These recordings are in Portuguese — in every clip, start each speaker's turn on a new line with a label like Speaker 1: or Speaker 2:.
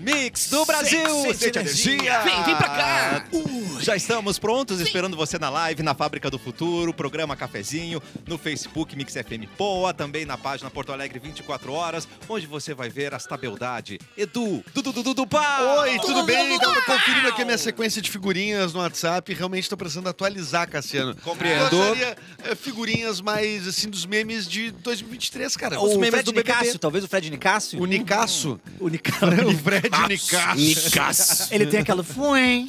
Speaker 1: Mix do Brasil.
Speaker 2: Sente, sente energia.
Speaker 1: Vem, vem pra cá.
Speaker 2: Uh, já estamos prontos, esperando você na live, na Fábrica do Futuro, programa Cafezinho, no Facebook Mix FM Poa, também na página Porto Alegre 24 Horas, onde você vai ver esta beldade. Edu, Dudu, Dudu, Dudu, pá!
Speaker 3: Oi, tudo bem? Tava conferindo aqui a minha sequência de figurinhas no WhatsApp. Realmente estou precisando atualizar, Cassiano.
Speaker 2: Compreendo.
Speaker 3: Gostaria eh, figurinhas mais, assim, dos memes de 2023,
Speaker 2: É,
Speaker 3: cara.
Speaker 1: Os
Speaker 3: O
Speaker 1: memes
Speaker 3: Fred
Speaker 1: do
Speaker 3: Nicásio.
Speaker 1: Nicásio, talvez o Fred Nicásio.
Speaker 3: O Nicasso.
Speaker 1: O Nicásio.
Speaker 3: O Fred É Nicasso.
Speaker 4: Nicas.
Speaker 1: Ele tem aquela fuem,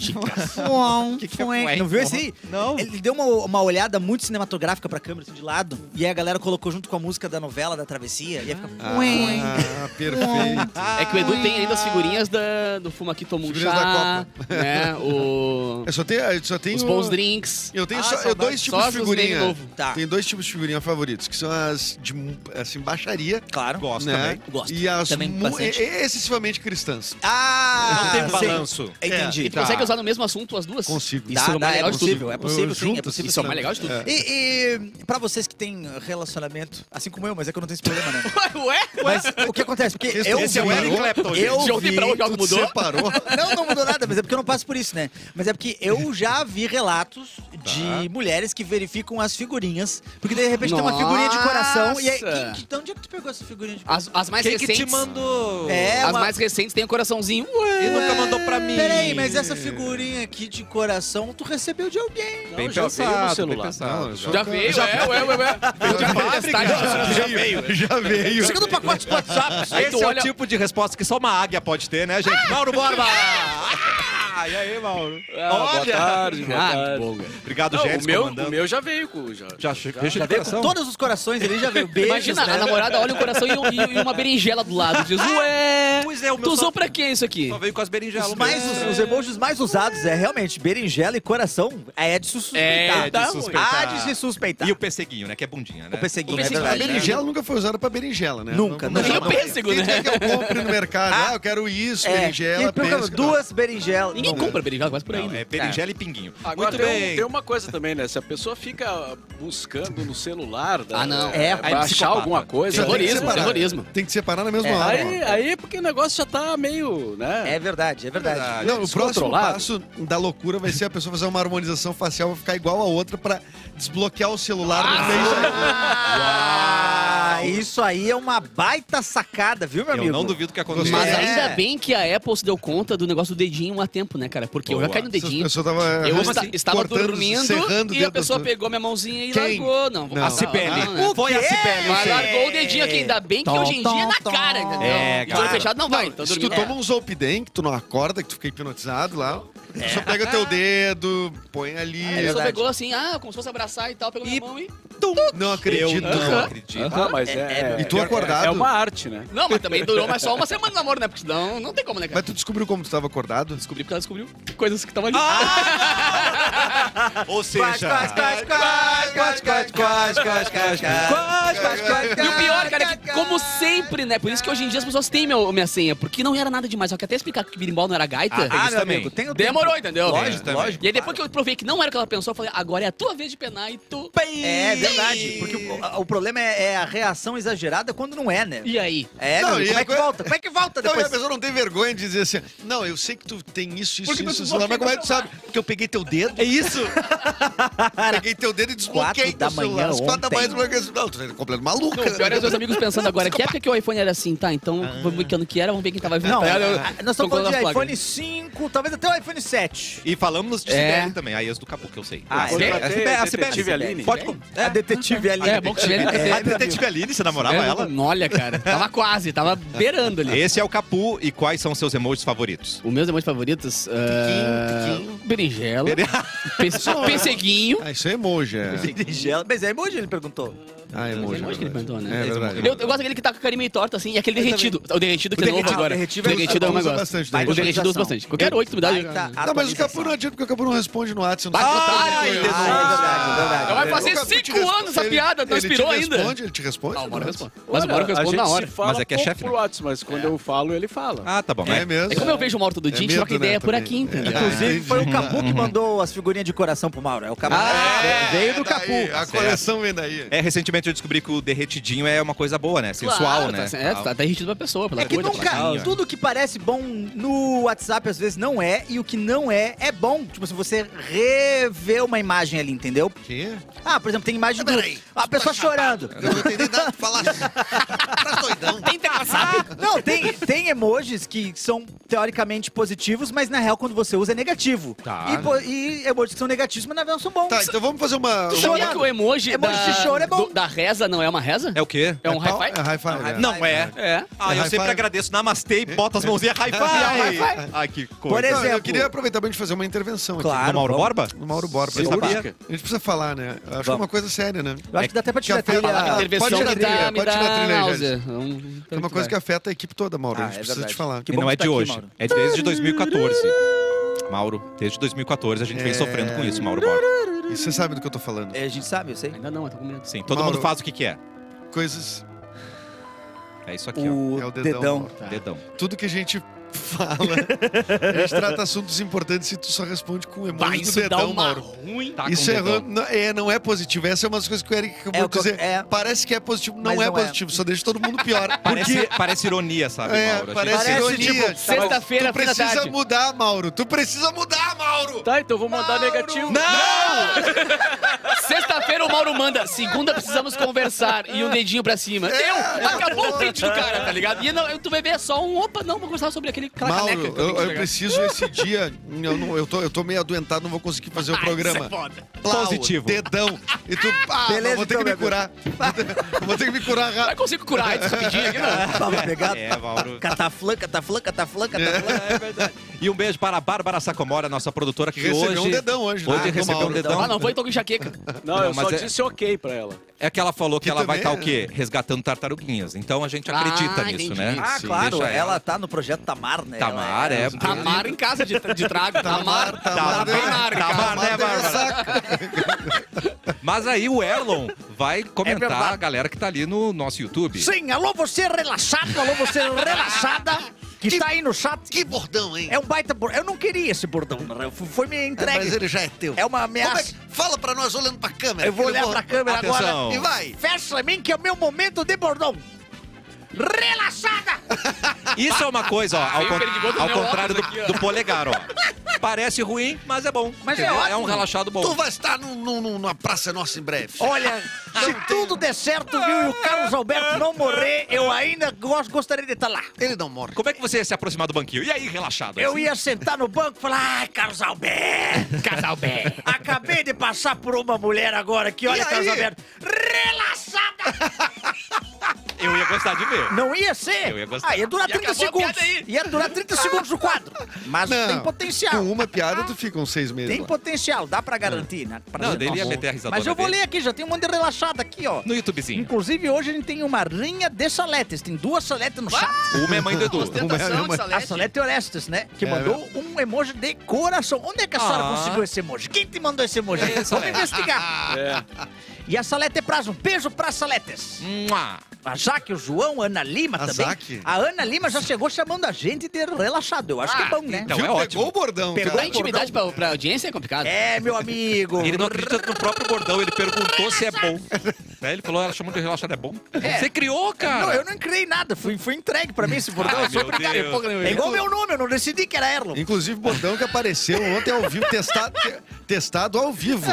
Speaker 1: fuem, fuem. Não viu esse aí?
Speaker 2: é Não.
Speaker 1: Ele deu uma, uma olhada muito cinematográfica pra câmera, assim, de lado. E aí a galera colocou junto com a música da novela, da travessia. E aí fica fuem.
Speaker 3: Ah, perfeito.
Speaker 4: É que o Edu tem ainda as figurinhas da, do Fuma Aqui Toma um
Speaker 3: Figurinhas
Speaker 4: Chá,
Speaker 3: da
Speaker 4: né, o,
Speaker 3: Eu só tenho, eu só tenho
Speaker 4: os bons drinks.
Speaker 3: Eu tenho
Speaker 1: Ah,
Speaker 3: só, eu
Speaker 1: saudade.
Speaker 3: dois tipos
Speaker 4: Só
Speaker 3: tipo de
Speaker 4: os
Speaker 3: figurinha.
Speaker 4: memes novo.
Speaker 1: Tá.
Speaker 3: Tem dois tipos de figurinha favoritos, que são as de assim baixaria,
Speaker 1: Claro.
Speaker 2: Gosto
Speaker 3: né?
Speaker 2: também.
Speaker 1: Gosto.
Speaker 3: E as
Speaker 1: Também
Speaker 3: mu-
Speaker 1: bastante.
Speaker 3: e- e- excessivamente cristãs.
Speaker 1: Ah!
Speaker 2: Não teve
Speaker 1: sei.
Speaker 2: balanço.
Speaker 1: Entendi.
Speaker 4: E tu consegue usar no mesmo assunto as duas?
Speaker 3: Consigo.
Speaker 4: Isso
Speaker 1: Dá,
Speaker 4: é o
Speaker 1: dá,
Speaker 4: mais
Speaker 1: é
Speaker 4: legal de tudo.
Speaker 1: possível, é possível, sim, é
Speaker 3: junto,
Speaker 1: possível.
Speaker 4: Isso é o mais legal de tudo.
Speaker 3: É.
Speaker 1: E, e pra vocês que têm relacionamento, assim como eu, mas é que eu não tenho esse problema, né?
Speaker 4: Ué?
Speaker 1: Mas o que acontece? Porque eu
Speaker 2: Esse é o
Speaker 1: vi-
Speaker 2: Eric Clapton, gente.
Speaker 1: eu
Speaker 4: De ontem
Speaker 1: vi-
Speaker 4: pra hoje algo
Speaker 3: Tu
Speaker 4: mudou?
Speaker 3: Separou.
Speaker 1: Não, não mudou nada, mas é porque eu não passo por isso, né? Mas é porque eu já vi relatos de mulheres que verificam as figurinhas. Porque de repente tem uma figurinha de coração. E aí,
Speaker 4: Nossa!
Speaker 1: que, que, de onde é que tu pegou essa figurinha de coração?
Speaker 4: As, as mais
Speaker 2: Quem que
Speaker 4: recentes.
Speaker 2: te mandou?
Speaker 1: É,
Speaker 4: As
Speaker 1: uma-
Speaker 4: mais recentes tem o coraçãozinho. Ué.
Speaker 2: E nunca mandou pra mim.
Speaker 1: Peraí, mas essa figurinha aqui de coração, tu recebeu de alguém.
Speaker 4: Não,
Speaker 2: Bem
Speaker 4: já
Speaker 2: pensado,
Speaker 4: veio no
Speaker 2: Bem
Speaker 4: celular.
Speaker 2: pensado.
Speaker 3: Não, eu sou-
Speaker 4: Já veio, é, ué, ué, ué. Já veio
Speaker 2: fábrica.
Speaker 4: Já veio.
Speaker 3: Já veio.
Speaker 1: Chega no pacote do WhatsApp.
Speaker 4: Aí
Speaker 2: Esse
Speaker 4: tu
Speaker 2: é
Speaker 4: olha-
Speaker 2: o tipo de resposta que só uma águia pode ter, né, gente? Mauro Borba! Ah, e aí, Mauro?
Speaker 5: boa tarde, boa
Speaker 4: Ah,
Speaker 5: tarde.
Speaker 4: bom, cara.
Speaker 2: Obrigado,
Speaker 5: Não,
Speaker 2: Gérez,
Speaker 5: o, meu,
Speaker 2: comandando.
Speaker 5: o meu já veio com. Já.
Speaker 2: Já, che- deixa
Speaker 1: Já
Speaker 2: de
Speaker 1: veio com
Speaker 2: coração.
Speaker 1: todos os corações, ele já veio. Beijos,
Speaker 4: Imagina,
Speaker 1: né?
Speaker 4: a namorada olha o coração e, e- e uma berinjela do lado. Diz, ué,
Speaker 2: Pois é, o meu
Speaker 4: tu
Speaker 2: só-
Speaker 4: usou pra quê isso aqui?
Speaker 2: Só veio com as berinjelas.
Speaker 1: Os, mais, os, os emojis mais usados é realmente berinjela e coração. É de se suspeitar.
Speaker 4: É de
Speaker 2: suspeitar.
Speaker 1: Há de se suspeitar.
Speaker 2: E o pesseguinho, né? Que é bundinha, né?
Speaker 1: Tá. O perseguinho,
Speaker 4: O
Speaker 1: é
Speaker 4: perseguinho,
Speaker 3: A
Speaker 1: verdade.
Speaker 3: berinjela nunca foi usada pra berinjela, né?
Speaker 1: Nunca,
Speaker 3: Vamos
Speaker 1: nunca.
Speaker 3: combinar,
Speaker 1: Nem o
Speaker 4: pêssego,
Speaker 3: Quem
Speaker 4: né?
Speaker 3: quer que eu compre no mercado?
Speaker 1: Ah.
Speaker 3: Ah, eu quero isso,
Speaker 1: É,
Speaker 3: berinjela,
Speaker 1: e, por exemplo,
Speaker 3: pêssego.
Speaker 1: duas berinjelas.
Speaker 4: Ninguém
Speaker 1: Não,
Speaker 4: compra berinjela quase por aí.
Speaker 2: Não,
Speaker 4: né?
Speaker 2: é berinjela e pinguinho.
Speaker 5: Agora
Speaker 2: Muito
Speaker 5: tem, um-
Speaker 2: bem.
Speaker 5: tem uma coisa também, né? Se a pessoa fica buscando no celular da,
Speaker 4: Ah, não.
Speaker 1: É,
Speaker 5: pra
Speaker 1: aí é
Speaker 5: achar
Speaker 2: psicopata.
Speaker 5: alguma coisa.
Speaker 3: tem que
Speaker 4: Terrorismo,
Speaker 5: tem que
Speaker 3: separar.
Speaker 4: terrorismo.
Speaker 3: Tem que separar na mesma
Speaker 1: É,
Speaker 3: hora.
Speaker 5: Aí, aí porque o negócio já tá meio, né?
Speaker 1: É verdade, é verdade.
Speaker 2: verdade.
Speaker 3: Não, o próximo
Speaker 5: Descontrolado.
Speaker 3: passo da loucura vai ser a pessoa fazer uma harmonização facial, vai ficar igual a outra pra desbloquear o celular no meio.
Speaker 1: Ah, isso aí é uma baita sacada, viu, meu
Speaker 5: um
Speaker 2: Eu
Speaker 1: amigo?
Speaker 2: não duvido que aconteça.
Speaker 4: Mas
Speaker 1: É.
Speaker 4: ainda bem que a Apple se deu conta do negócio do dedinho há tempo, né, cara? Porque eu já
Speaker 2: Boa.
Speaker 4: caí no dedinho.
Speaker 3: Eu só tava
Speaker 4: Eu
Speaker 3: realmente
Speaker 4: esta- estava
Speaker 3: assim, cortando,
Speaker 4: dormindo
Speaker 3: serrando o
Speaker 4: e
Speaker 3: dedo
Speaker 4: a pessoa
Speaker 3: das-
Speaker 4: pegou minha mãozinha e
Speaker 3: Quem?
Speaker 4: largou. Não, vou
Speaker 3: Não.
Speaker 2: A
Speaker 4: passar lá,
Speaker 2: Cipele.
Speaker 4: não, né?
Speaker 2: Foi a
Speaker 1: quê?
Speaker 2: Cipele.
Speaker 4: Mas
Speaker 2: gente.
Speaker 4: largou o dedinho aqui, ainda bem que
Speaker 1: Tom,
Speaker 4: hoje em dia é na
Speaker 1: tom,
Speaker 4: cara, entendeu?
Speaker 2: É,
Speaker 4: De olho
Speaker 2: cara.
Speaker 4: fechado não vai, tô
Speaker 3: Se tu
Speaker 4: dormindo.
Speaker 3: toma um Zolpidem, que tu não acorda, que tu fica hipnotizado lá, tu só pega teu dedo, põe ali.
Speaker 4: Aí a pessoa
Speaker 1: verdade.
Speaker 4: pegou assim, ah, como se fosse abraçar e tal, pegou minha mão e...
Speaker 3: Não acredito.
Speaker 2: Eu não
Speaker 3: cara.
Speaker 2: acredito.
Speaker 5: Aham, mas é,
Speaker 1: é-
Speaker 3: E tu acordado?
Speaker 5: É uma arte, né?
Speaker 4: Não, mas também durou mais só uma semana de namoro, né? Porque senão não tem como, né, cara?
Speaker 3: Mas tu descobriu como tu tava acordado?
Speaker 4: Descobri porque ela descobriu coisas que estavam ali.
Speaker 1: Ah,
Speaker 2: Ou seja...
Speaker 4: E o pior, cara, é que como
Speaker 1: Ah,
Speaker 4: sempre, né? Por isso que hoje em dia as pessoas têm meu, minha senha, porque não era nada demais. Só que até explicar que birimbau não era gaita,
Speaker 2: Ah,
Speaker 1: Ah,
Speaker 2: isso
Speaker 1: meu
Speaker 2: também.
Speaker 1: amigo, tem o
Speaker 4: demorou,
Speaker 1: tempo.
Speaker 4: entendeu?
Speaker 1: Lógico,
Speaker 2: É,
Speaker 1: lógico.
Speaker 4: E aí depois que eu provei que não era o que ela pensou, eu falei, agora é a tua vez de penar e tu...
Speaker 1: É verdade, porque o, o problema é, é a reação exagerada quando não é, né?
Speaker 4: E aí?
Speaker 1: É,
Speaker 3: Não,
Speaker 1: meu amigo,
Speaker 3: e
Speaker 1: como é que
Speaker 3: agora-
Speaker 1: volta? Como é que volta
Speaker 3: Não, e
Speaker 1: depois?
Speaker 3: a pessoa não tem vergonha de dizer assim, não, eu sei que tu tem isso, isso,
Speaker 4: Porque tu
Speaker 3: isso, isso lá, mas como é que tu sabe? Porque eu peguei teu dedo. É isso? peguei teu dedo e desbloquei
Speaker 1: Quatro da
Speaker 3: teu celular.
Speaker 1: manhã
Speaker 3: Às quatro da
Speaker 1: ontem.
Speaker 3: manhã desbloquei. Não, tu tá completamente maluco.
Speaker 4: Não, o pior é os meus amigos pensando agora, que época que o iPhone era assim, tá? Então, vamos ver que ano que era, vamos ver quem tava vivo.
Speaker 1: Ah. Não,
Speaker 4: tá?
Speaker 1: a- nós
Speaker 4: Tô
Speaker 1: estamos falando
Speaker 4: colocando
Speaker 1: de
Speaker 4: as
Speaker 1: iPhone
Speaker 4: placas.
Speaker 1: 5, talvez até o iPhone 7.
Speaker 2: E falamos de
Speaker 4: É.
Speaker 2: Cibele também, a ex do Capu, que eu sei.
Speaker 1: Ah,
Speaker 2: Cibele,
Speaker 5: é?
Speaker 2: Cibele,
Speaker 5: A
Speaker 2: a Cibele.
Speaker 5: detetive Aline?
Speaker 2: Pode... com-
Speaker 1: A detetive ali.
Speaker 4: É, bom que tiver ele-
Speaker 2: A detetive Aline, você namorava
Speaker 4: É,
Speaker 2: ela?
Speaker 4: Olha, cara, tava quase, tava beirando ali.
Speaker 2: Esse é o Capu, e quais são seus emojis favoritos?
Speaker 4: Os meus emojis favoritos... ah, Berinjela. Pe- Pesseguinho.
Speaker 3: Ah, isso é emoji, é.
Speaker 1: Berinjela. Mas é emoji, ele perguntou.
Speaker 3: Ah, emoji.
Speaker 4: Emoji que
Speaker 3: é
Speaker 4: ele
Speaker 3: verdade.
Speaker 4: perguntou, né?
Speaker 3: É verdade.
Speaker 4: Eu, eu gosto daquele que tá com a carinha meio torta, assim, e aquele
Speaker 1: Eu
Speaker 4: derretido. O derretido que é novo
Speaker 1: derretido.
Speaker 4: agora. O
Speaker 1: Ah, o derretido
Speaker 4: derretido, é
Speaker 1: eu-
Speaker 3: eu
Speaker 4: o mais
Speaker 3: uso
Speaker 4: gosto.
Speaker 3: bastante
Speaker 4: O derretido eu uso
Speaker 1: atualização.
Speaker 4: bastante. Qualquer oito que me dá. eu-
Speaker 1: Baita
Speaker 3: Não, mas o Capu não
Speaker 1: atualização.
Speaker 3: adianta porque o Capu não responde no WhatsApp.
Speaker 4: Bate no
Speaker 2: Ah,
Speaker 4: tarde,
Speaker 2: ele
Speaker 4: eu-
Speaker 2: denúncia.
Speaker 1: Ah, é verdade, é verdade.
Speaker 4: Já vai
Speaker 1: É
Speaker 4: fazer
Speaker 3: O Capu te
Speaker 4: cinco
Speaker 3: responde,
Speaker 4: anos essa
Speaker 3: ele-
Speaker 4: piada, não
Speaker 3: ele te
Speaker 4: inspirou ainda.
Speaker 3: responde, Ele te responde?
Speaker 4: Ah, o Mauro
Speaker 3: Não.
Speaker 4: responde. Mas o Mauro
Speaker 5: Olha, a
Speaker 4: responde
Speaker 5: gente
Speaker 4: na
Speaker 5: se
Speaker 4: hora.
Speaker 5: fala
Speaker 2: Mas é que é
Speaker 5: pouco
Speaker 2: chefe,
Speaker 5: pro
Speaker 2: né?
Speaker 5: WhatsApp, mas quando eu falo, ele fala.
Speaker 2: Ah, tá bom.
Speaker 3: É
Speaker 2: né?
Speaker 3: mesmo.
Speaker 4: É como eu vejo o Mauro todo
Speaker 3: É
Speaker 4: dia, a gente troca
Speaker 3: medo, né,
Speaker 4: ideia por
Speaker 3: também.
Speaker 4: aqui, entendeu?
Speaker 1: Inclusive, foi o Capu que mandou as figurinhas de coração pro Mauro. É o Capu.
Speaker 2: Ah,
Speaker 1: Veio do
Speaker 3: Daí,
Speaker 1: Capu.
Speaker 3: Tá A coleção vem daí.
Speaker 2: É, recentemente Recentemente eu descobri que o derretidinho é uma coisa boa, né? Sensual,
Speaker 4: Claro,
Speaker 2: né?
Speaker 4: Tá, é, tá, tá irritando pra pessoa, pela
Speaker 1: É que
Speaker 4: cor, pela
Speaker 1: nunca,
Speaker 4: carinha.
Speaker 1: tudo que parece bom no WhatsApp às vezes não é, e o que não é, é bom. Tipo, se você rever uma imagem ali, entendeu?
Speaker 3: Quê?
Speaker 1: Ah, por exemplo, tem imagem do.
Speaker 3: Peraí,
Speaker 1: A pessoa chorando.
Speaker 3: Eu não entendi nada pra falar. Tá doidão.
Speaker 4: Tem WhatsApp?
Speaker 1: Ah, Não, tem, tem emojis que são teoricamente positivos, mas na real, quando você usa, é negativo.
Speaker 2: Tá.
Speaker 1: E, po- e emojis que são negativos, mas na real são bons.
Speaker 3: Tá, então vamos fazer uma...
Speaker 4: Tu
Speaker 1: Chorando.
Speaker 4: sabia que o emoji,
Speaker 1: Emoji
Speaker 4: da,
Speaker 1: de choro é bom.
Speaker 4: do- da reza não é uma reza?
Speaker 2: É o quê?
Speaker 4: É um
Speaker 3: pau?
Speaker 4: hi-fi?
Speaker 3: É hi-fi,
Speaker 1: Não,
Speaker 3: é.
Speaker 1: hi-fi.
Speaker 2: Não é.
Speaker 4: É.
Speaker 2: Ah,
Speaker 3: É
Speaker 2: eu
Speaker 3: hi-fi?
Speaker 2: sempre agradeço. Namastei, bota as mãozinhas. Hi-fi!
Speaker 1: hi-fi.
Speaker 2: Ai, que
Speaker 1: Por
Speaker 2: coisa.
Speaker 1: exemplo,
Speaker 3: Não, Então, eu queria aproveitar pra gente fazer uma intervenção
Speaker 1: Claro.
Speaker 2: Do Mauro
Speaker 1: vamos.
Speaker 2: Borba?
Speaker 3: aqui. Do Mauro Borba.
Speaker 2: Você
Speaker 3: Eu
Speaker 2: sabia?
Speaker 3: acho que A gente precisa falar, né? Eu Acho que é uma coisa séria, né?
Speaker 1: Eu acho que dá até pra tirar a
Speaker 3: que a
Speaker 1: trilha.
Speaker 3: fala-
Speaker 4: A
Speaker 3: Ah,
Speaker 4: intervenção
Speaker 3: pode tirar
Speaker 4: que
Speaker 3: a trilha,
Speaker 4: dá, me
Speaker 3: pode tirar a
Speaker 4: dá
Speaker 3: trilha aí,
Speaker 4: náusea.
Speaker 3: É uma coisa que afeta a equipe toda, Mauro. a gente precisa te falar.
Speaker 1: Que
Speaker 2: E
Speaker 1: bom
Speaker 2: não
Speaker 1: que
Speaker 2: é
Speaker 1: tá
Speaker 2: de
Speaker 1: aqui,
Speaker 2: hoje.
Speaker 1: Mauro.
Speaker 2: É desde 2014. Mauro, desde 2014 a gente vem
Speaker 3: É.
Speaker 2: sofrendo com isso, Mauro Borba.
Speaker 3: E você sabe do que eu tô falando.
Speaker 1: É, a gente sabe, eu sei.
Speaker 4: Ainda não, eu tô com medo.
Speaker 2: Sim, todo
Speaker 3: Mauro.
Speaker 2: mundo faz o que quer.
Speaker 3: Coisas...
Speaker 2: É isso aqui,
Speaker 1: O,
Speaker 3: É o dedão,
Speaker 1: dedão.
Speaker 3: Mauro.
Speaker 2: ó. Dedão.
Speaker 3: Tudo que a gente fala, a gente trata assuntos importantes e tu só responde com
Speaker 4: Vai,
Speaker 3: emoji do
Speaker 4: isso dá
Speaker 3: dedão,
Speaker 4: uma
Speaker 5: Ah,
Speaker 3: Mauro.
Speaker 4: ruim.
Speaker 2: Tá
Speaker 3: Isso é, ru- não- é, não é positivo. Essa é uma das coisas que o Eric acabou
Speaker 1: É o
Speaker 3: de
Speaker 1: que eu-
Speaker 3: dizer.
Speaker 1: é.
Speaker 3: Parece que é positivo, não,
Speaker 1: Mas
Speaker 3: é
Speaker 1: não é.
Speaker 3: positivo, só deixa todo mundo pior.
Speaker 2: Parece, parece ironia, sabe,
Speaker 3: É,
Speaker 2: Mauro? A gente- tá
Speaker 3: parece ironia.
Speaker 1: tipo,
Speaker 4: Sexta-feira,
Speaker 3: Tu
Speaker 4: fim da
Speaker 3: precisa
Speaker 4: tarde.
Speaker 3: mudar, Mauro. Tu precisa mudar, Mauro.
Speaker 5: Tá, então vou mandar negativo.
Speaker 2: Não!
Speaker 4: Sexta-feira o Mauro manda. Segunda precisamos conversar. E um dedinho pra cima. Eu? Acabou o print do cara, tá ligado? E não, tu vai ver é só um. Opa, não, vou conversar sobre aquele aquela
Speaker 3: Mauro,
Speaker 4: caneca. que eu tenho
Speaker 3: eu,
Speaker 4: que
Speaker 3: eu
Speaker 4: pegar.
Speaker 3: preciso esse dia. Eu, não, eu, tô, eu tô meio adoentado, não vou conseguir fazer o
Speaker 4: Ah,
Speaker 3: programa.
Speaker 4: isso é foda.
Speaker 3: Plau,
Speaker 2: Positivo.
Speaker 3: Dedão. E tu. Ah,
Speaker 1: Beleza,
Speaker 3: não, vou ter
Speaker 1: então,
Speaker 3: que me
Speaker 1: meu
Speaker 3: curar. Eu vou ter que me curar
Speaker 4: Vai
Speaker 3: rápido.
Speaker 4: consigo curar a AIDS rapidinho aqui, não?
Speaker 1: Tava pegado.
Speaker 2: É, Mauro.
Speaker 1: Cataflã, cataflã, cataflã, cataflã.
Speaker 2: É verdade. E um beijo para a Bárbara Sacomora, nossa produtora, que
Speaker 3: Que recebeu
Speaker 2: hoje...
Speaker 3: um dedão hoje, né?
Speaker 2: Hoje
Speaker 3: Do
Speaker 2: recebeu um
Speaker 3: Mauro.
Speaker 2: dedão.
Speaker 4: Ah, não, foi, tô com enxaqueca.
Speaker 5: Não,
Speaker 2: Não,
Speaker 5: eu só
Speaker 2: mas é-
Speaker 5: disse ok pra ela.
Speaker 2: É que ela falou que,
Speaker 3: Que
Speaker 2: ela vai estar
Speaker 3: também
Speaker 2: o quê? Resgatando tartaruguinhas. Então a gente
Speaker 4: Ah,
Speaker 2: acredita
Speaker 4: entendi.
Speaker 2: nisso, né?
Speaker 1: Ah,
Speaker 2: Sim,
Speaker 1: claro,
Speaker 2: deixa
Speaker 1: ela. tá no projeto Tamar, né?
Speaker 2: Tamar,
Speaker 1: Ela
Speaker 4: um
Speaker 2: é.
Speaker 4: Tamar em casa de, de trago. Tamar,
Speaker 3: Tamar, Tamar,
Speaker 4: bem mar,
Speaker 2: Tamar,
Speaker 4: cara.
Speaker 2: né, Bárbara? Mas aí o Erlon vai comentar
Speaker 1: verdade.
Speaker 2: a galera que tá ali no nosso YouTube.
Speaker 1: Sim, alô você relaxado, alô você relaxada, que, está aí no chat.
Speaker 3: Que bordão, hein?
Speaker 1: É um baita bordão. Eu não queria esse bordão, na real. F- foi me entregue.
Speaker 3: Mas ele já é teu.
Speaker 1: É uma ameaça.
Speaker 3: Fala pra nós olhando pra câmera.
Speaker 1: Eu vou olhar pra câmera
Speaker 2: Atenção.
Speaker 1: agora.
Speaker 2: E
Speaker 3: vai.
Speaker 1: Fecha em mim que é o meu momento de bordão. Relaxada!
Speaker 2: Isso é uma coisa, ó, ao,
Speaker 4: Aí Ah, o
Speaker 2: con-
Speaker 4: Perdigão do
Speaker 2: ao
Speaker 4: meu
Speaker 2: contrário do,
Speaker 4: óculos aqui, ó.
Speaker 2: do polegar, ó. Parece ruim, mas é bom.
Speaker 1: Mas é
Speaker 2: entendeu?
Speaker 1: ótimo.
Speaker 2: um relaxado bom.
Speaker 3: vai estar numa praça nossa em breve.
Speaker 1: Olha, se tudo der certo, viu, e o Carlos Alberto não morrer, eu ainda gos- gostaria de estar lá.
Speaker 3: Ele não morre.
Speaker 2: Como é que você ia se aproximar do banquinho? E aí, relaxado?
Speaker 1: Eu
Speaker 2: assim?
Speaker 1: ia sentar no banco e falar, ai, Carlos Alberto, Carlos Alberto, acabei de passar por uma mulher agora que, olha,
Speaker 3: aí?
Speaker 1: Carlos Alberto, relaxada!
Speaker 2: Eu ia gostar de ver.
Speaker 1: Não ia ser.
Speaker 2: Eu ia gostar.
Speaker 1: Ah, ia durar
Speaker 4: E acabou
Speaker 1: 30
Speaker 4: a
Speaker 1: segundos.
Speaker 4: piada aí.
Speaker 1: Ia durar 30 segundos o quadro. Mas tem potencial.
Speaker 3: Com
Speaker 1: Ah.
Speaker 3: uma piada, tu fica uns seis meses.
Speaker 1: Tem potencial, dá pra garantir, né? Pra
Speaker 2: Não,
Speaker 1: dizer,
Speaker 2: daí ele ia
Speaker 1: nossa.
Speaker 2: meter a risadona
Speaker 1: Mas eu vou
Speaker 2: dele.
Speaker 1: ler aqui, já tem um monte de relaxada aqui, ó.
Speaker 2: No YouTubezinho.
Speaker 1: Inclusive, hoje a gente tem uma rinha de saletes. Tem duas saletes no chat.
Speaker 2: Uma é mãe do Edu.
Speaker 4: Tentação de
Speaker 1: A
Speaker 4: Salete.
Speaker 1: Salete Orestes, né? Que
Speaker 3: É,
Speaker 1: mandou um emoji de coração. Onde é que a senhora
Speaker 2: Ah.
Speaker 1: conseguiu esse emoji? Quem te mandou esse emoji?
Speaker 2: É,
Speaker 1: Vamos
Speaker 2: Salete.
Speaker 1: investigar.
Speaker 5: É.
Speaker 1: E a Salete Praz, um beijo pra Saletes.
Speaker 2: Mua.
Speaker 1: A Jaque, o João, a Ana Lima
Speaker 3: A
Speaker 1: também.
Speaker 3: Jaque.
Speaker 1: A Ana Lima já chegou chamando a gente de relaxado. Eu acho que é bom, né?
Speaker 2: então
Speaker 3: Viu?
Speaker 2: é
Speaker 3: Pegou
Speaker 2: ótimo.
Speaker 3: o bordão,
Speaker 1: Pegou
Speaker 4: Dar
Speaker 3: cara.
Speaker 4: intimidade pra, pra audiência é complicado.
Speaker 1: É, meu amigo.
Speaker 2: Ele não acredita no próprio bordão, ele perguntou se é bom. Né, Ele falou, ela chamou de relaxado, é bom?
Speaker 1: É.
Speaker 2: Você criou, cara.
Speaker 1: Não, eu não criei nada. Fui, fui entregue pra mim esse bordão.
Speaker 2: Ai,
Speaker 1: eu sou
Speaker 2: meu
Speaker 1: obrigado.
Speaker 2: Deus.
Speaker 1: É pouco- É igual meu nome, eu não decidi que era Erlon.
Speaker 3: Inclusive, o bordão que apareceu ontem ao vivo, testado, te- testado ao vivo.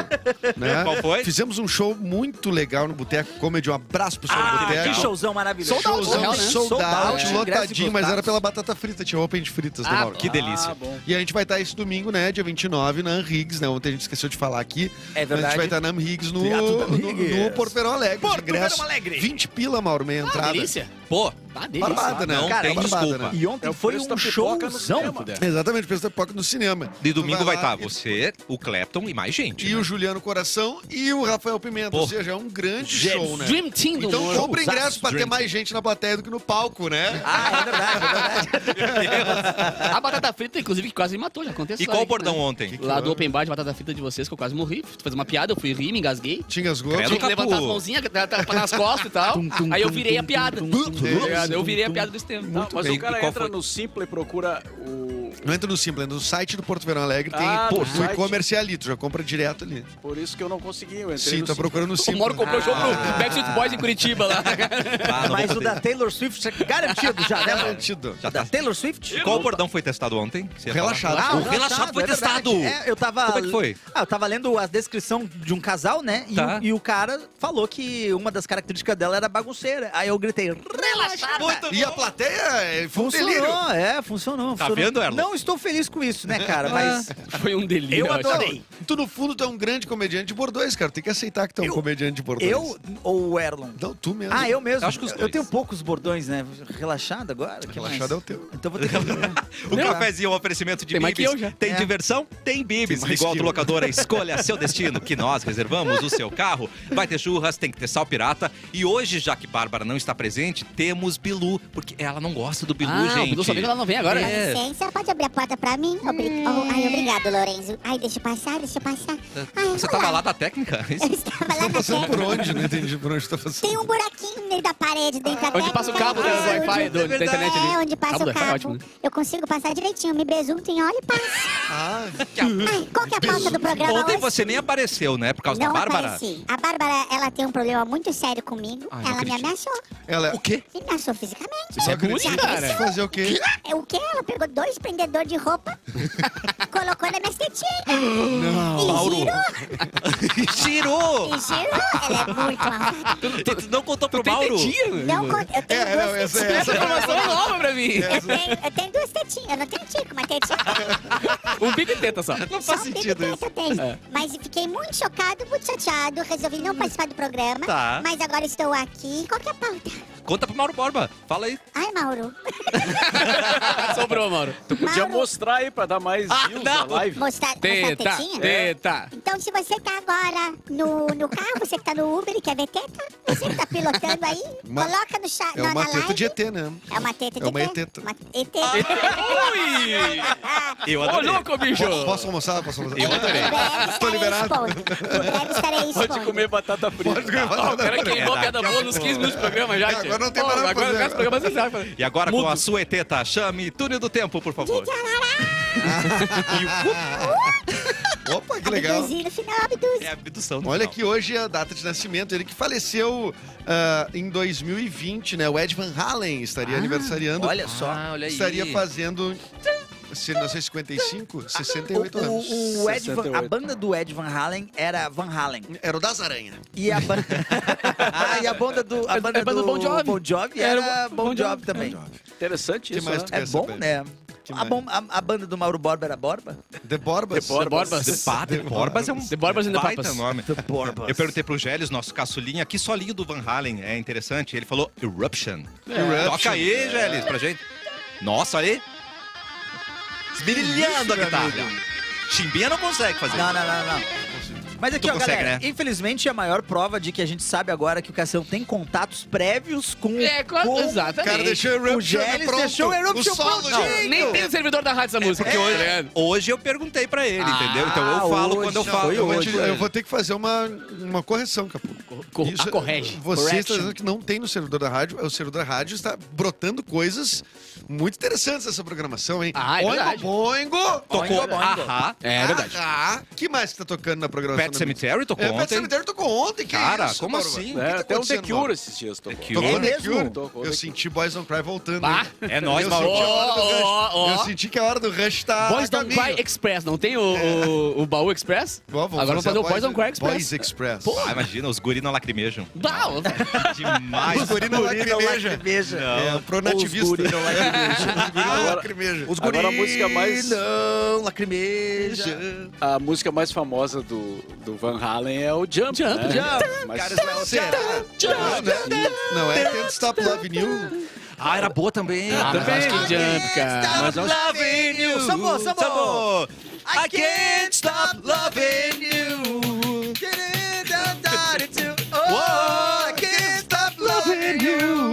Speaker 3: Né?
Speaker 2: Qual foi?
Speaker 3: Fizemos um show muito legal no Boteco Comedy. Um abraço pro seu
Speaker 1: Ah,
Speaker 3: Boteco.
Speaker 1: que showzão maravilhoso.
Speaker 4: Sold out,
Speaker 3: Showzão
Speaker 4: Real, né?
Speaker 3: sold
Speaker 1: Sold
Speaker 3: out,
Speaker 1: out, é.
Speaker 3: lotadinho, mas
Speaker 1: Ingressos
Speaker 3: era pela batata frita, tinha open de fritas do
Speaker 4: Ah,
Speaker 3: Mauro.
Speaker 2: Que delícia.
Speaker 5: Ah, bom.
Speaker 3: E a gente vai estar esse domingo, né? Dia 29, na Riggs, né? Ontem a gente esqueceu de falar aqui.
Speaker 1: É
Speaker 3: Mas A gente
Speaker 1: verdade.
Speaker 3: vai estar na Riggs no,
Speaker 1: Teatro da
Speaker 3: no,
Speaker 1: Riggs.
Speaker 3: no Porto Verão Alegre.
Speaker 1: Porto
Speaker 3: de ingresso,
Speaker 1: Verão Alegre.
Speaker 3: 20 pila, Mauro, meia
Speaker 4: Ah,
Speaker 3: entrada.
Speaker 4: delícia.
Speaker 2: Pô,
Speaker 4: Ah, delícia.
Speaker 3: Barbada, né?
Speaker 2: Não
Speaker 1: Cara,
Speaker 2: tem
Speaker 1: é
Speaker 3: barbada,
Speaker 2: desculpa.
Speaker 3: né?
Speaker 1: E ontem
Speaker 5: É o
Speaker 1: foi
Speaker 5: preço da
Speaker 1: um
Speaker 5: pipoca no
Speaker 1: showzão.
Speaker 5: cinema.
Speaker 3: Exatamente, preço da pipoca no cinema.
Speaker 2: De domingo
Speaker 3: Tu
Speaker 2: vai
Speaker 3: lá
Speaker 2: estar você, o Clapton e mais gente.
Speaker 3: E
Speaker 2: né?
Speaker 3: o Juliano Coração e o Rafael Pimenta.
Speaker 2: Pô.
Speaker 3: Ou seja, é um grande show, né?
Speaker 4: Dream Team do
Speaker 3: Então
Speaker 4: humor.
Speaker 3: compra ingresso pra ter
Speaker 2: Dream.
Speaker 3: mais gente na plateia do que no palco, né?
Speaker 1: Ah, é verdade, é verdade.
Speaker 4: A batata frita, inclusive, que quase me matou, já aconteceu.
Speaker 2: E qual
Speaker 4: aí,
Speaker 2: o bordão
Speaker 4: né?
Speaker 2: ontem?
Speaker 4: Lá do open bar de batata frita de vocês, que eu quase morri. Tu fez uma piada, eu fui rir, me engasguei.
Speaker 3: Tinha as
Speaker 2: Credo.
Speaker 3: gotas.
Speaker 4: Tinha que
Speaker 2: Capu.
Speaker 4: levantar as mãozinhas tá- tá- nas costas e tal.
Speaker 1: Tum, tum,
Speaker 4: Aí eu
Speaker 1: tum,
Speaker 4: virei a
Speaker 1: tum,
Speaker 4: piada.
Speaker 1: tum, tum,
Speaker 4: Tá ligado?
Speaker 1: tum,
Speaker 4: Eu virei a
Speaker 1: tum,
Speaker 4: piada desse tempo.
Speaker 5: Não, mas
Speaker 2: bem.
Speaker 5: o
Speaker 2: E
Speaker 5: cara
Speaker 2: qual
Speaker 5: entra
Speaker 2: foi?
Speaker 5: no Simpla e procura o,
Speaker 3: Não entra no Simpla, entra no site do Porto Verão Alegre, tem
Speaker 5: Ah,
Speaker 3: pô,
Speaker 5: no
Speaker 3: o
Speaker 5: site.
Speaker 3: e-commerce é ali, tu já compra direto ali.
Speaker 5: Por isso que eu não consegui. Eu entrei
Speaker 3: Sim,
Speaker 5: no
Speaker 3: tá
Speaker 5: Simpla.
Speaker 3: procurando no
Speaker 4: O
Speaker 3: Simpla.
Speaker 4: Mauro comprou o jogo no Backstreet Boys em Curitiba lá.
Speaker 2: Ah, não vou
Speaker 1: Mas o
Speaker 2: poder.
Speaker 1: da Taylor Swift é garantido já, né? Mauro?
Speaker 3: Garantido.
Speaker 2: Já
Speaker 1: O da
Speaker 2: tá.
Speaker 1: Taylor Swift?
Speaker 2: Qual bordão foi testado ontem? que você ia falar?
Speaker 3: Relaxado.
Speaker 1: Ah,
Speaker 2: o relaxado foi
Speaker 1: é verdade.
Speaker 2: testado.
Speaker 1: É, eu tava.
Speaker 2: Como é que foi?
Speaker 1: Ah, eu tava lendo a descrição de um casal, né? E,
Speaker 2: Tá.
Speaker 1: o, e o cara falou que uma das características dela era bagunceira. Aí eu gritei, relaxada!
Speaker 2: Muito
Speaker 3: tá. E a plateia é, foi um delírio.
Speaker 1: Funcionou, é, funcionou.
Speaker 2: Tá
Speaker 1: funcionou.
Speaker 2: vendo, Ah. Erlon?
Speaker 1: Não estou feliz com isso, né, cara? Mas
Speaker 4: Foi um delírio.
Speaker 1: Eu
Speaker 4: acho.
Speaker 1: adorei.
Speaker 3: Tu, no fundo, tu é um grande comediante de bordões, cara. Tem que aceitar que tu é um
Speaker 1: Eu-
Speaker 3: comediante de bordões.
Speaker 1: eu ou o Erlon?
Speaker 3: Não, tu mesmo.
Speaker 1: Ah, eu mesmo.
Speaker 2: Acho que os
Speaker 1: eu
Speaker 2: dois.
Speaker 1: tenho poucos bordões, né? Relaxado agora? que mais?
Speaker 3: Relaxado é o teu.
Speaker 1: Então vou ter que...
Speaker 2: O cafezinho é um oferecimento de
Speaker 4: Tem mais que
Speaker 2: Bibis.
Speaker 4: eu já.
Speaker 2: Tem
Speaker 1: É.
Speaker 2: diversão? Tem Bibis.
Speaker 3: mais
Speaker 2: Igual
Speaker 3: que
Speaker 2: do
Speaker 3: eu.
Speaker 2: locadora, escolha é seu destino, que nós reservamos o seu carro. Vai ter churras, tem que ter sal pirata. E hoje, já que Bárbara não está presente, temos Bilu, porque ela não gosta do Bilu,
Speaker 4: Ah,
Speaker 2: gente.
Speaker 4: o Bilu só vem quando ela não vem agora.
Speaker 2: É.
Speaker 6: Licença, pode abrir a porta pra mim? Obri- Oh, ai, obrigado, Lorenzo. Ai, deixa eu passar, deixa eu passar. Ai,
Speaker 2: Você
Speaker 6: olá.
Speaker 2: tava lá da técnica? é
Speaker 6: Eu estava lá
Speaker 3: Tá
Speaker 6: na
Speaker 3: passando por
Speaker 6: terra.
Speaker 3: onde? Não entendi por onde tu tá passando.
Speaker 6: Tem um buraquinho dentro da parede, dentro da um
Speaker 4: Onde passa o cabo
Speaker 6: da
Speaker 4: da Wi-Fi, do- da internet ali.
Speaker 6: É, onde passa
Speaker 4: Cabo do
Speaker 6: o
Speaker 4: Wi-Fi,
Speaker 6: cabo.
Speaker 4: ótimo, né?
Speaker 6: Eu consigo passar direitinho, me besunto em óleo e passo.
Speaker 3: Ah,
Speaker 6: Ai, qual que é a pauta do programa
Speaker 2: Ontem
Speaker 6: hoje?
Speaker 2: você nem apareceu, né? Por causa da
Speaker 6: Não
Speaker 2: Bárbara.
Speaker 6: apareci. A Bárbara, ela tem um problema muito sério comigo.
Speaker 2: Ai, não
Speaker 6: ela me
Speaker 2: acredito.
Speaker 6: ameaçou.
Speaker 3: ela é
Speaker 2: O quê?
Speaker 6: Me ameaçou fisicamente.
Speaker 4: Isso é bullying,
Speaker 6: Já
Speaker 4: cara.
Speaker 3: Fazer o quê?
Speaker 6: É o quê? Ela pegou dois prendedores de roupa, colocou na minha tetinhas.
Speaker 2: Mauro.
Speaker 6: E girou,
Speaker 2: Girou!
Speaker 6: e girou. Ela é muito malvada.
Speaker 2: Tu, tu não contou pro
Speaker 4: Tu tem
Speaker 2: Mauro?
Speaker 4: tetinha, meu
Speaker 6: Não,
Speaker 4: irmão.
Speaker 6: con- eu tenho
Speaker 3: É,
Speaker 6: duas
Speaker 3: não, essa,
Speaker 6: tetinhas.
Speaker 4: Essa
Speaker 3: essa,
Speaker 4: informação é nova pra mim.
Speaker 6: Eu tenho, eu tenho duas tetinhas. Eu não tenho tico, mas tetinha.
Speaker 4: Um bico e teta só.
Speaker 2: Não
Speaker 6: Só
Speaker 2: faz
Speaker 6: um
Speaker 2: sentido
Speaker 6: bico
Speaker 2: isso.
Speaker 6: desse eu tenho.
Speaker 4: É.
Speaker 6: Mas fiquei muito chocado, muito chateado. Resolvi não participar do programa.
Speaker 2: Hum. Tá.
Speaker 6: Mas agora estou aqui. Qual que é a pauta?
Speaker 2: Conta pro Mauro Borba. Fala aí.
Speaker 6: Ai, Mauro.
Speaker 4: É. Sobrou, Mauro.
Speaker 6: Tá
Speaker 5: Podia
Speaker 6: Mauro,
Speaker 5: mostrar aí pra dar mais
Speaker 2: Ah,
Speaker 5: views
Speaker 2: não.
Speaker 5: na live.
Speaker 6: mostrar, mostrar a
Speaker 4: Teta,
Speaker 6: tetinha?
Speaker 4: teta.
Speaker 6: Então, se você tá agora no, no carro, você que tá no Uber e quer ver teta, você que tá pilotando aí,
Speaker 3: Uma-
Speaker 6: coloca no chat,
Speaker 3: é
Speaker 6: na,
Speaker 3: uma
Speaker 6: na
Speaker 3: teta
Speaker 6: live.
Speaker 3: de ET, né?
Speaker 6: É uma teta de
Speaker 3: É uma
Speaker 6: ET.
Speaker 3: eteta.
Speaker 6: Uma ET.
Speaker 4: Ui!
Speaker 2: Eu
Speaker 4: Ô,
Speaker 2: adorei.
Speaker 4: louco, bicho!
Speaker 3: Posso almoçar? Posso almoçar?
Speaker 2: Eu adorei.
Speaker 6: Em breve
Speaker 3: Tô
Speaker 6: estarei
Speaker 3: Tá liberado.
Speaker 6: expondo. Em breve estarei expondo.
Speaker 5: Pode comer batata frita.
Speaker 3: Pode comer
Speaker 4: Ó, o
Speaker 3: batata
Speaker 4: cara
Speaker 3: frita.
Speaker 4: queimou a piada boa nos 15 minutos do programa já,
Speaker 3: É,
Speaker 4: tio.
Speaker 3: agora não tem
Speaker 4: Ó,
Speaker 3: mais nada pra
Speaker 4: Agora o
Speaker 3: fazer.
Speaker 4: resto do programa você sabe.
Speaker 2: E agora com
Speaker 4: Mudo.
Speaker 2: a sua eteta, chame túnel do tempo, por favor.
Speaker 3: Opa, que legal.
Speaker 6: Abduzi no final, abduzi.
Speaker 2: É a abdução. no
Speaker 3: Olha
Speaker 2: final.
Speaker 3: que hoje é a data de nascimento, ele que faleceu ah, em 2020, né? O Ed Van Halen estaria aniversariando.
Speaker 1: Olha só.
Speaker 2: Ah, olha aí.
Speaker 3: estaria fazendo. Se ele nasceu em 55, 68 anos.
Speaker 1: O, o Ed Van, a
Speaker 5: 68.
Speaker 1: banda do Ed Van Halen era Van Halen.
Speaker 3: Era o das Aranha.
Speaker 1: E a banda. ah, e a banda do. A
Speaker 4: É-
Speaker 1: banda,
Speaker 4: é banda
Speaker 1: do
Speaker 4: do Bon Jovi.
Speaker 1: era,
Speaker 4: Era o
Speaker 1: Bon,
Speaker 4: Bon
Speaker 1: Jovi,
Speaker 4: Jovi.
Speaker 1: também.
Speaker 5: Interessante
Speaker 3: Que
Speaker 5: isso,
Speaker 3: mais
Speaker 5: né?
Speaker 3: tu
Speaker 1: É
Speaker 3: quer
Speaker 1: bom,
Speaker 3: saber?
Speaker 1: né?
Speaker 3: Que
Speaker 1: A, bom- a- a banda do Mauro Borba era Borba?
Speaker 3: The Borbas.
Speaker 5: The Borbas.
Speaker 4: Borbas.
Speaker 2: The Ba- The Borbas é um
Speaker 4: The Borbas and the
Speaker 2: baita
Speaker 4: Papas.
Speaker 2: nome.
Speaker 1: Borba.
Speaker 2: Eu perguntei pro Gélios, nosso caçulinha, que solinho do Van Halen é interessante. Ele falou Eruption.
Speaker 3: Eruption.
Speaker 2: Toca aí, Gélios, pra gente. Nossa, olha aí. Esmirilhando a guitarra. Chimbinha não consegue fazer.
Speaker 1: Não, não, não, não. Mas aqui,
Speaker 2: Tu
Speaker 1: ó,
Speaker 2: consegue,
Speaker 1: galera,
Speaker 2: né?
Speaker 1: infelizmente a maior prova de que a gente sabe agora é que o Cassião tem contatos prévios com,
Speaker 4: É, co-
Speaker 1: com
Speaker 3: O cara
Speaker 4: exatamente.
Speaker 3: deixou o
Speaker 1: O
Speaker 3: Eruption
Speaker 1: Gélis
Speaker 3: pronto.
Speaker 1: deixou o Eruption
Speaker 3: o solo
Speaker 1: prontinho.
Speaker 3: já.
Speaker 4: Nem tem o servidor da rádio essa música.
Speaker 2: Porque hoje, hoje eu perguntei pra ele,
Speaker 4: Ah,
Speaker 2: entendeu? Então eu falo
Speaker 1: hoje,
Speaker 2: quando
Speaker 1: não,
Speaker 2: eu falo.
Speaker 1: foi
Speaker 3: Eu vou,
Speaker 1: hoje.
Speaker 3: te-
Speaker 2: né?
Speaker 3: eu vou ter que fazer uma, uma correção, Capu.
Speaker 4: Co- a
Speaker 3: Isso- é
Speaker 4: correge.
Speaker 3: Você está
Speaker 1: Correction.
Speaker 3: dizendo que não tem no servidor da rádio. O servidor da rádio está brotando coisas muito interessantes nessa programação, hein?
Speaker 4: Ah, é
Speaker 3: Oingo,
Speaker 4: verdade.
Speaker 3: boingo!
Speaker 2: Tocou
Speaker 1: Boingo, boingo.
Speaker 2: Ahá.
Speaker 4: É verdade.
Speaker 3: Ah, que mais que tá tocando na programação?
Speaker 2: Pet
Speaker 3: da
Speaker 2: Cemetery tocou
Speaker 3: É, Pet
Speaker 2: ontem.
Speaker 3: Cemetery tocou ontem, que
Speaker 2: Cara,
Speaker 3: isso,
Speaker 2: como
Speaker 3: Mauro?
Speaker 2: assim?
Speaker 3: O que tá
Speaker 5: É, até um The
Speaker 3: acontecendo,
Speaker 5: Cure
Speaker 3: Mauro?
Speaker 5: esses dias tocou.
Speaker 2: Cure.
Speaker 3: Tocou
Speaker 1: É
Speaker 3: The
Speaker 1: mesmo?
Speaker 3: Cure?
Speaker 5: Tocou The
Speaker 3: Eu
Speaker 5: Cure.
Speaker 3: senti Boys Don't Cry voltando.
Speaker 4: Bah.
Speaker 3: hein?
Speaker 2: É nóis,
Speaker 3: eu
Speaker 2: Mauro.
Speaker 3: Senti a hora do
Speaker 4: Ó,
Speaker 3: rush.
Speaker 4: ó, ó.
Speaker 3: Eu senti que a hora do rush tá
Speaker 4: Boys
Speaker 3: a
Speaker 4: Don't
Speaker 3: caminho.
Speaker 4: Cry Express, não tem o, o, o baú Express?
Speaker 3: Ó, vamos
Speaker 4: Agora vamos fazer o Boys Don't Cry
Speaker 3: Boys
Speaker 4: Express.
Speaker 3: Express.
Speaker 4: Pô.
Speaker 2: Ah, imagina, os guri não lacrimejam.
Speaker 4: Bah, ó.
Speaker 2: Demais.
Speaker 3: Os guri não lacrimeja.
Speaker 1: Veja.
Speaker 3: É, o pronativista. Os guri não
Speaker 5: é Agora-
Speaker 3: lacrimeja.
Speaker 1: Os
Speaker 5: um Agora a música mais-
Speaker 1: não lacrimeja.
Speaker 5: A música mais famosa do, do Van Halen é o Jump.
Speaker 4: Jump,
Speaker 5: né?
Speaker 1: Jump.
Speaker 5: Mas
Speaker 3: Será? Não, né? Não é Can't Stop Love New.
Speaker 2: Ah, era boa também.
Speaker 4: Ah, mas eu acho que Jump, cara.
Speaker 1: Stop loving you. Sambô, sambô. I can't stop loving you. Oh, I can't stop loving you.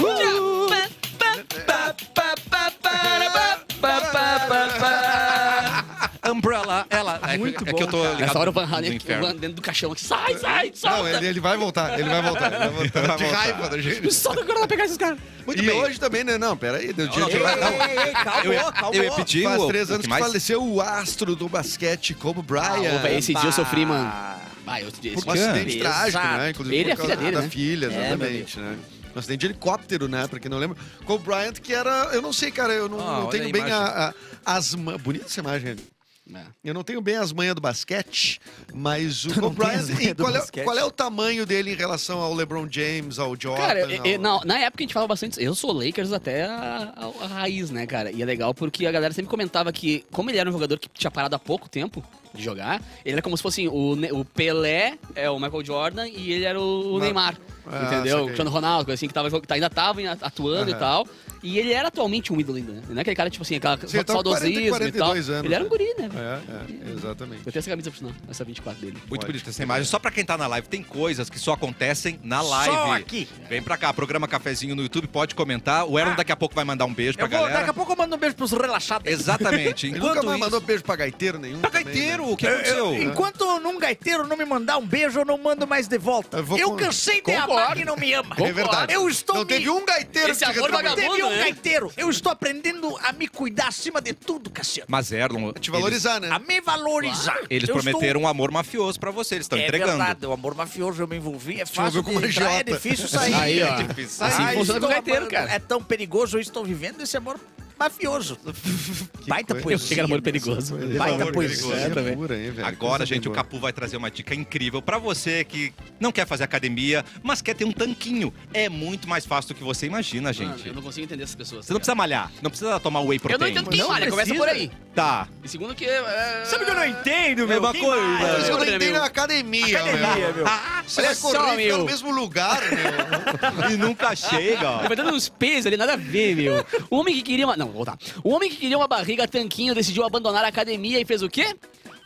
Speaker 2: Umbrella, ela. É,
Speaker 4: Muito
Speaker 2: é
Speaker 4: bom,
Speaker 2: que eu tô
Speaker 4: cara.
Speaker 2: ligado
Speaker 4: Nessa hora o Van
Speaker 2: no
Speaker 4: Halen aqui, o
Speaker 2: inferno.
Speaker 4: Van né, dentro do caixão aqui. Sai, sai, solta!
Speaker 3: Não, ele, ele vai voltar, ele vai voltar. Ele vai voltar.
Speaker 2: Ele vai
Speaker 3: de
Speaker 2: voltar.
Speaker 3: raiva da gente.
Speaker 4: Me solta agora pra pegar esses caras.
Speaker 2: Muito
Speaker 3: e
Speaker 2: bem.
Speaker 3: hoje também, né? Não, peraí, deu dia de
Speaker 1: Ei,
Speaker 3: lá. Não,
Speaker 1: ei, ei,
Speaker 2: Eu
Speaker 1: calma,
Speaker 2: ia-
Speaker 1: calma.
Speaker 2: eu ia pedir- Digo,
Speaker 3: Faz
Speaker 2: o
Speaker 3: três
Speaker 2: que
Speaker 3: anos que
Speaker 2: mais?
Speaker 3: faleceu o astro do basquete,
Speaker 4: Ah,
Speaker 3: Kobe
Speaker 4: ô,
Speaker 3: Bryant.
Speaker 4: velho, esse dia eu sofri, mano. Ah, eu, esse
Speaker 3: Por um
Speaker 2: Esse cara.
Speaker 3: acidente trágico,
Speaker 1: Exato.
Speaker 3: né? Inclusive
Speaker 4: Ele e
Speaker 3: por
Speaker 4: a
Speaker 3: causa
Speaker 4: filha dele,
Speaker 3: da
Speaker 4: né?
Speaker 3: filha,
Speaker 1: meu
Speaker 3: exatamente, né? Um acidente de helicóptero, né? Pra quem não lembra. Kobe Bryant, que era... Eu não sei, cara, eu não,
Speaker 2: Ah,
Speaker 3: não
Speaker 2: olha
Speaker 3: tenho
Speaker 2: a
Speaker 3: bem
Speaker 2: imagem.
Speaker 3: a, a, as... ma- Bonita essa imagem, né?
Speaker 4: dia-
Speaker 3: Eu não tenho bem as manhas do basquete, mas o
Speaker 1: não
Speaker 3: Kobe
Speaker 1: tem as
Speaker 3: Bryant...
Speaker 1: manhas
Speaker 3: e
Speaker 1: do
Speaker 3: Qual, é,
Speaker 1: basquete?
Speaker 3: qual é o tamanho dele em relação ao LeBron James, ao Jordan?
Speaker 4: Cara, eu- eu-
Speaker 3: ao-
Speaker 4: não, na época a gente falava bastante. Eu sou Lakers até a, a- a raiz, né, cara? E é legal porque a galera sempre comentava que, como ele era um jogador que tinha parado há pouco tempo de jogar, ele era como se fosse o, Ne- o Pelé, é o Michael Jordan e ele era o
Speaker 3: Mas-
Speaker 4: Neymar.
Speaker 3: Ah,
Speaker 4: entendeu? O
Speaker 3: saquei.
Speaker 4: Cristiano Ronaldo, coisa assim, que, tava, que ainda tava em- atuando e
Speaker 3: Aham.
Speaker 4: tal. E ele era atualmente um ídolo ainda, né? Não é aquele cara, tipo assim, aquela
Speaker 3: Sim, então ele tava com 40,
Speaker 4: saudosismo e tal.
Speaker 3: 42 anos,
Speaker 4: ele era um
Speaker 3: né?
Speaker 4: guri, né? velho?
Speaker 3: É, é, exatamente.
Speaker 4: Eu tenho essa camisa pro final, essa 24 dele.
Speaker 2: Muito
Speaker 3: Pode.
Speaker 2: bonita essa imagem. Só pra quem tá na live, tem coisas que só acontecem na live.
Speaker 1: Só aqui.
Speaker 2: Vem pra cá, programa Cafezinho no YouTube, pode comentar. O Aaron daqui a pouco vai mandar um beijo pra
Speaker 1: Eu vou,
Speaker 2: galera.
Speaker 1: daqui a pouco eu mando um beijo pros relaxados.
Speaker 2: Exatamente.
Speaker 3: Ele nunca
Speaker 2: Enquanto
Speaker 3: mais
Speaker 2: isso...
Speaker 3: mandou beijo pra gaiteiro nenhum.
Speaker 2: Pra
Speaker 3: também, né?
Speaker 2: gaiteiro, o que
Speaker 1: Eu- eu-
Speaker 2: aconteceu?
Speaker 1: enquanto num gaiteiro não me mandar um beijo, eu não mando mais de volta.
Speaker 3: Eu vou
Speaker 1: Eu,
Speaker 3: com-
Speaker 1: cansei de
Speaker 4: Concordo.
Speaker 1: amar quem não me ama.
Speaker 3: É verdade.
Speaker 1: Eu estou
Speaker 3: Não
Speaker 1: me-
Speaker 3: teve um gaiteiro
Speaker 4: Esse
Speaker 3: que te
Speaker 4: amor
Speaker 3: reclamou.
Speaker 4: vagabundo.
Speaker 1: Teve um
Speaker 4: né?
Speaker 1: gaiteiro. Eu estou aprendendo a me cuidar acima de tudo, Cassiano.
Speaker 2: Mas Erlon,
Speaker 3: Te
Speaker 2: eles,
Speaker 3: valorizar, né?
Speaker 1: A me valorizar.
Speaker 2: eles
Speaker 1: Eu estou-
Speaker 2: prometeram um amor mafioso pra você, eles estão
Speaker 1: É
Speaker 2: entregando.
Speaker 1: verdade, o amor mafioso eu me envolvi, é fácil
Speaker 3: envolveu
Speaker 1: de
Speaker 3: com uma
Speaker 1: entrar, é
Speaker 3: agiota.
Speaker 1: difícil sair.
Speaker 4: Aí, ó.
Speaker 2: difícil.
Speaker 4: Assim
Speaker 1: Ah,
Speaker 4: funciona com
Speaker 1: estou
Speaker 4: o gaiteiro,
Speaker 1: amando-
Speaker 4: cara.
Speaker 1: É tão perigoso, eu estou vivendo esse amor mafioso. Baita
Speaker 3: coisa.
Speaker 1: poesia.
Speaker 4: Chega amor perigoso. É,
Speaker 3: Ele
Speaker 1: Baita
Speaker 3: falou
Speaker 1: poesia
Speaker 3: coisa
Speaker 4: também.
Speaker 3: pura, hein, velho?
Speaker 2: Agora,
Speaker 3: Coisa
Speaker 2: gente, o
Speaker 3: boa.
Speaker 2: Capu vai trazer uma dica incrível pra você que não quer fazer academia, mas quer ter um tanquinho. É muito mais fácil do que você imagina,
Speaker 4: Mano,
Speaker 2: gente.
Speaker 4: eu não consigo entender essas pessoas.
Speaker 2: Você não
Speaker 4: tá
Speaker 2: precisa malhar, não precisa tomar whey
Speaker 4: ligado? Eu
Speaker 2: protein.
Speaker 4: não entendo quem malha, começa por aí.
Speaker 2: Tá.
Speaker 4: E segundo que... é-
Speaker 1: Sabe que eu não entendo, meu?
Speaker 2: Mesma
Speaker 1: Quem
Speaker 2: coisa.
Speaker 1: mais?
Speaker 3: Mas eu não
Speaker 4: Olha,
Speaker 3: entendo
Speaker 4: meu.
Speaker 3: na é academia, é
Speaker 1: Academia,
Speaker 3: meu.
Speaker 1: meu.
Speaker 3: Você
Speaker 4: Olha
Speaker 3: vai correr
Speaker 4: só,
Speaker 3: e fica
Speaker 4: meu.
Speaker 3: no mesmo lugar, né? meu.
Speaker 2: né? E nunca chega, ó.
Speaker 4: Levantando uns pesos ali, nada a ver, meu. O homem que queria uma. Não, vou voltar. O homem que queria uma barriga tanquinho decidiu abandonar a academia e fez o quê?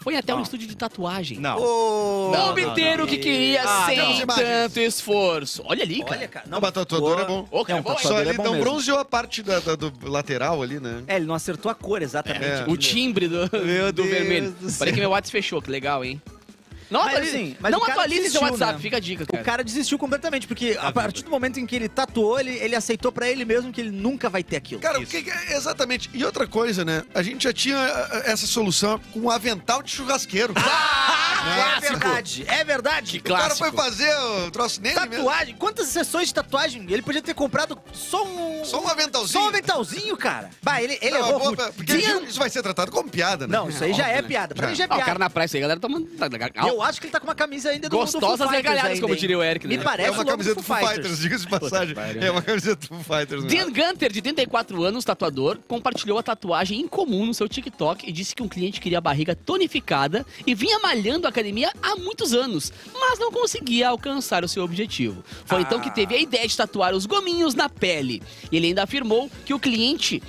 Speaker 4: Foi até um estúdio de tatuagem.
Speaker 2: Não.
Speaker 1: Ô,
Speaker 4: O homem inteiro que queria
Speaker 1: Ah, não,
Speaker 4: sem
Speaker 3: não.
Speaker 4: tanto esforço. Olha ali, cara.
Speaker 1: Olha, cara.
Speaker 3: Não, mas tatuador é bom.
Speaker 4: Ô, cara,
Speaker 1: Não,
Speaker 4: bom,
Speaker 3: Só
Speaker 1: tatuador
Speaker 3: ali
Speaker 1: é bom
Speaker 3: não
Speaker 1: mesmo.
Speaker 3: bronzeou a parte da- da- do lateral ali, né?
Speaker 1: É, ele não acertou a cor exatamente.
Speaker 3: É.
Speaker 4: o timbre do, do
Speaker 2: Deus
Speaker 4: vermelho.
Speaker 2: do céu.
Speaker 4: Parei que meu WhatsApp fechou, que legal, hein? Não
Speaker 1: Mas,
Speaker 4: atualize,
Speaker 1: assim, mas
Speaker 4: não
Speaker 1: o cara
Speaker 4: atualize seu
Speaker 1: desistiu,
Speaker 4: WhatsApp,
Speaker 1: né?
Speaker 4: fica a dica, cara.
Speaker 1: O cara desistiu completamente, porque a
Speaker 3: Tá
Speaker 2: vida.
Speaker 1: partir do momento em que ele tatuou, ele, ele aceitou pra ele mesmo que ele nunca vai ter aquilo.
Speaker 3: Cara, o que que é- exatamente. E outra coisa, né? A gente já tinha ah, essa solução com um avental de churrasqueiro.
Speaker 1: É Ah, é
Speaker 3: clássico.
Speaker 1: verdade, é verdade.
Speaker 4: Que
Speaker 3: o cara
Speaker 4: clássico.
Speaker 3: foi fazer o troço nele mesmo.
Speaker 1: Tatuagem, quantas sessões de tatuagem? Ele podia ter comprado só um.
Speaker 3: Só um aventalzinho.
Speaker 1: Só um aventalzinho, cara. Bah, ele, ele
Speaker 3: Não,
Speaker 1: errou.
Speaker 3: é boa,
Speaker 1: muito.
Speaker 3: porque
Speaker 1: Tinha-
Speaker 3: isso vai ser tratado como piada, né?
Speaker 1: Não, isso aí já é
Speaker 4: Óbvio, né?
Speaker 1: piada. Pra mim já é
Speaker 4: Ah, o cara
Speaker 1: piada.
Speaker 4: na praia, isso aí, a galera tá mandando. tá
Speaker 1: E
Speaker 4: legal.
Speaker 1: Eu acho que ele tá com uma camisa ainda do
Speaker 4: Gostosas
Speaker 1: do Foo Fighters
Speaker 4: regalhadas,
Speaker 1: ainda,
Speaker 4: como
Speaker 1: hein?
Speaker 4: diria o Eric, né?
Speaker 1: Me parece
Speaker 3: É uma
Speaker 1: logo
Speaker 3: camiseta do Foo Fighters,
Speaker 1: Fighters.
Speaker 3: diga-se de passagem.
Speaker 4: pariu.
Speaker 3: É uma camiseta do Foo Fighters. né?
Speaker 4: Dan Gunter, de 34 anos, tatuador, compartilhou a tatuagem incomum no seu TikTok e disse que um cliente queria a barriga tonificada e vinha malhando a academia há muitos anos, mas não conseguia alcançar o seu objetivo. Foi então
Speaker 3: Ah.
Speaker 4: que teve a ideia de tatuar os gominhos na pele. E ele ainda afirmou que o cliente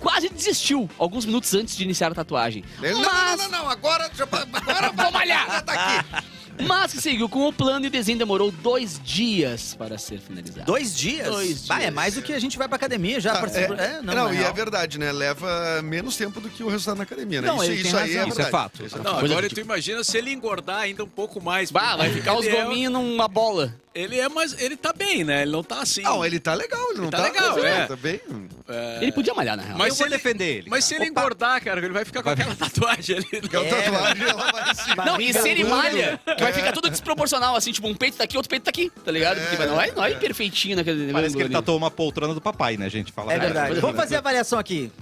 Speaker 4: quase desistiu alguns minutos antes de iniciar a tatuagem.
Speaker 3: Ele, não,
Speaker 4: mas...
Speaker 3: não, não, não, agora, já- agora
Speaker 4: Vou malhar!
Speaker 3: já tá aqui.
Speaker 4: Mas que seguiu com o plano e o desenho demorou dois dias para ser finalizado.
Speaker 1: Dois dias?
Speaker 4: Dois
Speaker 1: Bah, é
Speaker 4: dias.
Speaker 1: mais do que a gente vai pra academia já.
Speaker 3: Ah,
Speaker 1: participa-
Speaker 3: é,
Speaker 1: É,
Speaker 3: não,
Speaker 1: é
Speaker 3: e é
Speaker 1: real.
Speaker 3: verdade, né? Leva menos tempo do que o resultado na academia, né?
Speaker 1: Não,
Speaker 3: isso
Speaker 1: ele
Speaker 3: isso
Speaker 1: tem
Speaker 3: aí é
Speaker 1: razão.
Speaker 2: Isso é
Speaker 3: verdade.
Speaker 2: fato.
Speaker 3: Isso é
Speaker 5: Não,
Speaker 3: fato.
Speaker 5: agora tu imagina se ele engordar ainda um pouco mais.
Speaker 4: Bah, vai ficar os
Speaker 5: Ele é-
Speaker 4: gominhos numa bola.
Speaker 5: Ele é, mas ele tá bem, né? Ele não tá assim.
Speaker 3: Não, ele tá legal, ele não
Speaker 5: tá
Speaker 3: tá,
Speaker 5: legal,
Speaker 3: ele
Speaker 5: é.
Speaker 3: tá bem.
Speaker 5: É,
Speaker 4: Ele podia malhar, na real.
Speaker 5: Mas
Speaker 2: eu
Speaker 5: se
Speaker 2: vou
Speaker 5: ele-
Speaker 2: defender ele.
Speaker 5: Mas se ele
Speaker 1: Opa.
Speaker 5: engordar, cara, ele vai ficar com aquela tatuagem ali.
Speaker 3: Porque a tatuagem, ela vai se...
Speaker 4: Não,
Speaker 1: tá
Speaker 4: e se ele
Speaker 3: Barriga
Speaker 4: malha, vai ficar tudo desproporcional, assim, tipo, um peito tá aqui, outro peito tá aqui, tá ligado? Porque vai- não é, não é perfeitinho naquele
Speaker 2: Parece que
Speaker 4: ângulo
Speaker 2: ele
Speaker 4: ali.
Speaker 2: tatuou uma poltrona do papai, né, gente? Fala a
Speaker 1: É verdade.
Speaker 4: Mas-
Speaker 1: Vamos fazer a avaliação aqui.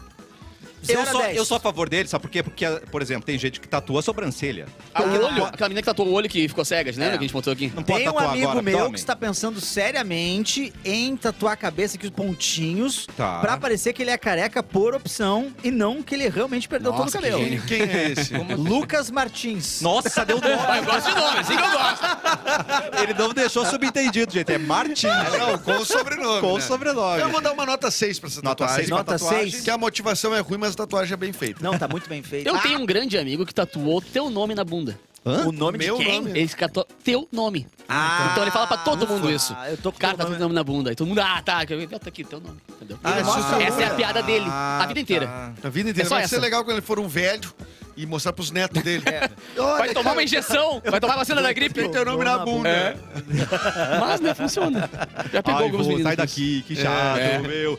Speaker 2: Eu
Speaker 1: Zero a
Speaker 2: sou,
Speaker 1: dez.
Speaker 2: eu sou a favor dele, sabe por quê? Porque, por exemplo, tem gente que tatua a sobrancelha.
Speaker 4: Ah, o olho, aquela menina que tatuou o olho que ficou cega, né? Que a gente botou aqui.
Speaker 2: Não pode
Speaker 1: Tem um
Speaker 2: tatuar
Speaker 1: amigo
Speaker 2: agora,
Speaker 1: meu
Speaker 2: abdômen.
Speaker 1: que está pensando seriamente em tatuar a cabeça aqui os pontinhos
Speaker 2: Tá.
Speaker 1: pra parecer que ele é careca por opção e não que ele realmente perdeu todo o
Speaker 4: Nossa, que
Speaker 1: cabelo.
Speaker 4: gênio.
Speaker 3: Quem é esse?
Speaker 1: assim? Lucas Martins.
Speaker 2: Nossa, deu
Speaker 4: Ah, eu
Speaker 2: nome.
Speaker 4: gosto de nome, assim que eu gosto.
Speaker 2: Ele não deixou subentendido, gente. É Martins.
Speaker 3: Não, com o sobrenome.
Speaker 2: Com o
Speaker 3: né?
Speaker 2: sobrenome.
Speaker 3: Eu vou dar uma nota 6 pra essa
Speaker 2: Nota
Speaker 3: tatuagem.
Speaker 2: seis pra
Speaker 1: Tá, Nota
Speaker 2: tatuagem.
Speaker 1: seis.
Speaker 3: Que a motivação é ruim, mas a tatuagem é bem feita.
Speaker 1: Não, tá muito bem feito.
Speaker 4: Eu
Speaker 1: Ah,
Speaker 4: tenho um grande amigo que tatuou teu nome na bunda.
Speaker 1: o nome
Speaker 3: Meu
Speaker 1: de quem?
Speaker 3: nome.
Speaker 4: Ele tatuou teu nome.
Speaker 1: Ah,
Speaker 4: então ele fala pra todo mundo
Speaker 1: ufa.
Speaker 4: isso.
Speaker 1: Ah, eu tô com
Speaker 4: Cara,
Speaker 1: teu
Speaker 4: tá teu
Speaker 1: nome.
Speaker 4: nome na bunda. E todo mundo, ah, tá, tá aqui, teu nome. Entendeu?
Speaker 3: Ah,
Speaker 4: Ele
Speaker 3: isso
Speaker 4: mostra-
Speaker 3: é
Speaker 4: essa é a
Speaker 3: bom.
Speaker 2: Ah, tá.
Speaker 4: piada dele, a vida inteira.
Speaker 3: tá. A vida inteira
Speaker 4: É só
Speaker 3: vai ser
Speaker 4: essa.
Speaker 3: legal quando ele for um velho e mostrar pros netos dele.
Speaker 4: Vai tomar uma injeção, vai tomar vacina da gripe.
Speaker 3: Tem teu nome na bunda.
Speaker 4: É. Mas, né, funciona. Já pegou
Speaker 2: Ai,
Speaker 4: alguns
Speaker 2: vô,
Speaker 4: meninos.
Speaker 2: sai daqui, que chato,
Speaker 4: É.
Speaker 2: meu.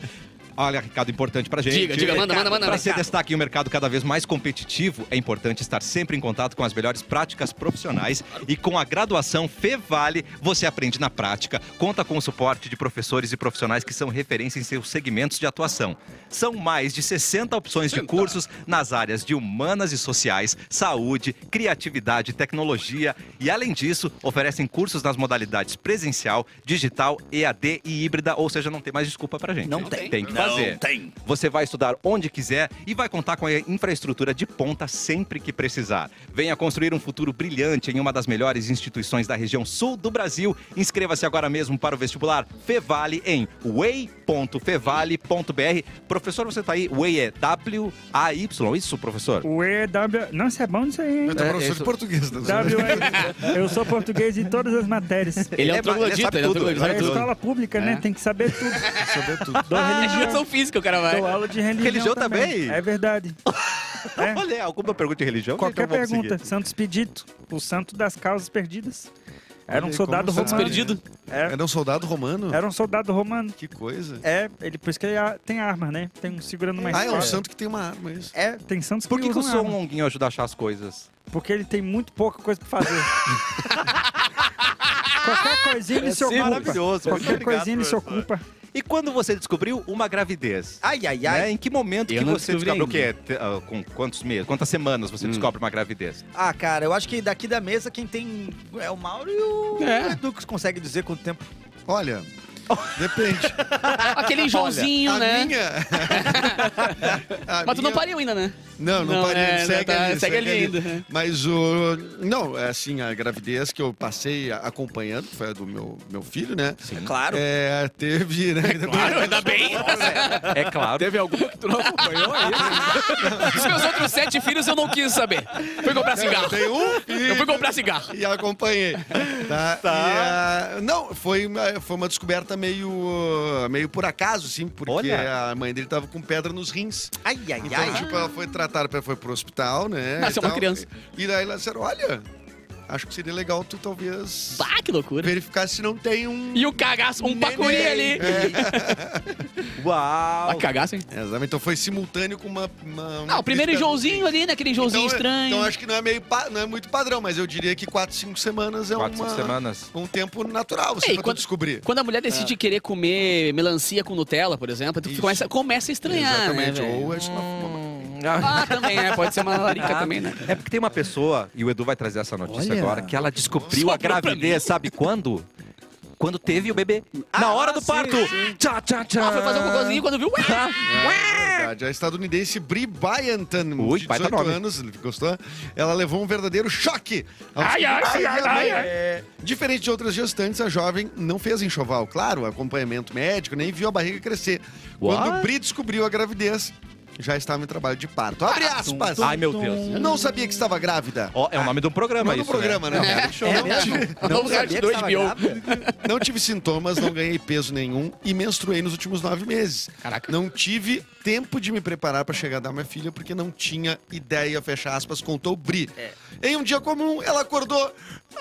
Speaker 2: Olha, recado importante pra gente.
Speaker 4: Diga, diga, manda, manda, manda,
Speaker 2: Para ser
Speaker 4: recado.
Speaker 2: destaque em um mercado cada vez mais competitivo, é importante estar sempre em contato com as melhores práticas profissionais. E com a graduação Fevale, você aprende na prática, conta com o suporte de professores e profissionais que são referência em seus segmentos de atuação. São mais de 60 opções de cursos nas áreas de humanas e sociais, saúde, criatividade, tecnologia e, além disso, oferecem cursos nas modalidades presencial, digital, EAD e híbrida, ou seja, não tem mais desculpa pra gente.
Speaker 1: Não tem.
Speaker 2: Tem que fazer.
Speaker 1: tem.
Speaker 2: Você vai estudar onde quiser e vai contar com a infraestrutura de ponta sempre que precisar. Venha construir um futuro brilhante em uma das melhores instituições da região sul do Brasil. Inscreva-se agora mesmo para o vestibular Fevale em way.fevale.br. Professor, você tá aí? Way é W-A-Y, isso, professor?
Speaker 7: O E, W... Nossa, é bom isso aí, hein?
Speaker 3: Eu tô
Speaker 4: É,
Speaker 3: professor
Speaker 4: isso.
Speaker 3: de português. Tá?
Speaker 7: W, E. eu sou português em todas as matérias.
Speaker 4: Ele é
Speaker 2: Ele
Speaker 4: um
Speaker 2: é- ele
Speaker 4: troglodita,
Speaker 2: sabe
Speaker 4: ele é um
Speaker 2: tudo.
Speaker 4: troglodita.
Speaker 7: É
Speaker 4: sabe tudo.
Speaker 7: escola pública, né?
Speaker 4: É.
Speaker 7: Tem que saber tudo.
Speaker 3: Saber tudo.
Speaker 7: Dou
Speaker 4: Ah, é
Speaker 7: religião.
Speaker 4: educação física o cara vai.
Speaker 7: Dou aula de religião,
Speaker 2: Religião também?
Speaker 7: É verdade. É.
Speaker 2: Olha, alguma pergunta de religião?
Speaker 7: Qualquer
Speaker 2: Então vamos seguir.
Speaker 7: pergunta. Santos Pedito, o santo das causas perdidas. Era
Speaker 3: Olha
Speaker 7: um
Speaker 3: aí,
Speaker 7: soldado
Speaker 3: como o Santos
Speaker 7: romano.
Speaker 3: Perdido.
Speaker 7: É,
Speaker 3: Era um soldado romano?
Speaker 7: era um soldado romano.
Speaker 3: Que coisa.
Speaker 7: É, ele, por isso que ele a- tem arma, né? Tem um segurando uma
Speaker 3: Ah, é um
Speaker 7: espada.
Speaker 3: santo que tem uma arma, isso.
Speaker 7: É, tem santos
Speaker 2: Por que, um- que o
Speaker 7: usam
Speaker 2: som
Speaker 7: arma.
Speaker 2: longuinho ajuda a achar as coisas?
Speaker 7: Porque ele tem muito pouca coisa pra fazer. Qualquer coisinha ele se
Speaker 2: sim,
Speaker 7: ocupa.
Speaker 2: assim, maravilhoso.
Speaker 7: Qualquer
Speaker 2: Obrigado,
Speaker 7: coisinha ele se
Speaker 2: professor.
Speaker 7: ocupa.
Speaker 2: E quando você descobriu uma gravidez?
Speaker 1: Ai, ai,
Speaker 2: Né?
Speaker 1: ai.
Speaker 2: Em que momento
Speaker 4: Eu
Speaker 2: que
Speaker 4: não
Speaker 2: você
Speaker 4: descobri
Speaker 2: descobre o quê? Te- ah, com quantos meses? Quantas semanas você descobre uma gravidez?
Speaker 1: Ah, cara, eu acho que daqui da mesa quem tem é o Mauro e o
Speaker 4: É.
Speaker 1: Edu que consegue dizer quanto tempo.
Speaker 3: Olha, depende.
Speaker 4: Aquele Joãozinho,
Speaker 3: a
Speaker 4: né?
Speaker 3: minha... A
Speaker 4: Mas tu não
Speaker 3: minha-
Speaker 4: pariu ainda, né?
Speaker 3: Não, não,
Speaker 4: Não,
Speaker 3: parei.
Speaker 4: é,
Speaker 3: segue,
Speaker 4: tá,
Speaker 3: ali,
Speaker 4: segue ali ainda, é.
Speaker 3: Mas o. Não, é assim, a gravidez que eu passei a- acompanhando, que foi a do meu, meu filho, né?
Speaker 1: É claro.
Speaker 3: É, teve, né?
Speaker 4: Claro, ainda bem.
Speaker 2: É claro.
Speaker 5: Teve alguma que tu não acompanhou aí?
Speaker 4: Os meus outros sete filhos eu não quis saber. Fui comprar cigarro.
Speaker 3: Tem um filho.
Speaker 4: Eu fui comprar cigarro.
Speaker 3: E acompanhei. Tá? E, ah, não, foi uma, foi uma descoberta meio, meio por acaso, sim, porque
Speaker 2: Olha.
Speaker 3: a mãe dele tava com pedra nos rins.
Speaker 1: Ai, ai,
Speaker 3: Então,
Speaker 1: ai.
Speaker 3: tipo, ela foi tratada, foi pro hospital, né?
Speaker 4: Nasceu
Speaker 3: e
Speaker 4: uma
Speaker 3: tal.
Speaker 4: criança.
Speaker 3: E daí elas disseram: olha, acho que seria legal tu talvez
Speaker 4: Bah, que loucura.
Speaker 3: verificar se não tem um.
Speaker 4: E o cagaço, um pacuri ali.
Speaker 2: Uau!
Speaker 4: Ah, cagaço, hein?
Speaker 3: Exatamente. Então foi simultâneo com uma. uma uma
Speaker 4: Ah, o primeiro
Speaker 3: pista-
Speaker 4: Joãozinho ali, né? Aquele Joãozinho
Speaker 3: Então,
Speaker 4: estranho.
Speaker 3: Então acho que não é, meio, pa- não é muito padrão, mas eu diria que 4, 5 semanas é
Speaker 2: Quatro,
Speaker 3: uma,
Speaker 2: cinco semanas.
Speaker 3: um tempo natural, você
Speaker 4: É, e
Speaker 3: pode
Speaker 4: quando-
Speaker 3: descobrir.
Speaker 4: Quando a mulher decide querer comer melancia com Nutella, por exemplo, tu
Speaker 3: Isso.
Speaker 4: começa, começa a estranhar,
Speaker 3: Exatamente.
Speaker 4: né? velho?
Speaker 3: Ou é isso uma,
Speaker 2: Hum.
Speaker 3: uma-
Speaker 4: Ah, também, né? Pode ser uma larica também, né?
Speaker 2: É porque tem uma pessoa, e o Edu vai trazer essa notícia
Speaker 1: Olha.
Speaker 2: agora, que ela descobriu a
Speaker 4: Sobrou pra
Speaker 2: gravidez, sabe quando? Quando teve o bebê. Na hora do
Speaker 1: sim,
Speaker 2: parto! Tchá, tchá, tchá!
Speaker 4: Ah, foi fazer um cocôzinho quando viu. Ué!
Speaker 3: É verdade. A estadunidense Bri Byanton,
Speaker 2: Ui,
Speaker 3: de
Speaker 2: baita
Speaker 3: 18
Speaker 2: nome.
Speaker 3: anos, gostou? Ela levou um verdadeiro choque. ao
Speaker 7: Ai, ai,
Speaker 3: descobrir
Speaker 7: ai,
Speaker 3: que a
Speaker 7: ai,
Speaker 3: mãe- Diferente de outras gestantes, a jovem não fez enxoval. Claro, acompanhamento médico, nem viu a barriga crescer. Quando Bri descobriu a gravidez, já estava em trabalho de parto. Abre aspas!
Speaker 2: Ah, Ai, meu Deus.
Speaker 3: Não sabia que estava grávida.
Speaker 2: Ó, é o nome de um programa,
Speaker 3: Nome do
Speaker 2: isso.
Speaker 3: programa, né?
Speaker 2: Não, show.
Speaker 1: É mesmo?
Speaker 4: Não
Speaker 1: Não
Speaker 4: sabia
Speaker 1: sabia
Speaker 4: que
Speaker 1: que
Speaker 4: dois
Speaker 1: estava
Speaker 4: bio.
Speaker 1: grávida?
Speaker 3: Não tive sintomas, não ganhei peso nenhum e menstruei nos últimos nove meses.
Speaker 4: Caraca.
Speaker 3: Não tive tempo de me preparar para chegar a dar minha filha porque não tinha ideia, fecha aspas, contou o Bri. Em um dia comum, ela acordou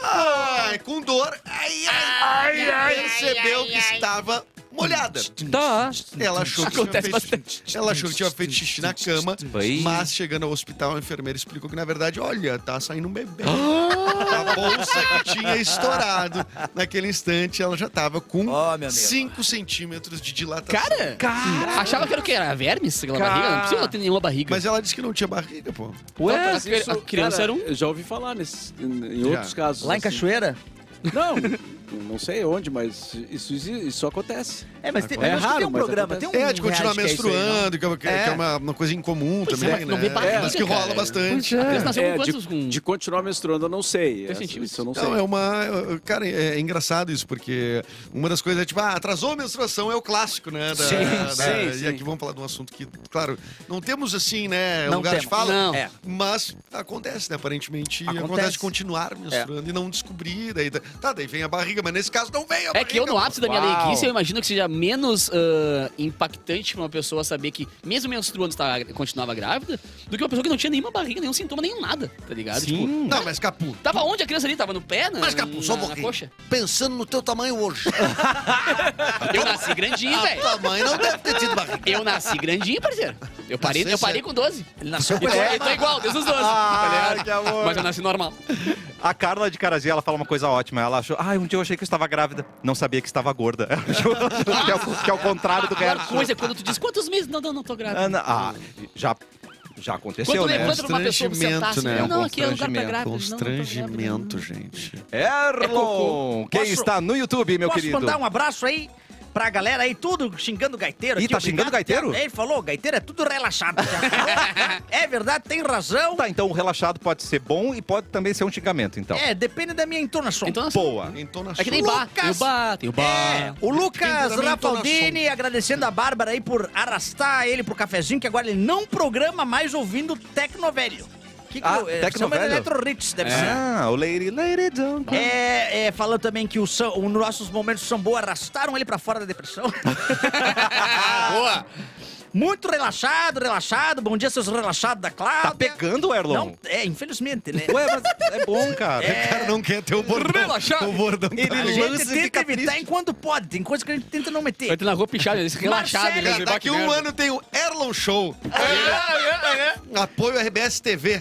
Speaker 3: ai, com dor ai, ai, e percebeu que estava molhada.
Speaker 2: Tá.
Speaker 3: Ela achou, que tinha
Speaker 4: Acontece
Speaker 3: feito,
Speaker 4: bastante.
Speaker 3: ela achou que tinha feito xixi na cama,
Speaker 2: Oi.
Speaker 3: mas chegando ao hospital, a enfermeira explicou que, na verdade, olha, tá saindo um bebê.
Speaker 4: Ah!
Speaker 3: a bolsa que tinha estourado. Naquele instante, ela já tava com
Speaker 1: Ó, meu amigo.
Speaker 3: 5 centímetros de dilatação.
Speaker 4: Cara, achava que era o quê? Era vermes aquela
Speaker 2: Cara.
Speaker 4: barriga? Não é precisa ter nenhuma barriga.
Speaker 3: Mas ela disse que não tinha barriga, pô.
Speaker 4: Ué,
Speaker 5: Mas
Speaker 4: a- a,
Speaker 5: é, isso,
Speaker 4: criança
Speaker 5: cara,
Speaker 4: era um...
Speaker 5: Eu já ouvi falar nesses- em em outros casos.
Speaker 1: Lá em
Speaker 5: assim.
Speaker 1: Cachoeira?
Speaker 5: Não, não sei onde, mas isso, exi- isso acontece.
Speaker 1: É,
Speaker 2: Ah,
Speaker 1: mas tem,
Speaker 5: É
Speaker 1: eu acho que
Speaker 5: raro,
Speaker 1: tem um
Speaker 5: mas
Speaker 1: programa. Tem
Speaker 5: acontece.
Speaker 1: um
Speaker 3: É, de continuar
Speaker 1: reality que é isso aí, não?
Speaker 3: menstruando, que é, que é uma, uma coisa incomum
Speaker 4: Pois é,
Speaker 3: também,
Speaker 4: mas
Speaker 3: né?
Speaker 4: não vê barriga,
Speaker 3: mas que rola
Speaker 4: cara.
Speaker 3: bastante.
Speaker 4: A criança nasceu
Speaker 5: É,
Speaker 4: com quantos?
Speaker 5: de,
Speaker 4: Com-
Speaker 5: de continuar menstruando, eu não sei.
Speaker 4: Dois
Speaker 5: Essa-
Speaker 4: centímetros.
Speaker 5: Isso eu não sei.
Speaker 3: Não, é uma. Cara, é, é engraçado isso, porque uma das coisas é tipo, ah, atrasou a menstruação, é o clássico, né? da-
Speaker 1: Sim,
Speaker 3: da-
Speaker 5: sim,
Speaker 3: E
Speaker 5: sim.
Speaker 3: aqui vamos falar de um assunto que, claro, não temos assim, né?
Speaker 1: Não
Speaker 3: lugar de
Speaker 1: temos,
Speaker 3: fala.
Speaker 4: não.
Speaker 1: É.
Speaker 3: Mas acontece, né? Aparentemente acontece,
Speaker 1: Acontece.
Speaker 3: de continuar menstruando e não descobrir. Daí, tá, daí vem a barriga, barriga, mas nesse caso não veio a
Speaker 4: É que eu,
Speaker 3: barriga,
Speaker 4: no ápice da minha
Speaker 5: Uau.
Speaker 4: leiguice, eu imagino que seja menos ah, impactante pra uma pessoa saber que, mesmo menstruando, está, continuava grávida, do que uma pessoa que não tinha nenhuma barriga, nenhum sintoma, nenhum nada, tá ligado? Tipo,
Speaker 3: Não, mas Capu,
Speaker 4: tava onde a criança ali? Tava no pé, na,
Speaker 3: Mas, Capu, só um
Speaker 4: na, na
Speaker 3: pouquinho.
Speaker 4: coxa?
Speaker 3: pensando no teu tamanho hoje.
Speaker 4: Eu nasci grandinho, velho.
Speaker 3: Tua mãe não deve ter tido barriga.
Speaker 4: Eu nasci grandinho, parceiro. Eu parei,
Speaker 3: Nasceu
Speaker 4: eu parei
Speaker 3: cedo.
Speaker 4: com 12.
Speaker 1: Ele nasceu
Speaker 4: E
Speaker 1: com
Speaker 4: tô,
Speaker 1: ele.
Speaker 4: e tô igual, desde os 12. tá
Speaker 2: Ah,
Speaker 4: ligado?
Speaker 2: que amor.
Speaker 4: Mas eu nasci normal.
Speaker 2: A Carla de Carazinho, ela fala uma coisa ótima. Ela achou, ah, um dia eu achei que eu estava grávida. Não sabia que estava gorda. Ela achou que, é o, que é o contrário do
Speaker 4: Agora,
Speaker 2: resto.
Speaker 4: coisa é quando tu diz quantos meses? Não, não, não tô grávida.
Speaker 2: Ana, ah, já, já
Speaker 4: Quando
Speaker 2: aconteceu,
Speaker 4: tu
Speaker 2: né?
Speaker 4: levanta pra uma pessoa pra sentar, assim,
Speaker 3: né?
Speaker 4: não, não, aqui é lugar pra grávida. não, não tô grávida,
Speaker 3: Constrangimento, gente.
Speaker 2: Erlon, quem
Speaker 1: É Posso-
Speaker 2: está no YouTube, meu
Speaker 1: Posso
Speaker 2: querido?
Speaker 1: mandar um abraço aí? Pra galera aí, tudo xingando o gaiteiro.
Speaker 2: Ih,
Speaker 1: aqui,
Speaker 2: tá xingando o
Speaker 1: obrigado.
Speaker 2: gaiteiro?
Speaker 1: Ele falou, gaiteiro é tudo relaxado. Já falou. é verdade, tem razão.
Speaker 2: Tá, então o relaxado pode ser bom e pode também ser um xingamento, então.
Speaker 1: É, um- depende da minha entonação.
Speaker 4: não. Então, assim,
Speaker 2: Boa.
Speaker 3: Entonação.
Speaker 4: é que nem bar. Tem o bar, tem o
Speaker 1: É,
Speaker 4: bar.
Speaker 1: o Lucas
Speaker 3: ah, Depende da minha
Speaker 1: Rafaldini agradecendo a Bárbara aí por arrastar ele pro cafezinho, que agora ele não programa mais ouvindo Tecnovelho. Que que
Speaker 2: Ah,
Speaker 1: eu- é,
Speaker 2: Tecnovelho?
Speaker 1: Samba de Electro Hits, deve ser.
Speaker 2: Ah, o Lady Lady Don't Cry.
Speaker 1: É, é, falando também que os nossos momentos de sambo arrastaram ele pra fora da depressão.
Speaker 4: Boa.
Speaker 1: Muito relaxado, relaxado. Bom dia, seus relaxados da Cláudia.
Speaker 2: Tá pegando, Erlon?
Speaker 1: Não, é, infelizmente, né?
Speaker 2: Ué, mas é bom, cara.
Speaker 3: O cara não quer ter o bordão.
Speaker 4: Relaxado.
Speaker 3: O bordão tá
Speaker 1: A
Speaker 2: Ele
Speaker 3: ali.
Speaker 1: gente
Speaker 2: lança e
Speaker 1: tenta
Speaker 2: fica
Speaker 1: evitar
Speaker 2: triste.
Speaker 1: enquanto pode. Tem coisa que a gente tenta não
Speaker 4: Vai
Speaker 1: meter.
Speaker 4: ter na rua pichada, esse relaxado.
Speaker 1: Marcelo,
Speaker 4: né?
Speaker 3: Daqui
Speaker 4: Que
Speaker 3: um
Speaker 4: merda.
Speaker 3: ano tem o Erlon Show. é, Apoio RBS TV.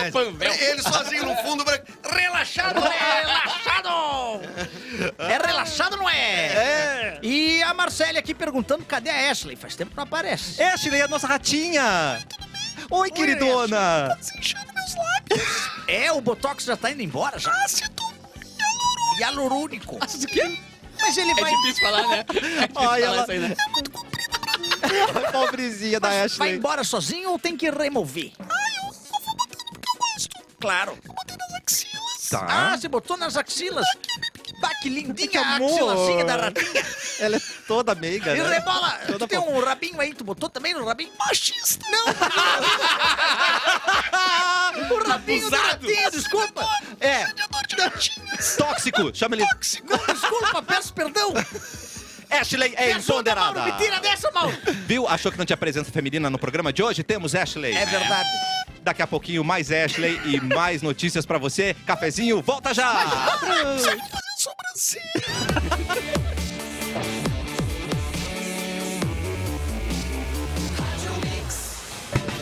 Speaker 3: Ele,
Speaker 4: Panvel.
Speaker 3: é, ele sozinho no fundo. branco.
Speaker 2: Tá
Speaker 3: Relaxado.
Speaker 1: é, Relaxado! É relaxado, não é? E a Marcele aqui perguntando cadê a Ashley? Faz tempo que não aparece.
Speaker 2: Ashley, a nossa ratinha. Oi, queridona.
Speaker 1: É, o Botox já tá indo embora já.
Speaker 2: Ah,
Speaker 1: Ácido
Speaker 2: é
Speaker 1: hialurônico.
Speaker 4: Nossa, o quê?
Speaker 1: Mas ele
Speaker 4: É
Speaker 1: vai,
Speaker 4: difícil falar, né? É difícil falar
Speaker 2: ela-
Speaker 4: isso aí, né?
Speaker 2: Pobrezinha da
Speaker 1: vai
Speaker 2: Ashley.
Speaker 1: embora sozinho ou tem que remover? Ah, eu, vou botar porque eu gosto. Claro. Ah,
Speaker 2: Tá.
Speaker 1: você botou nas axilas. Bah, que lindinha a
Speaker 2: amor.
Speaker 1: axilazinha da ratinha.
Speaker 2: Ela é toda meiga,
Speaker 1: E
Speaker 2: né?
Speaker 1: rebola,
Speaker 2: Toda
Speaker 1: tu tem um rabinho aí, tu botou também no rabinho? Machista! Não! menino. o rabinho da ratinha, desculpa!
Speaker 2: É. Tóxico. Chama ele.
Speaker 1: Não, desculpa, peço perdão!
Speaker 2: Ashley é
Speaker 1: Me ajuda, Mauro, me
Speaker 2: empoderada.
Speaker 1: tira dessa, Mauro!
Speaker 2: Viu? Achou que não tinha presença feminina no programa de hoje? Temos Ashley.
Speaker 1: É verdade.
Speaker 2: Daqui a pouquinho, mais Ashley e mais notícias pra você. Cafezinho, volta já!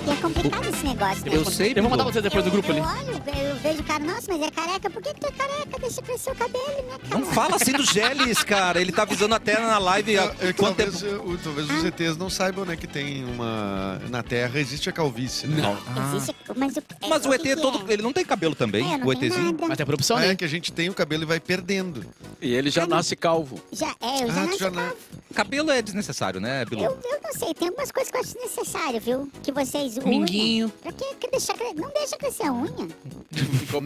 Speaker 6: E é complicado esse negócio, né?
Speaker 5: Eu sei,
Speaker 4: Eu vou mandar
Speaker 5: Bidu.
Speaker 4: vocês depois do grupo ali.
Speaker 6: Eu olho, eu vejo o cara, nossa, mas é careca. Por que que tu é careca? Deixa crescer o cabelo, né, cara?
Speaker 2: Não fala assim do Geles, cara. Ele tá avisando até na live há
Speaker 3: É que
Speaker 2: quanto
Speaker 3: talvez,
Speaker 2: tempo.
Speaker 3: eu- talvez os ETs não saibam, né, que tem uma... Na Terra existe a calvície, né? Não.
Speaker 6: Existe, mas o, é,
Speaker 2: Mas o
Speaker 6: que
Speaker 2: ET
Speaker 6: que
Speaker 2: é todo.
Speaker 6: É,
Speaker 2: Ele não tem cabelo também,
Speaker 6: É, não
Speaker 2: o
Speaker 6: tem
Speaker 2: ETzinho.
Speaker 6: nada.
Speaker 4: Mas tem produção,
Speaker 3: É
Speaker 4: né?
Speaker 3: que a gente tem o cabelo e vai perdendo.
Speaker 5: E ele já nasce calvo.
Speaker 6: Já, é, eu já
Speaker 3: Ah,
Speaker 6: não
Speaker 3: tu já não...
Speaker 2: Cabelo é desnecessário, né, Bilu?
Speaker 6: Eu, eu não sei, tem algumas coisas que eu acho necessário, viu? Que vocês unem.
Speaker 4: Minguinho.
Speaker 6: Pra que, que deixar cre- Não deixa crescer a unha.
Speaker 5: Em compensação,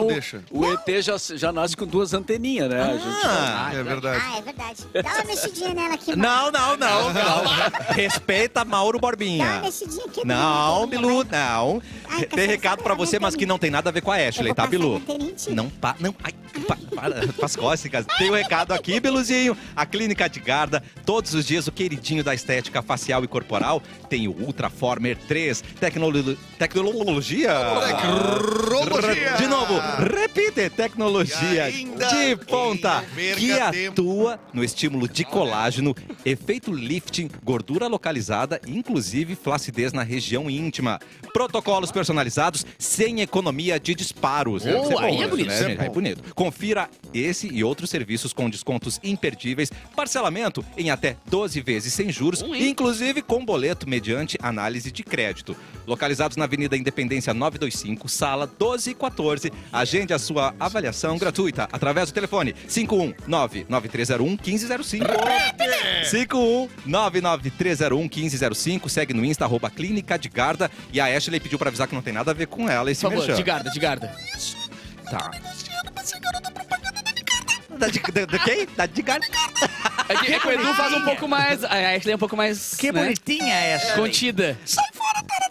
Speaker 3: Não deixa ou deixa?
Speaker 5: o ET já, já nasce com duas anteninhas, né? A gente-
Speaker 2: Ah,
Speaker 3: é verdade.
Speaker 6: Ah, é verdade. Dá uma mexidinha nela aqui, mano.
Speaker 2: Não, não, não, não. Respeita Mauro
Speaker 6: Dá tipo uma
Speaker 2: Borbinha.
Speaker 6: mexidinha aqui.
Speaker 2: Não,
Speaker 6: Bilu.
Speaker 2: Bilu, não.
Speaker 6: né? Ai, tá
Speaker 2: Tem recado pra você, mas que não tem nada a ver com a Ashley,
Speaker 6: Eu vou
Speaker 2: tá,
Speaker 6: passar
Speaker 2: Bilu?
Speaker 6: na terinite.
Speaker 2: Não, pa, não. Ai, pa, para, faz cócegas. Tem o recado aqui, Biluzinho. A Clínica de Garda, todos os dias o queridinho da estética facial e corporal tem o Ultraformer 3. Tecnolo- tecnologia.
Speaker 3: Ah, Tecnologia.
Speaker 2: De novo, repite,
Speaker 3: E
Speaker 2: tecnologia
Speaker 3: ainda
Speaker 2: de ponta
Speaker 3: não perca
Speaker 2: que
Speaker 3: tempo.
Speaker 2: atua no estímulo de colágeno, efeito lifting, gordura localizada, inclusive flacidez na região íntima. Protocolos personalizados sem economia de disparos.
Speaker 4: Boa,
Speaker 2: Isso
Speaker 4: aí é
Speaker 2: isso,
Speaker 4: bonito.
Speaker 2: né,
Speaker 3: Isso é
Speaker 2: gente? Aí é
Speaker 3: bom.
Speaker 2: bonito. Confira esse e outros serviços com descontos imperdíveis, parcelamento em até 12 vezes sem juros,
Speaker 4: Bom, Um, hein?
Speaker 2: inclusive com boleto mediante análise de crédito. Localizados na Avenida Independência 925, sala 1214. Agende a sua avaliação gratuita através do telefone 519-9301-1505. 519-9301-1505. Segue no Insta, arroba Clínica de Garda. E a Ashley pediu pra avisar que não tem nada a ver com ela esse
Speaker 4: Por favor, de
Speaker 2: merchan.
Speaker 4: guarda, de guarda.
Speaker 2: Tá. Da Tá de, de, de quem? Da de gar...
Speaker 4: É que, é que o Edu faz um pouco mais. A Ashley é um pouco mais.
Speaker 1: Que
Speaker 4: né,
Speaker 1: bonitinha essa.
Speaker 4: Contida.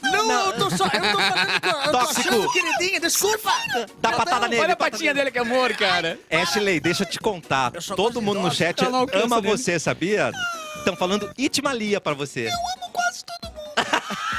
Speaker 1: Não, eu, eu tô só. Eu tô falando. com- Eu tô
Speaker 2: Tóxico.
Speaker 1: achando, queridinha, desculpa.
Speaker 2: Dá patada nele.
Speaker 4: Tá Olha a
Speaker 2: patada
Speaker 4: patinha
Speaker 2: nele.
Speaker 4: dele, que amor, cara.
Speaker 2: Ashley, deixa eu te contar.
Speaker 1: Eu só gosto
Speaker 2: Todo
Speaker 1: de
Speaker 2: mundo no
Speaker 1: idosos,
Speaker 2: chat
Speaker 4: tá no alcance
Speaker 2: ama
Speaker 4: dele.
Speaker 2: você, sabia? Estão falando Itmalia pra você. Eu amo quase todo mundo.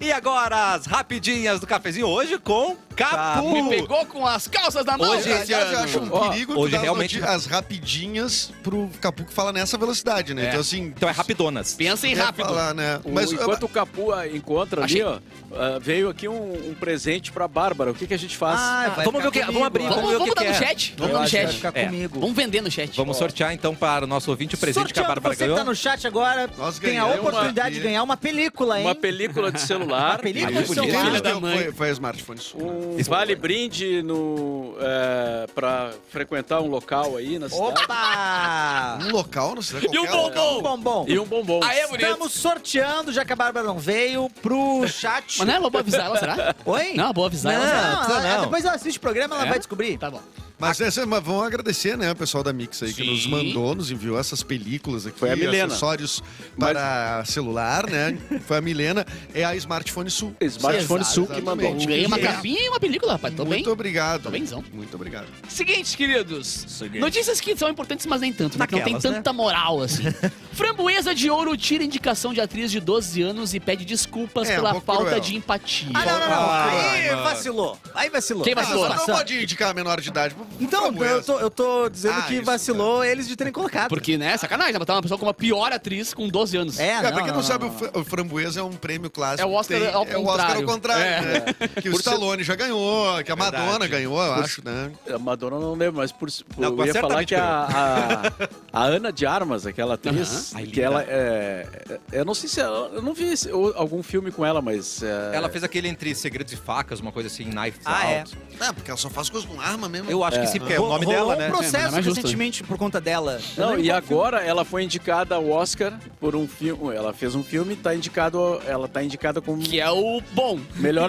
Speaker 2: e agora, as rapidinhas do cafezinho hoje com Capu.
Speaker 4: Tá, Me pegou com as calças na mão,
Speaker 2: Uh. Hoje-
Speaker 4: Cassiano.
Speaker 3: Aliás, eu acho um
Speaker 5: Ó,
Speaker 3: perigo
Speaker 2: hoje
Speaker 3: tu dar
Speaker 2: realmente-
Speaker 3: as, noti- as rapidinhas pro Capu que fala nessa velocidade, né?
Speaker 4: É.
Speaker 3: Então, assim,
Speaker 2: Então é rapidonas.
Speaker 4: Pensa em
Speaker 3: quer
Speaker 4: rápido.
Speaker 3: falar, né?
Speaker 5: O-
Speaker 3: Mas
Speaker 5: enquanto o Capu ah, encontra
Speaker 4: Achei.
Speaker 5: ali, ó, ah, veio aqui um, um presente pra Bárbara. O que, que a gente faz?
Speaker 1: Ah, vai
Speaker 2: vamos ver o que-
Speaker 1: ficar
Speaker 2: vamos abrir,
Speaker 1: comigo.
Speaker 4: Vamos,
Speaker 2: ver o
Speaker 4: vamos
Speaker 2: que
Speaker 4: dar no
Speaker 2: que é.
Speaker 4: chat. Vamos
Speaker 5: Eu
Speaker 4: no
Speaker 5: acho
Speaker 1: Vai
Speaker 4: chat.
Speaker 1: ficar
Speaker 2: É.
Speaker 1: comigo.
Speaker 4: Vamos vender no chat.
Speaker 2: Vamos sortear então para o nosso ouvinte o presente que a
Speaker 1: Sorteando,
Speaker 2: Bárbara
Speaker 1: você que
Speaker 2: ganhou.
Speaker 1: tá no chat agora,
Speaker 3: Nós
Speaker 1: tem a
Speaker 3: ganhamos
Speaker 1: oportunidade
Speaker 3: aqui.
Speaker 1: de ganhar uma película, hein?
Speaker 5: Uma película de celular.
Speaker 1: Uma
Speaker 3: Ah,
Speaker 1: película de
Speaker 5: Aí é bonito.
Speaker 1: celular.
Speaker 5: Filha da
Speaker 3: Foi-
Speaker 4: mãe.
Speaker 3: Foi, foi smartphone.
Speaker 5: Um
Speaker 2: Isso.
Speaker 5: vale brinde no é, para frequentar um local aí na cidade.
Speaker 1: Opa!
Speaker 3: Um local, não sei se é
Speaker 4: E um
Speaker 3: qualquer local.
Speaker 1: Um bombom.
Speaker 5: E um bombom.
Speaker 4: Aê, bonito.
Speaker 1: Estamos sorteando, já que a Bárbara não veio, pro chat.
Speaker 4: Mas não é uma boa avisar ela, será?
Speaker 1: Oi?
Speaker 4: Não, é uma boa avisar ela, será?
Speaker 1: Não, ela-
Speaker 2: não.
Speaker 1: depois ela assiste o programa, ela
Speaker 4: É?
Speaker 1: vai descobrir. Tá bom.
Speaker 3: Mas, essa, mas vamos agradecer, né, o pessoal da Mix aí que
Speaker 4: Sim.
Speaker 3: nos mandou, nos enviou essas películas aqui,
Speaker 5: Foi a Milena.
Speaker 3: acessórios para celular, né? Foi a Milena, é a Smartphone Sul.
Speaker 5: Smartphone Sul que mandou.
Speaker 3: Exatamente.
Speaker 4: Ganhei uma
Speaker 3: É.
Speaker 4: capinha e uma película, rapaz. Tô bem.
Speaker 3: Muito obrigado.
Speaker 4: Tô bemzão.
Speaker 3: Muito obrigado.
Speaker 4: Seguinte, queridos. Notícias que são importantes, mas nem tanto, né? Que não
Speaker 2: Naquelas,
Speaker 4: tem tanta moral, assim. Framboesa de Ouro tira indicação de atriz de 12 anos e pede desculpas
Speaker 3: É, um
Speaker 4: pela
Speaker 3: pouco
Speaker 4: falta
Speaker 3: cruel.
Speaker 4: de empatia.
Speaker 1: Ah, não, não, não.
Speaker 2: Ah,
Speaker 1: Aí
Speaker 2: mano.
Speaker 1: vacilou. Aí vacilou.
Speaker 4: Quem vacilou?
Speaker 3: Ah, você não
Speaker 4: passando.
Speaker 3: pode indicar menor de idade. por
Speaker 1: Então,
Speaker 3: favor,
Speaker 1: eu tô, eu tô dizendo
Speaker 3: é Ah,
Speaker 1: que
Speaker 3: isso,
Speaker 1: vacilou eles de terem colocado.
Speaker 4: Porque, né, sacanagem, né, botar uma pessoa como a pior atriz com 12 anos.
Speaker 1: É,
Speaker 3: Cara,
Speaker 1: não,
Speaker 3: pra quem não, sabe,
Speaker 1: não.
Speaker 3: o fr- o Framboesa é um prêmio clássico.
Speaker 4: É o Oscar
Speaker 3: que
Speaker 4: ao
Speaker 3: É o Oscar ao
Speaker 4: contrário.
Speaker 3: contrário,
Speaker 4: É.
Speaker 3: né? Que o
Speaker 5: Por ser-
Speaker 3: Stallone já ganhou, que a Madonna
Speaker 2: Verdade.
Speaker 3: ganhou, eu acho, né?
Speaker 5: A É, Madonna não lembro, mas por,
Speaker 2: Não,
Speaker 5: eu ia
Speaker 2: certamente
Speaker 5: falar que a, a, a Ana de Armas, aquela atriz,
Speaker 4: Aham. Ai,
Speaker 5: que ela é, é- Eu não sei se ela, eu não vi esse- ou- algum filme com ela, mas é,
Speaker 2: Ela fez aquele entre segredos e facas, uma coisa assim, knife
Speaker 1: Ah, é.
Speaker 2: out.
Speaker 3: É, porque ela só faz coisa com arma mesmo.
Speaker 2: Eu acho que
Speaker 5: É.
Speaker 2: sim, porque é o nome
Speaker 1: Rolou
Speaker 2: dela, né?
Speaker 1: um
Speaker 4: É, mas
Speaker 1: processo
Speaker 4: não é justo.
Speaker 1: recentemente por conta dela. Eu
Speaker 5: Não,
Speaker 1: lembro
Speaker 5: e
Speaker 4: um
Speaker 1: qual filme.
Speaker 5: agora ela foi indicada ao Oscar por um filme. Ela fez um filme, tá indicado, ela tá indicada como
Speaker 4: Que é o bom.
Speaker 5: melhor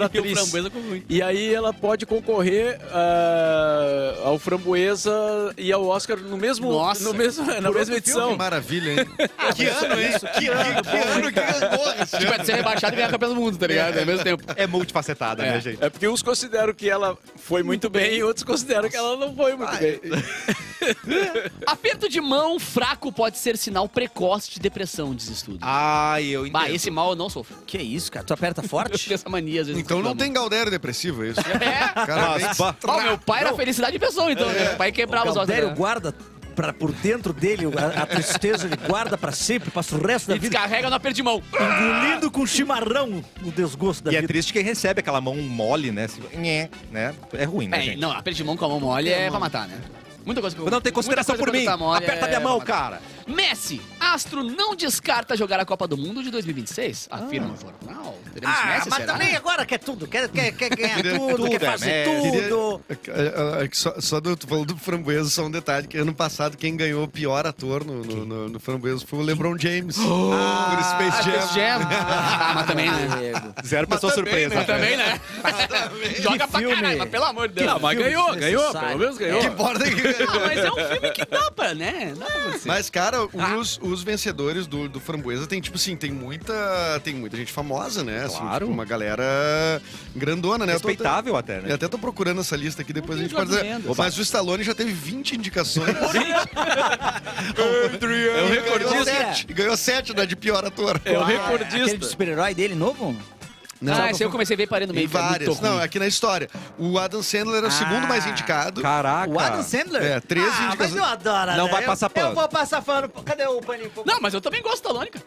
Speaker 4: E o
Speaker 5: atriz.
Speaker 4: framboesa com ruim.
Speaker 5: E aí ela pode concorrer ah, ao Framboesa e ao Oscar no mesmo,
Speaker 4: Nossa.
Speaker 5: no mesmo na mesma edição.
Speaker 3: Que maravilha, hein? que ano, hein? Que ano, que ano que andou esse
Speaker 4: Tipo, é de ser rebaixado e ganhar campeão do mundo, tá ligado? Ao mesmo tempo.
Speaker 2: É multifacetada, né, gente?
Speaker 5: É porque uns consideram que ela foi muito bem e outros consideram que ela não foi muito bem.
Speaker 4: Aperto de mão fraco pode ser sinal precoce de depressão, diz estudo.
Speaker 2: Ai, eu entendo.
Speaker 4: bah, esse mal eu não sofro.
Speaker 1: Que é isso, cara? Tu aperta
Speaker 4: Eu
Speaker 1: forte?
Speaker 4: tenho essa mania, às vezes.
Speaker 3: Então não
Speaker 4: reclamo.
Speaker 3: tem Galdério depressivo, é isso?
Speaker 4: É.
Speaker 3: Cara,
Speaker 2: Mas,
Speaker 3: vem-
Speaker 2: bah,
Speaker 4: Ó, meu pai era felicidade de pessoa, então. né? Meu pai quebrava os
Speaker 1: o
Speaker 4: olhos.
Speaker 1: Galdério
Speaker 4: né?
Speaker 1: guarda pra, por dentro dele a, a tristeza, ele guarda pra sempre, passa o resto da
Speaker 4: E
Speaker 1: vida
Speaker 4: descarrega no aperto de mão.
Speaker 1: engolindo com chimarrão o desgosto da
Speaker 2: E é
Speaker 1: vida.
Speaker 2: triste quem recebe aquela mão mole, né? Se- né? É ruim, né,
Speaker 4: É,
Speaker 2: gente?
Speaker 4: não, aperto de mão com a mão mole é pra matar, né? Muita coisa que eu
Speaker 2: Não tem consideração
Speaker 4: muita
Speaker 2: por
Speaker 4: coisa
Speaker 2: mim.
Speaker 4: quando tá mole
Speaker 2: Aperta
Speaker 4: é
Speaker 2: minha mão,
Speaker 4: pra matar.
Speaker 2: cara.
Speaker 4: Messi, Astro não descarta jogar a Copa do Mundo de 2026,
Speaker 2: Ah.
Speaker 4: afirma o jornal. Teremos
Speaker 1: Ah,
Speaker 4: Messi,
Speaker 1: mas
Speaker 4: será?
Speaker 1: também agora quer tudo, quer, quer, quer ganhar
Speaker 3: Queria
Speaker 1: tudo,
Speaker 2: tudo,
Speaker 1: quer
Speaker 2: é,
Speaker 1: fazer
Speaker 2: né?
Speaker 1: tudo.
Speaker 3: Queria- É, é, é que Só, só do, tu falou do Framboesa, só um detalhe, que ano passado quem ganhou o pior ator no, no, no, no Framboesa foi o LeBron James. por
Speaker 4: Ah,
Speaker 3: Space Jam.
Speaker 4: Space Jam. Ah, mas também, né?
Speaker 2: Zero pessoa surpresa.
Speaker 4: Mas também, né? Joga pra
Speaker 1: filme.
Speaker 5: Ah,
Speaker 4: caralho, mas pelo amor de Deus.
Speaker 1: Não, Ah, mas ganhou, ganhou, pelo menos
Speaker 5: ganhou.
Speaker 3: Que importa que
Speaker 4: Ah,
Speaker 3: ganhou.
Speaker 4: mas é um filme que dá pra, né? Dá pra você.
Speaker 3: Mas, cara, os, os vencedores do, do Framboesa tem, tipo assim, tem muita, tem muita gente famosa, né? Assim,
Speaker 2: Claro.
Speaker 3: tipo, uma galera grandona, né? Eu tô-
Speaker 2: Respeitável até,
Speaker 3: Eu
Speaker 2: né?
Speaker 3: até tô procurando essa lista aqui, depois a gente
Speaker 4: tem
Speaker 3: pode dizer.
Speaker 4: argumentos.
Speaker 3: Mas o Stallone já teve 20 indicações.
Speaker 5: É o
Speaker 3: E ganhou
Speaker 5: recordista.
Speaker 3: sete. E ganhou 7 da de pior ator.
Speaker 5: É o
Speaker 1: Aquele de
Speaker 5: recordista.
Speaker 1: super-herói dele novo?
Speaker 4: ah, esse eu comecei a ver parei no
Speaker 3: Tem
Speaker 4: meio. que é muito
Speaker 3: várias.
Speaker 4: ruim.
Speaker 3: Não, aqui na história. O Adam Sandler era o
Speaker 1: Ah,
Speaker 3: segundo mais indicado.
Speaker 2: Caraca.
Speaker 1: O Adam Sandler?
Speaker 3: É, 13
Speaker 1: ah,
Speaker 3: indicações.
Speaker 1: mas eu adoro,
Speaker 2: Não
Speaker 1: né?
Speaker 2: vai
Speaker 1: Eu-
Speaker 2: passar pano.
Speaker 1: Eu vou passar pano. Cadê o paninho?
Speaker 4: Não, mas eu também gosto da Lônica.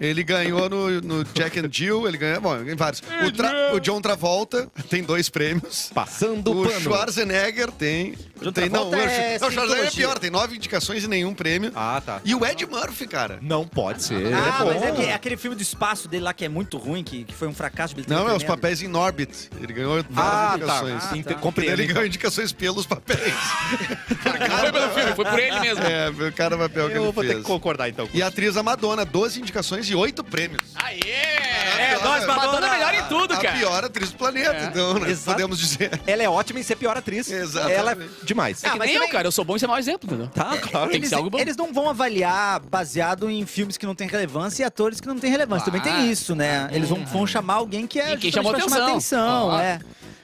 Speaker 3: Ele ganhou no, no Jack and Jill, ele ganhou. Bom, em vários. O, Tra- o John Travolta tem dois prêmios.
Speaker 2: Passando
Speaker 3: o
Speaker 2: pano.
Speaker 3: Schwarzenegger tem.
Speaker 1: John
Speaker 3: tem não,
Speaker 1: Travolta
Speaker 3: o Schwar-
Speaker 1: é
Speaker 3: não, o Schwarzenegger é
Speaker 1: cientologia.
Speaker 3: pior, tem nove indicações e nenhum prêmio.
Speaker 2: Ah, tá.
Speaker 3: E o Ed Murphy, cara.
Speaker 2: Não pode ser.
Speaker 1: Ah,
Speaker 2: é
Speaker 1: mas é,
Speaker 2: bom.
Speaker 1: que- é aquele filme do espaço dele lá que é muito ruim, que, que foi um fracasso. bilheteria
Speaker 3: Não, é os
Speaker 1: tremendo.
Speaker 3: papéis em Orbit. Ele ganhou várias
Speaker 2: Ah,
Speaker 3: indicações.
Speaker 2: tá.
Speaker 1: Ah,
Speaker 2: Ente-
Speaker 1: tá.
Speaker 2: Compreendo.
Speaker 3: Ele
Speaker 2: então.
Speaker 3: ganhou indicações pelos papéis.
Speaker 4: Não foi pelo filme, foi por ele mesmo.
Speaker 3: é, o cara papel que
Speaker 2: Eu
Speaker 3: ele
Speaker 2: vou ter que
Speaker 3: fez.
Speaker 2: concordar, então. com
Speaker 3: E a atriz a Madonna, 12 indicações e oito prêmios.
Speaker 4: Aê!
Speaker 3: É, nós,
Speaker 4: Madonna é melhor em tudo,
Speaker 3: a
Speaker 4: cara.
Speaker 3: pior atriz do planeta,
Speaker 4: É.
Speaker 3: então, né?
Speaker 2: Exato.
Speaker 3: Podemos dizer.
Speaker 2: Ela é ótima em ser pior atriz.
Speaker 3: Exatamente.
Speaker 2: Ela é demais.
Speaker 4: É que nem eu, cara. Eu sou bom em ser mau exemplo, entendeu?
Speaker 2: Tá, claro.
Speaker 4: Tem que
Speaker 1: Eles,
Speaker 4: ser algo bom.
Speaker 1: eles não vão avaliar baseado em filmes que não têm relevância e atores que não têm relevância. Também tem
Speaker 4: Ah,
Speaker 1: isso, né? Eles vão, vão chamar alguém que é
Speaker 4: E quem
Speaker 1: justamente
Speaker 4: chamou
Speaker 1: pra chamar
Speaker 4: atenção.
Speaker 1: atenção,
Speaker 4: Ah,
Speaker 1: é.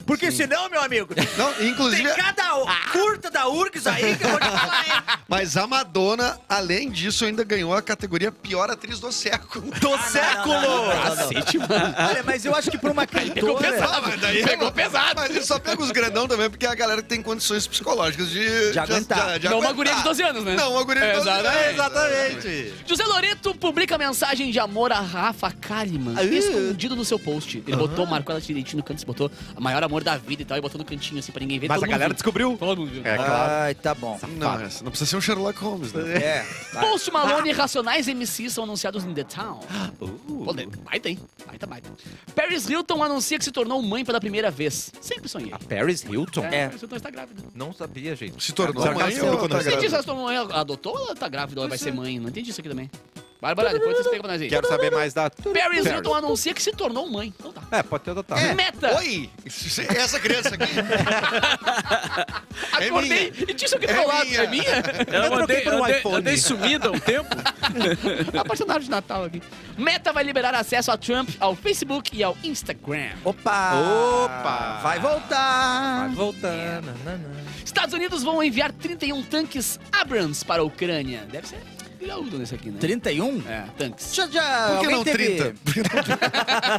Speaker 1: Porque senão, meu amigo,
Speaker 3: Não, inclusive,
Speaker 1: tem cada o- curta da URGS aí que eu vou te falar, hein?
Speaker 3: mas a Madonna, além disso, ainda ganhou a categoria pior atriz do século.
Speaker 2: Do
Speaker 1: Ah, não, não,
Speaker 2: século!
Speaker 1: não, não, não. Olha, mas eu acho que pra uma cantora...
Speaker 3: Ah, mas daí
Speaker 4: Pegou pesado.
Speaker 3: Mas ele só pega os grandão também, porque é a galera que tem condições psicológicas de...
Speaker 1: De aguentar.
Speaker 3: de
Speaker 4: não uma
Speaker 3: aguentar.
Speaker 4: guria de 12 anos, né?
Speaker 3: Não, uma guria de 12 anos.
Speaker 4: Exatamente.
Speaker 2: Exatamente.
Speaker 4: José Loreto publica mensagem de amor a Rafa Kalimann,
Speaker 2: Ah, uh.
Speaker 4: escondido no seu post. Ele botou, marcou ela direitinho no canto, botou o maior amor da vida e tal, e botou no cantinho assim pra ninguém ver.
Speaker 2: Mas
Speaker 4: todo
Speaker 2: a
Speaker 4: mundo
Speaker 2: galera
Speaker 4: viu.
Speaker 2: descobriu.
Speaker 4: Todo mundo viu.
Speaker 2: É claro.
Speaker 1: Ai, tá bom.
Speaker 3: Não, essa não precisa ser um Sherlock Holmes, né?
Speaker 1: É.
Speaker 4: Post Malone e Racionais MC são anunciados em The Town. Pô, né,
Speaker 2: Uh,
Speaker 4: baita, hein? Baita, baita. Paris Hilton anuncia que se tornou mãe pela primeira vez. Sempre sonhei.
Speaker 2: a Paris Hilton?
Speaker 1: É.
Speaker 4: Paris Hilton está grávida.
Speaker 2: Não sabia, gente.
Speaker 3: Se tornou
Speaker 2: Será que
Speaker 3: mãe
Speaker 2: ela se
Speaker 3: ou tá
Speaker 4: Não entendi se
Speaker 3: grávida?
Speaker 4: ela sua mãe adotou ou ela tá grávida, ela vai ser mãe. Não entendi isso aqui também. Bárbara, depois você explica pra nós aí.
Speaker 2: Quero saber mais da...
Speaker 4: Paris Hilton anuncia que se tornou mãe. Então tá.
Speaker 2: É, pode ter adotado.
Speaker 4: Meta!
Speaker 3: Oi! é Essa criança aqui.
Speaker 4: Acordei
Speaker 3: minha.
Speaker 4: e disse o que do
Speaker 3: É
Speaker 4: meu lado.
Speaker 3: minha.
Speaker 4: É minha?
Speaker 5: Eu andei,
Speaker 1: por um
Speaker 5: andei-
Speaker 1: iPhone.
Speaker 5: andei sumida um tempo.
Speaker 4: Apaixonado de Natal aqui. Meta vai liberar acesso a Trump ao Facebook e ao Instagram.
Speaker 1: Opa!
Speaker 2: Ah. Opa!
Speaker 1: Vai voltar!
Speaker 2: Voltando.
Speaker 4: Estados Unidos vão enviar 31 tanques Abrams para a Ucrânia. Deve ser graúdo nesse aqui, né?
Speaker 1: 31?
Speaker 4: É, tanques.
Speaker 1: Já, já,
Speaker 3: Por que
Speaker 1: alguém
Speaker 3: não 30?
Speaker 1: teve...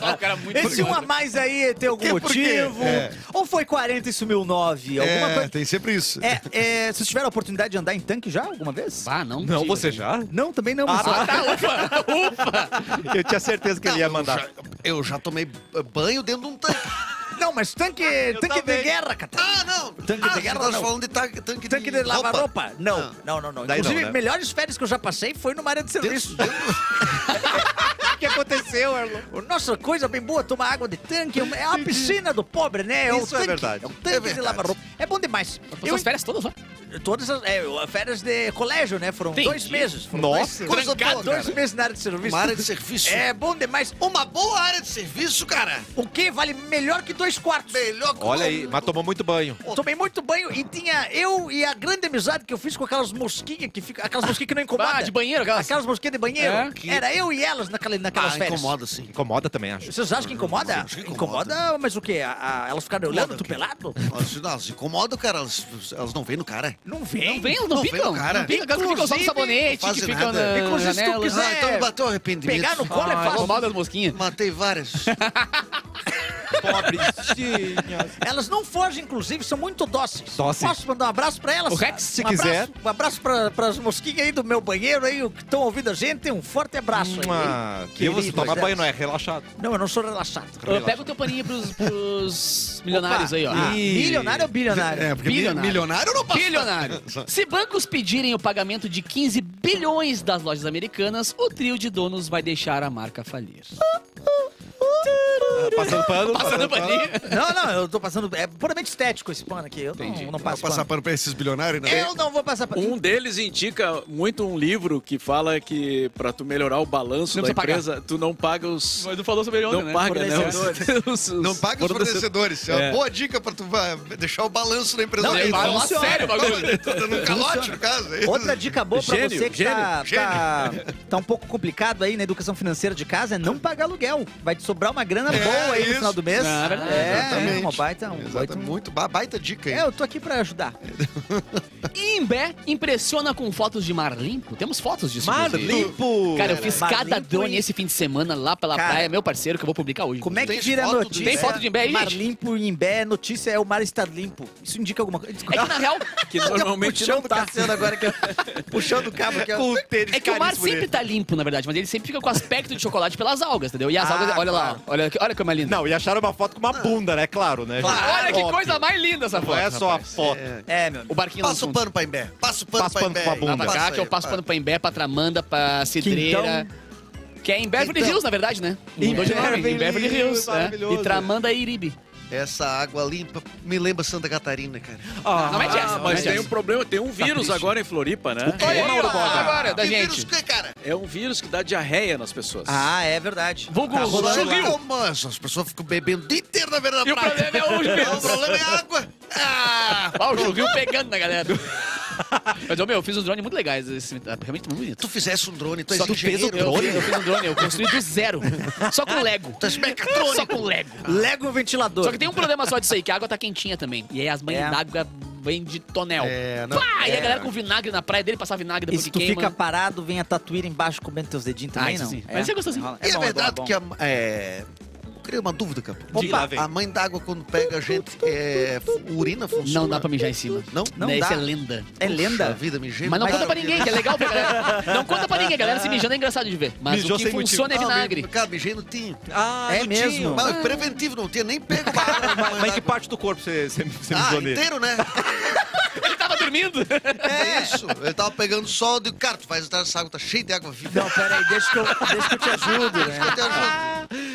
Speaker 4: Ah, o cara é muito
Speaker 1: Esse um a mais aí tem algum
Speaker 3: Que por quê?
Speaker 1: motivo?
Speaker 3: É.
Speaker 1: Ou foi 40 e sumiu 9? Alguma
Speaker 3: É,
Speaker 1: coisa.
Speaker 3: tem sempre isso.
Speaker 1: É, é, vocês tiveram a oportunidade de andar em tanque já alguma vez?
Speaker 4: Ah, não.
Speaker 2: Não,
Speaker 4: diga,
Speaker 2: você
Speaker 4: gente.
Speaker 2: já?
Speaker 1: Não, também não. mas-
Speaker 4: Ah, tá, ufa, ufa.
Speaker 2: Eu tinha certeza que ele ia mandar.
Speaker 3: Eu já, eu já tomei banho dentro de um tanque.
Speaker 1: Não, mas tanque, tanque de
Speaker 2: também.
Speaker 1: guerra, cara.
Speaker 3: Ah, não!
Speaker 1: Tanque
Speaker 3: ah,
Speaker 1: de guerra,
Speaker 3: você tá
Speaker 1: não.
Speaker 3: falando de tanque, tanque,
Speaker 1: Tanque de lavar roupa? Não, não, não, não.
Speaker 2: Daí não,
Speaker 1: Inclusive,
Speaker 2: né?
Speaker 1: melhores férias que eu já passei foi numa área de serviço.
Speaker 2: O que aconteceu, Erlon?
Speaker 1: Nossa, coisa bem boa tomar água de tanque. É uma piscina do pobre, né? É o
Speaker 2: Isso é
Speaker 1: tanque,
Speaker 2: verdade.
Speaker 1: É um tanque de
Speaker 3: verdade.
Speaker 1: lavar roupa. É bom demais.
Speaker 4: Passou as férias todas, ó.
Speaker 1: Eu- todas as é, férias de colégio, né? Foram
Speaker 4: Entendi.
Speaker 1: dois meses. Foram
Speaker 2: Nossa.
Speaker 1: dois,
Speaker 3: Coisa boa,
Speaker 1: dois
Speaker 3: cara.
Speaker 1: meses na área de serviço.
Speaker 3: Uma área de serviço.
Speaker 1: É bom demais.
Speaker 3: Uma boa área de serviço, cara.
Speaker 1: O que vale melhor que dois quartos?
Speaker 3: Melhor que um
Speaker 2: Olha
Speaker 3: uma-
Speaker 2: aí, mas tomou muito banho.
Speaker 1: Eu Tomei muito banho e tinha eu e a grande amizade que eu fiz com aquelas mosquinhas que fica, aquelas mosquinhas que não incomodam.
Speaker 4: Ah, de banheiro, aquelas.
Speaker 1: Aquelas mosquinhas de banheiro.
Speaker 4: É?
Speaker 1: Era eu e elas naquela,
Speaker 3: Ah,
Speaker 1: naquelas Tá, férias.
Speaker 3: incomoda, sim.
Speaker 2: Incomoda também, acho.
Speaker 1: Vocês acham que incomoda?
Speaker 3: Acho que
Speaker 1: incomoda.
Speaker 3: incomoda.
Speaker 1: mas o quê? A- a- elas ficaram
Speaker 3: Incomoda
Speaker 1: olhando, tu
Speaker 3: o quê?
Speaker 1: pelado?
Speaker 3: Elas, não, elas incomodam, cara. Elas, elas não veem no cara.
Speaker 1: Não vem.
Speaker 4: Não vem, não,
Speaker 3: Não vem,
Speaker 4: ficam.
Speaker 3: cara.
Speaker 4: Não ficam, elas ficam só no
Speaker 1: Inclusive,
Speaker 4: sabonete,
Speaker 3: não
Speaker 4: que
Speaker 3: fazem
Speaker 4: ficam
Speaker 3: nada.
Speaker 4: na
Speaker 1: Inclusive, se tu
Speaker 4: janela.
Speaker 1: quiser-
Speaker 3: Ah, então me bateu arrependimento.
Speaker 1: é. Pegar no colo é
Speaker 4: Ah,
Speaker 1: fácil.
Speaker 4: vou mal das mosquinhas.
Speaker 3: Matei várias.
Speaker 2: Pobrezinhas.
Speaker 1: Elas não fogem, inclusive, são muito dóceis.
Speaker 2: Dóceis.
Speaker 1: Posso mandar um abraço pra elas?
Speaker 4: O Rex,
Speaker 2: se
Speaker 1: um abraço-
Speaker 2: quiser.
Speaker 1: um abraço pra, pras mosquinhas aí do meu banheiro aí, que estão ouvindo a gente. Um forte abraço aí.
Speaker 2: Uma... Que você
Speaker 1: Queridas
Speaker 2: ah, tomar
Speaker 1: elas.
Speaker 2: banho, não é? Relaxado.
Speaker 1: Não, eu não sou relaxado.
Speaker 4: Ah, Pega o teu paninho pros, pros milionários
Speaker 1: Opa.
Speaker 4: aí, ó.
Speaker 1: Ah, milionário ou bilionário?
Speaker 3: É, porque
Speaker 4: Bilionário.
Speaker 3: milionário não passa.
Speaker 4: Bilionário. Se bancos pedirem o pagamento de 15 bilhões das lojas americanas, o trio de donos vai deixar a marca falir.
Speaker 2: Tá Passando pano.
Speaker 4: Passando paninho.
Speaker 1: Não, não, eu tô passando. É puramente estético esse pano aqui. Eu não, não
Speaker 3: Vai
Speaker 1: passo.
Speaker 3: passar
Speaker 1: Pano.
Speaker 3: pano pra esses bilionários, né?
Speaker 1: Eu não vou passar pano.
Speaker 5: Um deles indica muito um livro que fala que pra tu melhorar o balanço
Speaker 4: Não precisa
Speaker 5: da
Speaker 4: pagar.
Speaker 5: empresa, tu não paga os.
Speaker 4: Mas não falou sobre ele ontem,
Speaker 5: Não
Speaker 4: né?
Speaker 5: paga, né?
Speaker 1: Fornecedores.
Speaker 5: Os- os-
Speaker 3: Não paga os fornecedores. É uma
Speaker 5: É.
Speaker 3: boa dica pra tu vai deixar o balanço da empresa.
Speaker 1: Não,
Speaker 3: dele.
Speaker 1: ele
Speaker 4: é, Fala
Speaker 1: funciona.
Speaker 4: sério o bagulho.
Speaker 3: Tá dando um calote, no caso. é isso?
Speaker 1: Outra dica boa pra
Speaker 5: Gênio,
Speaker 1: você que tá, tá, tá um pouco complicado aí na educação financeira de casa é não pagar aluguel. Vai te sobrar uma grana
Speaker 3: É,
Speaker 1: boa aí no
Speaker 3: isso.
Speaker 1: final do mês.
Speaker 4: Ah, é verdade.
Speaker 1: é, é,
Speaker 3: Exatamente.
Speaker 1: uma baita, um
Speaker 3: Exato,
Speaker 1: baita.
Speaker 3: muito ba- baita dica aí.
Speaker 1: É, eu tô aqui pra ajudar.
Speaker 4: Imbé impressiona com fotos de mar limpo. Temos fotos disso.
Speaker 2: Mar
Speaker 4: inclusive.
Speaker 2: limpo.
Speaker 4: Cara, eu fiz
Speaker 1: Mar
Speaker 4: cada
Speaker 1: limpo
Speaker 4: drone
Speaker 1: e-
Speaker 4: esse fim de semana lá pela
Speaker 1: Cara,
Speaker 4: praia, meu parceiro, que eu vou publicar hoje.
Speaker 1: Como é que
Speaker 3: Tem
Speaker 1: vira
Speaker 3: foto do
Speaker 1: notícia?
Speaker 4: Imbé? Tem foto de Imbé aí,
Speaker 1: Mar
Speaker 4: gente?
Speaker 1: limpo em Imbé, notícia é o mar estar limpo. Isso indica alguma coisa?
Speaker 4: É que na real,
Speaker 5: Que normalmente
Speaker 1: Puxando
Speaker 5: não
Speaker 1: o
Speaker 5: tá.
Speaker 1: Cassiano agora que eu- puxando o cabo que eu-
Speaker 2: Com o tênis
Speaker 4: é que o mar
Speaker 2: caríssimo né?
Speaker 4: sempre
Speaker 2: dele.
Speaker 4: tá limpo, na verdade, mas ele sempre fica com aspecto de chocolate pelas algas, entendeu? E as
Speaker 1: Ah,
Speaker 4: algas, olha
Speaker 1: claro.
Speaker 4: lá, olha, que- olha como é linda.
Speaker 2: Não, e acharam uma foto com uma bunda, né? Claro, né? gente?
Speaker 4: olha que
Speaker 2: Óbvio.
Speaker 4: coisa mais linda essa foto.
Speaker 2: Não é só a
Speaker 4: rapaz.
Speaker 2: foto.
Speaker 1: É, meu amigo.
Speaker 4: O barquinho lá no
Speaker 3: Passa o
Speaker 4: fundo.
Speaker 3: pano pra Imbé. Passa o pano
Speaker 2: Passa
Speaker 3: pra
Speaker 2: pano
Speaker 3: Imbé.
Speaker 2: pra bunda.
Speaker 4: Lá pra
Speaker 3: Passa
Speaker 4: cá,
Speaker 3: aí,
Speaker 4: que eu passo
Speaker 3: passa.
Speaker 4: pano pra Imbé, pra Tramanda, pra Cidreira. Que é em Beverly
Speaker 1: Quintão.
Speaker 4: Hills, na verdade, né? Mudou de nome, em Beverly Hills. né?
Speaker 2: maravilhoso.
Speaker 4: E Tramanda é Iribe.
Speaker 3: Essa água limpa me lembra Santa Catarina, cara.
Speaker 4: Não é Jess,
Speaker 5: Ah,
Speaker 4: não é
Speaker 5: mas tem
Speaker 4: Jess.
Speaker 5: um problema, tem
Speaker 1: Tá
Speaker 5: um vírus
Speaker 3: triste.
Speaker 5: agora em Floripa, né?
Speaker 4: Olha aí, ó, agora, da
Speaker 3: Que
Speaker 4: gente.
Speaker 3: vírus que, cara?
Speaker 5: É um vírus que dá diarreia nas pessoas.
Speaker 1: Ah, é verdade.
Speaker 4: Vulgo
Speaker 1: Tá rolando
Speaker 4: Sorriu.
Speaker 1: lá.
Speaker 3: Não, mas as pessoas ficam bebendo o dia inteiro na beira da
Speaker 4: E o
Speaker 3: praia.
Speaker 4: problema é o
Speaker 3: Não, o
Speaker 4: vírus.
Speaker 3: problema é a água. Ah,
Speaker 4: Ó, o Jogil pegando na galera. Mas, ô, meu, eu fiz uns drones muito legais. Esse, ah, realmente muito bonito.
Speaker 3: tu fizesse um drone, tu és
Speaker 4: Só que
Speaker 3: engenheiro.
Speaker 4: eu, fiz- eu fiz um drone, eu construí do zero. Só com Lego.
Speaker 3: Tu é um és mecatrônico.
Speaker 4: Só com Lego.
Speaker 1: Lego ventilador.
Speaker 4: Só que tem um problema só disso aí, que a água tá quentinha também. E aí as mães
Speaker 1: É.
Speaker 4: d'água vêm de tonel.
Speaker 3: É, não.
Speaker 4: Pá! Ah, E
Speaker 3: é.
Speaker 4: a galera com vinagre na praia dele passar vinagre
Speaker 1: E
Speaker 4: depois
Speaker 1: se
Speaker 4: que
Speaker 1: tu
Speaker 4: queima.
Speaker 1: fica parado, vem a tatuíra embaixo comendo teus dedinhos também,
Speaker 4: Ah, isso
Speaker 1: não?
Speaker 4: sim. Mas isso é gostosinho.
Speaker 1: rola.
Speaker 3: E é,
Speaker 1: bom,
Speaker 3: verdade
Speaker 1: bom,
Speaker 3: que a... É... Eu criei uma dúvida, cara.
Speaker 2: Diga lá, vem.
Speaker 3: a mãe d'água, quando pega a gente, é... fu- urina funciona?
Speaker 4: Não dá pra mijar em cima.
Speaker 3: Não?
Speaker 1: Não
Speaker 4: Né,
Speaker 1: dá.
Speaker 4: Isso é lenda.
Speaker 1: É
Speaker 3: Puxa
Speaker 1: lenda.
Speaker 3: vida, mijei.
Speaker 4: Mas não
Speaker 3: mais
Speaker 4: conta pra
Speaker 3: uma
Speaker 4: ninguém,
Speaker 3: vez.
Speaker 4: que é legal pra galera. Não conta pra ninguém, a galera se mijando é engraçado de ver. Mas
Speaker 2: Mijou
Speaker 4: o que
Speaker 2: sem motivo.
Speaker 4: funciona é
Speaker 3: Ah,
Speaker 4: vinagre.
Speaker 3: mi- Cara, mijei no tinho.
Speaker 2: Ah,
Speaker 1: É
Speaker 2: do
Speaker 1: mesmo?
Speaker 2: Tinho.
Speaker 3: Mas preventivo, não tinha nem pego. uma- uma
Speaker 2: Mas em que
Speaker 3: d'água.
Speaker 2: parte do corpo você, você, você
Speaker 3: Ah,
Speaker 2: mijou nele?
Speaker 3: inteiro, né?
Speaker 4: Ele tava dormindo.
Speaker 3: É isso. Eu tava pegando sol, eu digo, cara, tu faz essa água, tá cheia de água viva.
Speaker 1: Não, peraí, deixa que eu, deixa que eu te
Speaker 4: É
Speaker 1: ajudo, né?
Speaker 3: Eu tenho
Speaker 4: Ah,
Speaker 3: ajuda.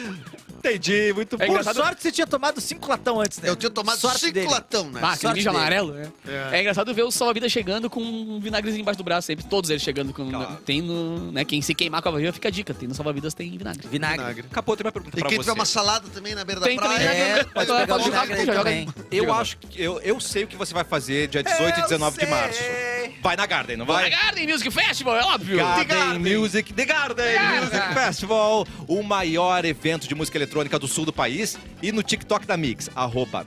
Speaker 2: Entendi, muito
Speaker 4: É
Speaker 1: Por
Speaker 4: engraçado-
Speaker 1: sorte você tinha tomado cinco latão antes, né?
Speaker 3: Eu tinha tomado
Speaker 1: Sorte
Speaker 3: cinco
Speaker 1: dele.
Speaker 3: latão, né?
Speaker 4: Ah, aquele
Speaker 1: sorte
Speaker 4: mijo
Speaker 1: dele.
Speaker 4: amarelo, né? É. engraçado ver o salva-vida chegando com um vinagrezinho embaixo do braço sempre. Todos eles chegando com.
Speaker 2: Claro.
Speaker 4: Tem no. Né, quem se queimar com a vida fica a dica. Tem no salva-vidas, tem vinagre.
Speaker 1: Vinagre.
Speaker 2: Capô, tem uma pergunta
Speaker 3: E
Speaker 2: pra
Speaker 3: quem
Speaker 2: você.
Speaker 3: tiver uma salada também na beira da
Speaker 4: Tem também,
Speaker 3: praia.
Speaker 4: né?
Speaker 1: É, pode
Speaker 4: Agora
Speaker 3: um
Speaker 1: pegar o
Speaker 4: pode jogar,
Speaker 1: vinagre aí
Speaker 4: joga-
Speaker 1: também.
Speaker 2: Eu
Speaker 4: Joga.
Speaker 2: acho que. Eu, eu sei o que você vai fazer dia 18 e 19 de março. Vai na Garden, não
Speaker 4: Vai.
Speaker 2: vai?
Speaker 4: Garden Music Festival, é óbvio!
Speaker 2: Garden,
Speaker 3: The Garden.
Speaker 2: Music, The Garden Music Festival, o maior evento de música eletrônica do sul do país. E no TikTok da Mix, arroba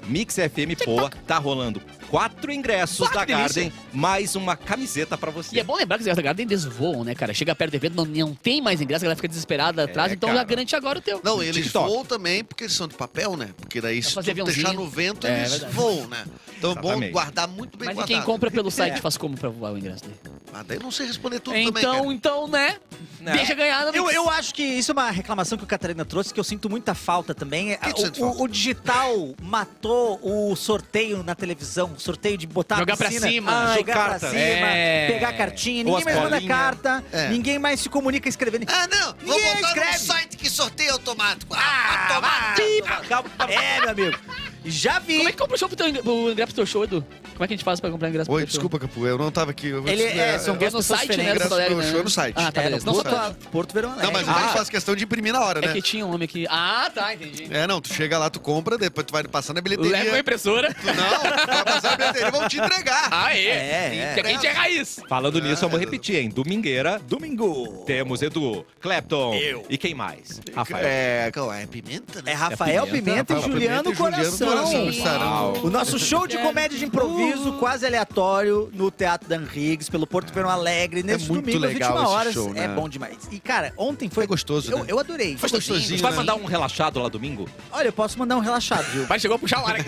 Speaker 2: MixFMPoa, tá rolando quatro ingressos
Speaker 4: Ah, que
Speaker 2: da
Speaker 4: delícia.
Speaker 2: Garden, mais uma camiseta pra você.
Speaker 4: E é bom lembrar que os ingressos da Garden eles voam, né, cara? Chega perto do evento, não, não tem mais ingresso, a galera fica desesperada atrás, então
Speaker 2: cara.
Speaker 4: já garante agora o teu.
Speaker 3: Não, eles
Speaker 2: TikTok.
Speaker 3: voam também porque eles são de papel, né? Porque daí se tu
Speaker 4: fazer aviãozinho.
Speaker 3: deixar no vento,
Speaker 4: É,
Speaker 3: eles
Speaker 4: verdade.
Speaker 3: voam, né? Então é bom
Speaker 2: Exatamente.
Speaker 3: guardar muito bem
Speaker 4: Mas e
Speaker 3: guardado. É.
Speaker 4: quem compra pelo site faz como pra voar o ingresso dele?
Speaker 3: Ah, daí eu não sei responder tudo também,
Speaker 4: então,
Speaker 3: cara.
Speaker 4: então, né?
Speaker 2: Né?
Speaker 4: Deixa ganhar na
Speaker 1: Eu,
Speaker 4: Mix.
Speaker 1: eu acho que isso é uma reclamação que o Catarina trouxe, que eu sinto muita falta também.
Speaker 3: que tu
Speaker 1: O-
Speaker 3: sente
Speaker 1: o,
Speaker 3: falta?
Speaker 1: o digital matou o sorteio na televisão, o sorteio de botar a
Speaker 4: Jogar pra
Speaker 1: piscina, Ah,
Speaker 4: cima.
Speaker 1: jogar
Speaker 2: Carta.
Speaker 1: pra cima,
Speaker 4: É.
Speaker 1: pegar cartinha,
Speaker 2: Ou
Speaker 1: ninguém
Speaker 2: as
Speaker 1: mais manda
Speaker 2: bolinhas.
Speaker 1: carta,
Speaker 3: É.
Speaker 1: ninguém mais se comunica escrevendo.
Speaker 3: Ah, não! Vou
Speaker 1: Ninguém
Speaker 3: botar
Speaker 1: escreve.
Speaker 3: num site que sorteia automático. Ah,
Speaker 1: Ah,
Speaker 3: automático.
Speaker 1: É, meu amigo. Já vi.
Speaker 4: Como é que compra o show pro, teu, ingre- pro ingresso pro teu show, Edu? Como é que a gente faz pra comprar ingresso pro
Speaker 3: Oi,
Speaker 4: teu show?
Speaker 3: desculpa, Capu, eu não tava aqui. Eu vou
Speaker 1: Ele
Speaker 3: te-
Speaker 1: é, são
Speaker 4: É no
Speaker 1: duas pessoas
Speaker 4: site, né?
Speaker 1: diferentes.
Speaker 4: do
Speaker 3: ingresso
Speaker 4: Salarico,
Speaker 3: pro
Speaker 4: né?
Speaker 3: show no site.
Speaker 4: Ah, tá,
Speaker 1: É, no
Speaker 4: beleza. Não, só
Speaker 1: Porto,
Speaker 4: tô... né?
Speaker 1: Porto Verão Alegre.
Speaker 3: Não, mas o cara faz questão de imprimir na hora,
Speaker 4: É que
Speaker 3: né?
Speaker 4: tinha um homem aqui. Ah, tá, entendi.
Speaker 3: É, não, tu chega lá, tu compra, depois tu vai passar na
Speaker 4: Leva uma
Speaker 3: bilheteria.
Speaker 4: impressora.
Speaker 3: Tu não, tu vai passar na bilheteria, vão te entregar.
Speaker 4: Ah, é.
Speaker 1: É,
Speaker 4: Que a gente é raiz.
Speaker 2: Falando nisso, eu vou repetir, hein? Domingueira,
Speaker 1: Domingo.
Speaker 2: temos Edu, Clapton e quem mais? Rafael.
Speaker 3: É, qual é? Pimenta, né?
Speaker 1: É Rafael
Speaker 2: Pimenta,
Speaker 1: Pimenta, e
Speaker 2: Rafael
Speaker 1: Juliano
Speaker 3: Pimenta e Juliano
Speaker 1: Coração.
Speaker 3: Coração, estarão.
Speaker 1: O nosso show de comédia de improviso quase aleatório no Teatro Dan Riggs, pelo Porto Verão Alegre, nesse
Speaker 3: muito
Speaker 1: domingo, às
Speaker 3: legal
Speaker 1: 21
Speaker 3: esse
Speaker 1: horas.
Speaker 3: show, né?
Speaker 1: É bom demais. E, cara, ontem foi.
Speaker 3: É gostoso,
Speaker 1: Eu,
Speaker 3: né?
Speaker 1: eu adorei.
Speaker 3: Foi
Speaker 2: A gente
Speaker 3: gostosinho,
Speaker 2: vai
Speaker 3: né?
Speaker 2: mandar um relaxado lá domingo?
Speaker 1: Olha, eu posso mandar um relaxado, viu?
Speaker 4: Mas chegou a puxar o ar aqui.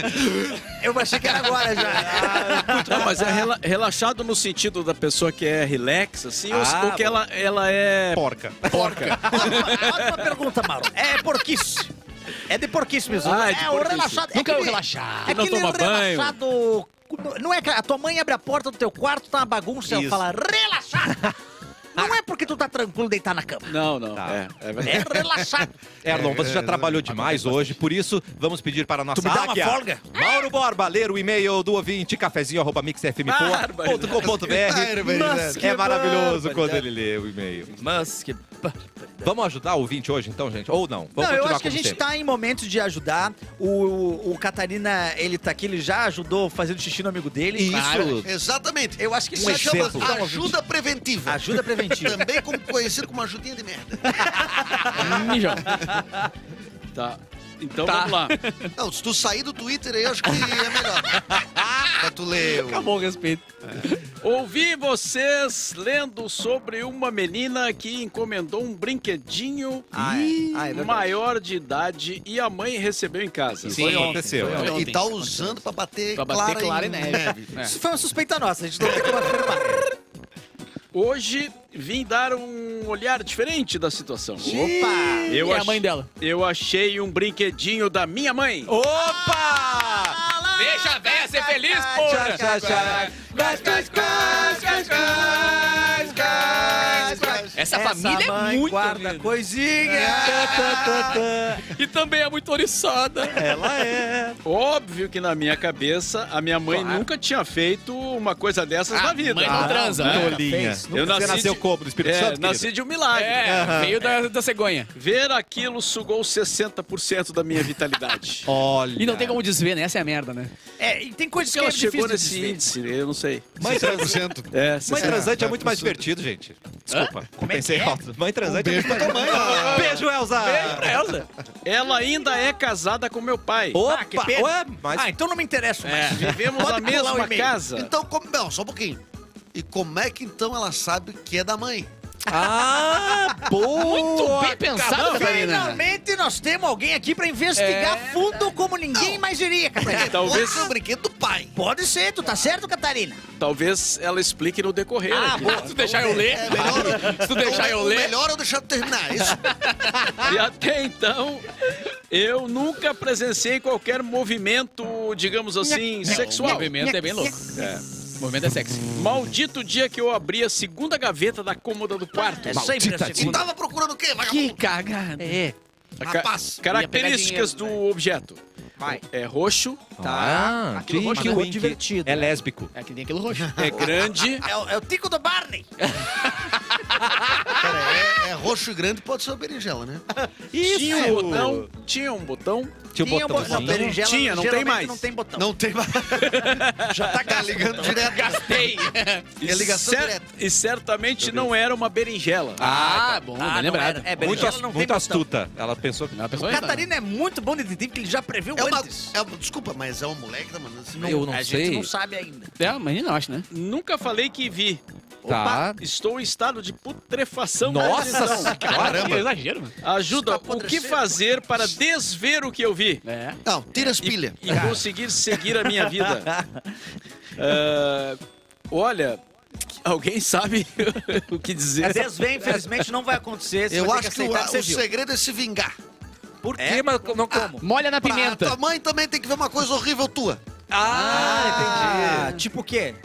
Speaker 1: Eu achei que era agora já.
Speaker 5: Não, mas é rela- relaxado no sentido da pessoa que é relax, assim, ou-
Speaker 2: Ah,
Speaker 5: ou que ela, ela é
Speaker 2: Porca.
Speaker 5: porca.
Speaker 1: Ótima pergunta, Mauro. É porquice. É de porquice mesmo.
Speaker 5: Ah, é
Speaker 1: é,
Speaker 5: de
Speaker 1: o
Speaker 5: porquice.
Speaker 1: relaxado.
Speaker 4: um- Nunca
Speaker 1: é
Speaker 4: eu
Speaker 1: aquele-
Speaker 4: relaxar.
Speaker 1: É
Speaker 5: não
Speaker 1: aquele
Speaker 5: toma banho.
Speaker 1: relaxado... Não é que a tua mãe abre a porta do teu quarto, tá uma bagunça, ela
Speaker 2: Isso.
Speaker 1: fala relaxado. Não é porque tu tá tranquilo deitar na cama.
Speaker 5: Não, não.
Speaker 2: Tá.
Speaker 5: É, é verdade.
Speaker 1: É relaxado.
Speaker 2: Erlon, você já
Speaker 3: é,
Speaker 2: trabalhou demais hoje, por isso vamos pedir para a nossa
Speaker 1: Tu me dá uma
Speaker 2: águia,
Speaker 1: folga?
Speaker 2: Mauro Borba, ler o e-mail do ouvinte, cafezinho, arroba mixfmpoa.com.br.
Speaker 3: Barbaridade.
Speaker 2: É maravilhoso quando ele lê o e-mail.
Speaker 5: Mas que...
Speaker 2: Vamos ajudar o ouvinte hoje então, gente? Ou não? Vamos
Speaker 1: não, eu
Speaker 2: continuar
Speaker 1: acho que a
Speaker 2: como
Speaker 1: gente
Speaker 2: sempre.
Speaker 1: tá em momentos de ajudar. O, o Catarina, ele tá aqui, ele já ajudou fazendo xixi no amigo dele.
Speaker 2: Isso.
Speaker 3: Exatamente.
Speaker 1: Eu acho que isso
Speaker 2: Um
Speaker 1: já chama
Speaker 2: exemplo.
Speaker 1: Dá um ajuda,
Speaker 3: Ajuda preventiva.
Speaker 1: ajuda preventiva.
Speaker 3: Também como conhecido como ajudinha de merda.
Speaker 4: Mijão.
Speaker 1: É.
Speaker 5: Tá. Então
Speaker 4: Tá.
Speaker 5: vamos lá.
Speaker 3: Não, se tu sair do Twitter aí, eu acho que é melhor. pra tu ler. o-
Speaker 4: Acabou o respeito.
Speaker 5: Ouvi vocês lendo sobre uma menina que encomendou um brinquedinho
Speaker 1: Ah, é. Ah, é verdade.
Speaker 5: maior de idade e a mãe recebeu em casa.
Speaker 2: Sim,
Speaker 5: Foi ontem.
Speaker 2: aconteceu.
Speaker 5: Foi
Speaker 4: Foi
Speaker 5: ontem.
Speaker 3: E tá usando pra bater
Speaker 4: Pra
Speaker 3: clara, É.
Speaker 4: bater clara e neve. É.
Speaker 1: Isso foi uma suspeita nossa, a gente não tem como afirmar.
Speaker 5: Hoje vim dar um olhar diferente da situação.
Speaker 1: Opa!
Speaker 5: Eu
Speaker 4: e a
Speaker 5: ach-
Speaker 4: mãe dela.
Speaker 5: Eu achei um brinquedinho da minha mãe.
Speaker 2: Opa!
Speaker 4: Deixa a véia ser feliz, porra!
Speaker 1: Tchá, tchá, tchá. Cás, cás, cás, cás, cás, cás, cás, cás.
Speaker 4: Essa, família é muito
Speaker 1: guarda
Speaker 4: linda.
Speaker 1: coisinha.
Speaker 4: E também é muito oriçada.
Speaker 2: Ela é.
Speaker 5: Óbvio que na minha cabeça, a minha mãe
Speaker 4: Claro.
Speaker 5: nunca tinha feito uma coisa dessas
Speaker 4: Ah,
Speaker 5: na vida.
Speaker 4: mãe não transa, né?
Speaker 2: Tolinha.
Speaker 1: fez,
Speaker 5: nunca
Speaker 2: Eu nasci
Speaker 5: fez.
Speaker 2: Você nasceu como? Do Espírito
Speaker 5: É,
Speaker 2: Santo?
Speaker 5: nasci
Speaker 2: querida?
Speaker 5: de um milagre.
Speaker 4: É, veio da, da cegonha.
Speaker 5: Ver aquilo sugou 60% da minha vitalidade.
Speaker 2: Olha.
Speaker 4: E não tem como desver, né? Essa é a merda, né?
Speaker 1: É, e tem coisas
Speaker 5: Porque
Speaker 1: que
Speaker 5: ela
Speaker 1: é difícil
Speaker 5: chegou
Speaker 1: de
Speaker 5: nesse
Speaker 1: desver.
Speaker 5: índice, eu não sei.
Speaker 2: Mãe, trans...
Speaker 3: 100%.
Speaker 5: É,
Speaker 2: Mãe
Speaker 5: 60%.
Speaker 2: transante é muito mais divertido, gente. Desculpa. Pensei alto. Mãe transante é muito mais divertido. Beijo, Elza!
Speaker 4: Beijo pra Elsa.
Speaker 5: Ela ainda é casada com meu pai.
Speaker 1: Opa,
Speaker 4: Ah, que pena.
Speaker 1: ué,
Speaker 2: mas-
Speaker 1: Ah, então não me interessa mais.
Speaker 4: É.
Speaker 5: Vivemos
Speaker 1: Pode
Speaker 5: na
Speaker 1: pular o
Speaker 5: mesma
Speaker 1: e-mail.
Speaker 5: casa.
Speaker 3: Então, como... Não, só um pouquinho. E como é que então ela sabe que é da mãe?
Speaker 1: Ah, boa!
Speaker 4: Muito bem pensado, Catarina.
Speaker 1: Finalmente nós temos alguém aqui pra investigar
Speaker 4: É.
Speaker 1: fundo como ninguém mais iria, Catarina.
Speaker 5: Talvez,
Speaker 3: Pode ser um brinquedo do pai.
Speaker 1: Pode ser, tu tá certo, Catarina?
Speaker 5: talvez ela explique no decorrer.
Speaker 1: Ah,
Speaker 5: aqui.
Speaker 4: Se tu deixar eu ler,
Speaker 3: É melhor.
Speaker 4: se
Speaker 3: Então,
Speaker 4: tu deixar eu
Speaker 3: o
Speaker 4: ler,
Speaker 3: Melhor é eu deixar tu terminar. Isso.
Speaker 5: E até então, eu nunca presenciei qualquer movimento, digamos assim,
Speaker 4: o
Speaker 5: sexual.
Speaker 4: movimento é bem louco.
Speaker 5: É.
Speaker 4: O movimento é sexy.
Speaker 5: Maldito dia que eu abri a segunda gaveta da cômoda do quarto.
Speaker 1: É sempre a
Speaker 3: E
Speaker 1: segunda.
Speaker 3: tava procurando o quê,
Speaker 4: Que
Speaker 3: vagabundo?
Speaker 4: cagada.
Speaker 1: É.
Speaker 5: Ca-
Speaker 3: Rapaz,
Speaker 5: Características
Speaker 4: ia pegar dinheiro,
Speaker 5: do objeto.
Speaker 1: Vai.
Speaker 5: É roxo,
Speaker 2: Tá.
Speaker 4: Aquilo roxo é
Speaker 2: wink.
Speaker 1: divertido.
Speaker 2: É lésbico.
Speaker 4: É que tem aquilo roxo.
Speaker 5: é grande,
Speaker 1: É o, é o tico do Barney.
Speaker 3: Cara, é, é roxo e grande, pode ser uma berinjela, né?
Speaker 5: tinha um botão, tinha um botão,
Speaker 2: Tinha um
Speaker 1: Tinha bo- Não,
Speaker 2: botãozinho.
Speaker 1: berinjela
Speaker 5: Tinha, não tem
Speaker 1: geralmente
Speaker 5: mais.
Speaker 1: Não tem botão.
Speaker 3: Não tem mais. Já tá cá, ligando direto.
Speaker 4: Gastei.
Speaker 3: É ligação
Speaker 5: cer-
Speaker 3: direta.
Speaker 5: e certamente não era uma berinjela.
Speaker 4: Ah, bom,
Speaker 1: Ah,
Speaker 4: bem
Speaker 1: não
Speaker 4: lembrado.
Speaker 1: era. É
Speaker 2: Muito,
Speaker 1: berinjela,
Speaker 2: as-
Speaker 1: não tem
Speaker 2: muito
Speaker 1: botão.
Speaker 2: astuta. Ela pensou que.
Speaker 4: Não, a pessoa
Speaker 1: Catarina é muito bom detetive, porque ele já previu
Speaker 3: É uma,
Speaker 1: antes.
Speaker 3: é uma- desculpa, mas é um moleque da mano. assim,
Speaker 2: Eu não
Speaker 1: a
Speaker 2: sei.
Speaker 1: gente não sabe ainda.
Speaker 4: É, a menina, eu acho, né?
Speaker 5: Nunca falei que vi.
Speaker 2: Tá.
Speaker 5: Estou em estado de putrefação. então,
Speaker 2: Nossa,
Speaker 4: Que
Speaker 2: caramba.
Speaker 4: exagero, mano.
Speaker 5: Ajuda,
Speaker 1: Está
Speaker 5: o que
Speaker 1: apodrecendo.
Speaker 5: fazer para desver o que eu vi?
Speaker 4: É.
Speaker 3: Não, tira as
Speaker 5: e,
Speaker 3: pilhas.
Speaker 5: e conseguir seguir a minha vida. Ah, olha, alguém sabe o que
Speaker 1: Às
Speaker 5: dizer?
Speaker 1: vezes vem, infelizmente, não vai acontecer. Você
Speaker 3: Eu
Speaker 1: vai ter
Speaker 3: acho que,
Speaker 1: aceitar
Speaker 3: o,
Speaker 1: você
Speaker 3: o
Speaker 1: viu. É? Ah,
Speaker 3: segredo é se vingar.
Speaker 1: Por quê? Mas não como?
Speaker 4: Molha na
Speaker 3: Pra-
Speaker 4: pimenta.
Speaker 3: tua mãe também tem que ver uma coisa horrível tua.
Speaker 1: Ah, entendi. Tipo o quê?